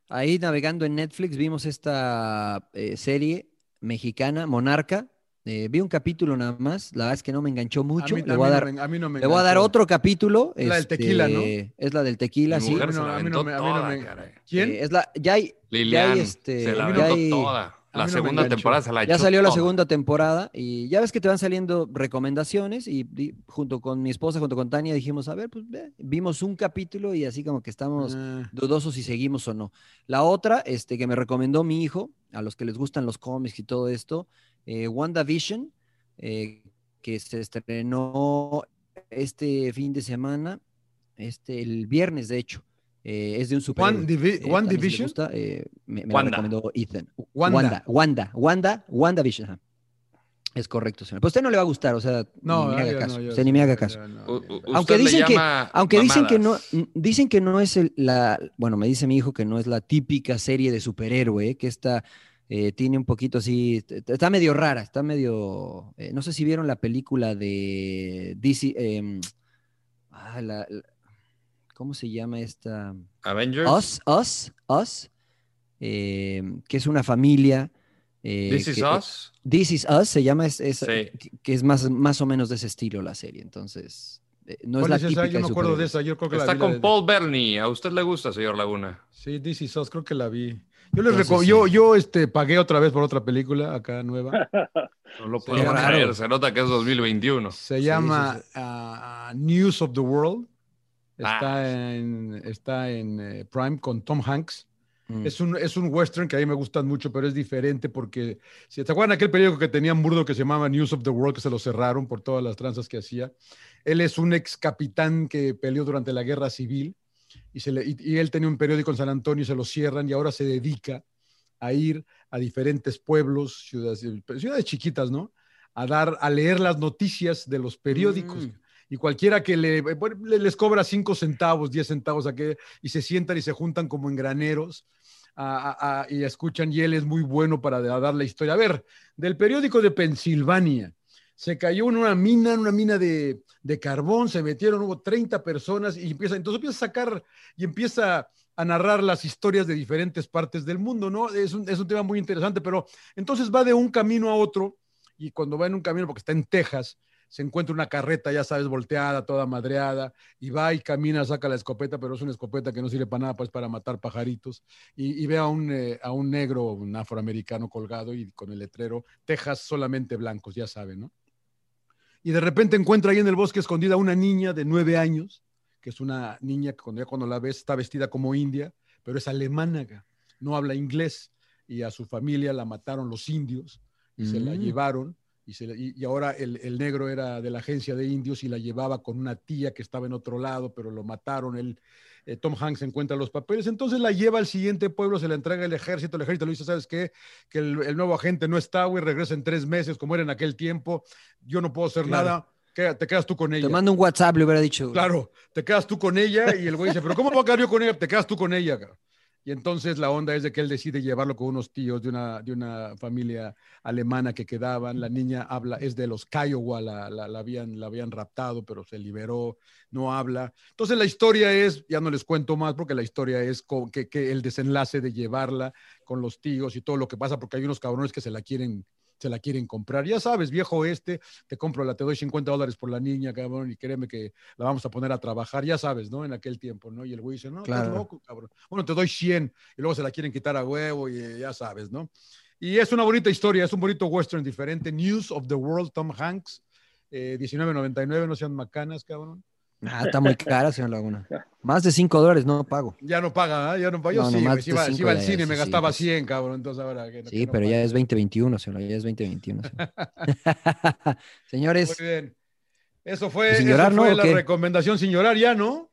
ahí navegando en Netflix, vimos esta eh, serie mexicana, Monarca. Eh, vi un capítulo nada más. La verdad es que no me enganchó mucho.
a mí,
le
a
voy a
mí
dar,
no me, a mí no me
le voy a dar
enganchó.
otro capítulo.
Es la del tequila, ¿no?
este, Es la del tequila,
Mi
sí.
mujer
A mí
se
no-
la
a mí
aventó
no me- a mí no
toda,
me-
caray.
¿Quién?
Eh, es la, ya hay,
Lilian
ya hay, este,
se la
ya
aventó
hay-
toda.
no
La
me
segunda
enganchó.
temporada se la
Ya
echó
salió la
toda.
segunda temporada y ya ves que te van saliendo recomendaciones y, di- junto con mi esposa, junto con Tania, dijimos, a ver, pues ve, vimos un capítulo y así como que estamos
Ah,
dudosos si seguimos o no. La otra, este, que me recomendó mi hijo, a los que les gustan los cómics y todo esto, eh, WandaVision, eh, que se estrenó este fin de semana, este, el viernes de hecho, eh, es de un super
One, Divi- One Division.
Eh, me, me la
Wanda.
recomendó Ethan.
Wanda.
Wanda, Wanda, Wanda, WandaVision, ajá. Es correcto, señor. Pero a usted no le va a gustar, o sea,
No,
ni me
ah,
haga
yo
caso.
no, yo
usted ni
sí,
me haga
yo
caso.
no,
U-
bien,
u-
bien.
Aunque
usted le
dicen que-
llama
Aunque dicen que no,
mamadas.
n- dicen que no es el- la, bueno, me dice mi hijo que no es la típica serie de superhéroe, que esta eh, tiene un poquito así, t- está medio rara, está medio, eh, no sé si vieron la película de DC, em, ah, la- la- ¿cómo se llama esta?
Avengers.
Oh,
Us, Us, Us, em, que es una familia. eh,
This is
que-
us.
This is Us se llama, es, es-
Sí.
que- que es más, más o menos de ese estilo la serie, entonces eh, no es
¿Cuál
la
es
típica
esa? Yo me
de
acuerdo de
superhéroes.
esa. Yo creo que la
Está
vi, la
con
de-
Paul Bernie. ¿A usted le gusta, señor Laguna?
Sí, DC Sos, creo que la vi. Yo les
Entonces,
reco-
sí.
yo, yo este, pagué otra vez por otra película acá nueva.
No lo
Sí,
puedo
raro.
creer. Se nota que es 2021.
Se
Sí,
llama
sí,
ah, News of the World. Está
Ah.
en, está en eh, Prime con Tom Hanks.
Mm.
Es un, es un western que a mí me gustan mucho, pero es diferente porque, si te acuerdan aquel periódico que tenía Murdo que se llamaba News of the World, que se lo cerraron por todas las tranzas que hacía, él es un ex capitán que peleó durante la guerra civil y, se le- y- y él tenía un periódico en San Antonio y se lo cierran y ahora se dedica a ir a diferentes pueblos, ciudades, ciudades chiquitas, ¿no? A dar, a leer las noticias de los periódicos.
Mm.
Y cualquiera que le, bueno, le- les cobra cinco centavos, diez centavos a que, y se sientan y se juntan como en graneros a- a- a- y escuchan, y él es muy bueno para da- dar la historia. A ver, del periódico de Pensilvania, se cayó en una mina, en una mina de, de carbón, se metieron, hubo 30 personas y empieza, entonces empieza a sacar y empieza a narrar las historias de diferentes partes del mundo, ¿no? Es un, es un tema muy interesante, pero entonces va de un camino a otro y cuando va en un camino, porque está en Texas, se encuentra una carreta, ya sabes, volteada, toda madreada, y va y camina, saca la escopeta, pero es una escopeta que no sirve para nada, pues para matar pajaritos, y, y ve a un, eh, a un negro, un afroamericano colgado y con el letrero, Texas solamente blancos, ya saben, ¿no? y de repente encuentra ahí en el bosque escondida a una niña de nueve años, que es una niña que cuando, ya cuando la ves está vestida como india, pero es alemana, ga, no habla inglés, y a su familia la mataron los indios, y se la
Mm.
llevaron, Y, se le- y- y ahora el, el negro era de la agencia de indios y la llevaba con una tía que estaba en otro lado, pero lo mataron. Él, eh, Tom Hanks encuentra los papeles, entonces la lleva al siguiente pueblo, se la entrega el ejército, el ejército le dice, ¿sabes qué? Que el, el nuevo agente no está, güey, regresa en tres meses, como era en aquel tiempo, yo no puedo hacer
Claro.
nada, que- te quedas tú con ella.
Te mando un WhatsApp, le hubiera dicho. güey.
Claro, te quedas tú con ella y el güey dice, pero ¿cómo voy a quedar yo con ella? Te quedas tú con ella. cabrón. Y entonces la onda es de que él decide llevarlo con unos tíos de una, de una familia alemana que quedaban. La niña habla, es de los Kiowa, la, la- la habían, la habían raptado, pero se liberó, no habla. Entonces la historia es, ya no les cuento más, porque la historia es co- que, que el desenlace de llevarla con los tíos y todo lo que pasa, porque hay unos cabrones que se la quieren se la quieren comprar. Ya sabes, viejo este, te compro la, te doy 50 dólares por la niña, cabrón, y créeme que la vamos a poner a trabajar, ya sabes, ¿no? En aquel tiempo, ¿no? Y el güey dice, no,
Claro.
estás loco, cabrón. Bueno, te doy 100 y luego se la quieren quitar a huevo y eh, ya sabes, ¿no? Y es una bonita historia, es un bonito western diferente. News of the World, Tom Hanks, eh, 19.99, no sean macanas, cabrón.
Ah, está muy cara, señor Laguna. Más de 5 dólares no pago.
Ya no paga, ¿eh? ya no paga. Yo
No,
sí,
nomás
güey, si
de
iba, si
cinco
iba al
ya,
cine,
sí,
me
sí,
gastaba
pues.
100, cabrón. Entonces ahora que no-
Sí,
que no
pero
paga.
ya es 2021, señor. Ya es 2021. señor. Señores,
Muy bien. Eso fue,
Sin
eso
llorar, ¿no?
fue
¿O
la
qué?
recomendación sin llorar, ya, ¿no?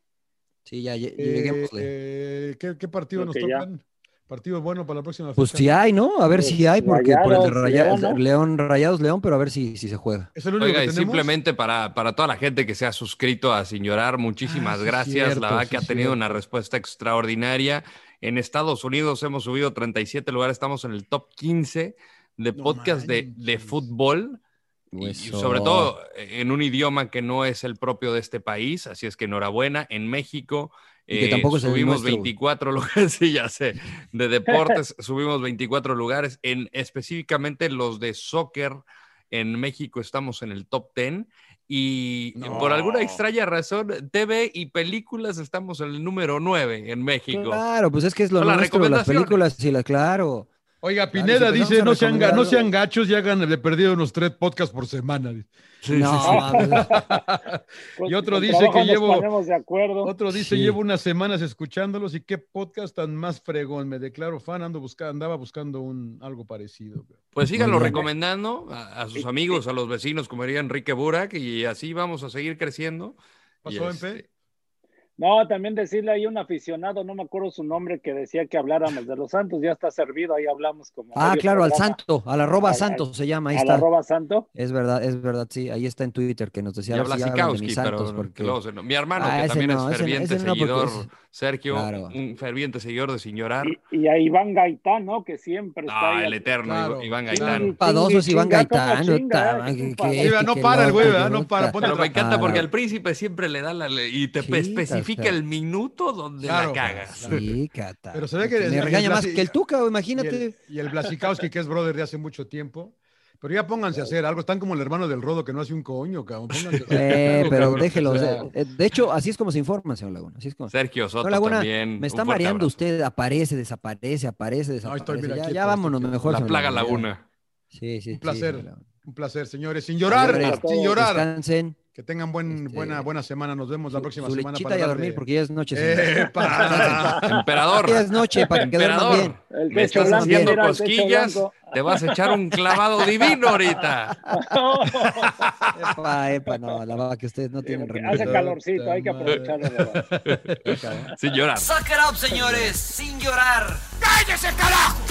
sí, ya, ya lleguémosle.
Eh, ¿qué, qué partido
Creo
nos
que ya.
tocan? Partido bueno para la próxima
Pues
fecha.
si hay, ¿no? A ver si hay, porque por el de
Rayados, León,
Raya-
¿no?
León, Rayados, León, pero a ver si, si se juega.
Es el único
Oiga,
que
y
tenemos.
simplemente para, para toda la gente que se ha suscrito a Sin Llorar, muchísimas
Ah, sí,
gracias.
cierto,
la verdad
sí,
que ha tenido
cierto.
una respuesta extraordinaria. En Estados Unidos hemos subido 37 lugares, estamos en el top 15 de
No
podcast de,
manches.
de fútbol. Y, y
Eso.
sobre todo eh, en un idioma que no es el propio de este país, así es que enhorabuena. En México eh,
Y que tampoco es el
subimos
nuestro, güey.
24 lugares, sí, ya sé, de deportes subimos 24 lugares, en específicamente los de soccer en México estamos en el top 10 y
No.
por alguna extraña razón TV y películas estamos en el número 9 en México.
Claro, pues es que es lo
Son las
nuestro, las
recomendaciones.
películas y la, claro.
Oiga,
Claro,
Pineda
si empezamos
dice,
Ah, a
no sean, ga- no
recomendarlo.
sean gachos y hagan de perdido unos tres podcasts por semana. dice.
no, mames.
Y otro
Con
dice
Pues, trabajo
que
nos
llevo-
ponemos de acuerdo.
Otro dice,
Sí.
llevo unas semanas escuchándolos y qué podcast tan más fregón. Me declaro fan, ando buscando, andaba buscando un, algo parecido.
Pues síganlo
Muy bien. Eh,
recomendando a, a sus amigos, a los vecinos, como diría Enrique Burak, y así vamos a seguir creciendo. Y
¿Pasó,
este,
Empe?
No, también decirle ahí un aficionado, no me acuerdo su nombre, que decía que habláramos de los Santos, ya está servido, ahí hablamos como.
Ah,
medio
claro, al
programa.
santo, al arroba
Al-
santo se llama, ahí
Al
está.
arroba Santo.
Es verdad, es verdad, sí, ahí está en Twitter que nos
y
decía, a ver
habla
si hablan de mis
Sikowski, pero
santos,
no,
porque...
que luego se no- mi hermano,
Ah,
que
ese
también
no,
es
ese no,
ferviente
ese no, porque
seguidor,
ese-
Sergio,
Claro.
un ferviente seguidor de Sin Llorar.
Y, y a Iván Gaitán, ¿no? Que siempre está
Ah,
ahí.
el eterno
Claro,
Iván
claro.
Gaitán.
Padosos
Chinga,
Iván
chinga,
pues,
cómo
Gaitán,
chinga,
puta,
eh,
que-
qué
que-
compadre.
Oiga, no
que
para el
este, loco,
güey,
que
¿verdad? No
loco.
para, ponte
Pero me encanta
Ah,
porque
la-
al príncipe siempre le da la ley y te
Sí,
especifica
Tata.
el minuto donde
Claro.
la cagas.
Sí, cata.
Pero se ve que el-
me
el
regaña más
Blasi-
que el Tuca,
Y
güey,
el,
imagínate.
y el Blasikowski, que es brother de hace mucho tiempo. Pero ya pónganse a hacer algo. Están como el hermano del Rodo que no hace un coño, cabrón. Pónganse a hacer
Eh,
algo,
pero
cabrón.
déjelo.
O sea,
eh, eh, de hecho, así es como se informa, señor Laguna. Así es como.
Sergio Soto
Señor Laguna,
también.
me está
un fuerte
mareando
abrazo.
usted. Aparece, desaparece, aparece,
estoy,
desaparece.
mira,
ya,
quieto,
ya
estoy
vámonos
quieto.
mejor.
La
señor
plaga
Laguna, ya.
laguna.
Sí, sí. sí,
placer.
señor Laguna.
un placer, señores. Sin llorar,
Señores,
sin llorar.
Descansen.
Que tengan buen,
Este,
buena, buena semana. Nos vemos la
su-
próxima
su
semana.
lechita
para
y a
hablar
dormir
de- Eh,
porque ya es noche. señor.
¡Epa!
Emperador,
Ya es noche para que duerman
emperador,
bien.
El
me
techo
estás
blanco,
haciendo
mira, el techo
cosquillas,
blanco.
te vas a echar un clavado divino ahorita.
Epa, epa, no, la vaca que ustedes no tienen
Porque
remedio.
hace calorcito, hay que aprovecharlo. de verdad.
Sin llorar.
Suck it up, señores, sin llorar.
¡Cállese, carajo!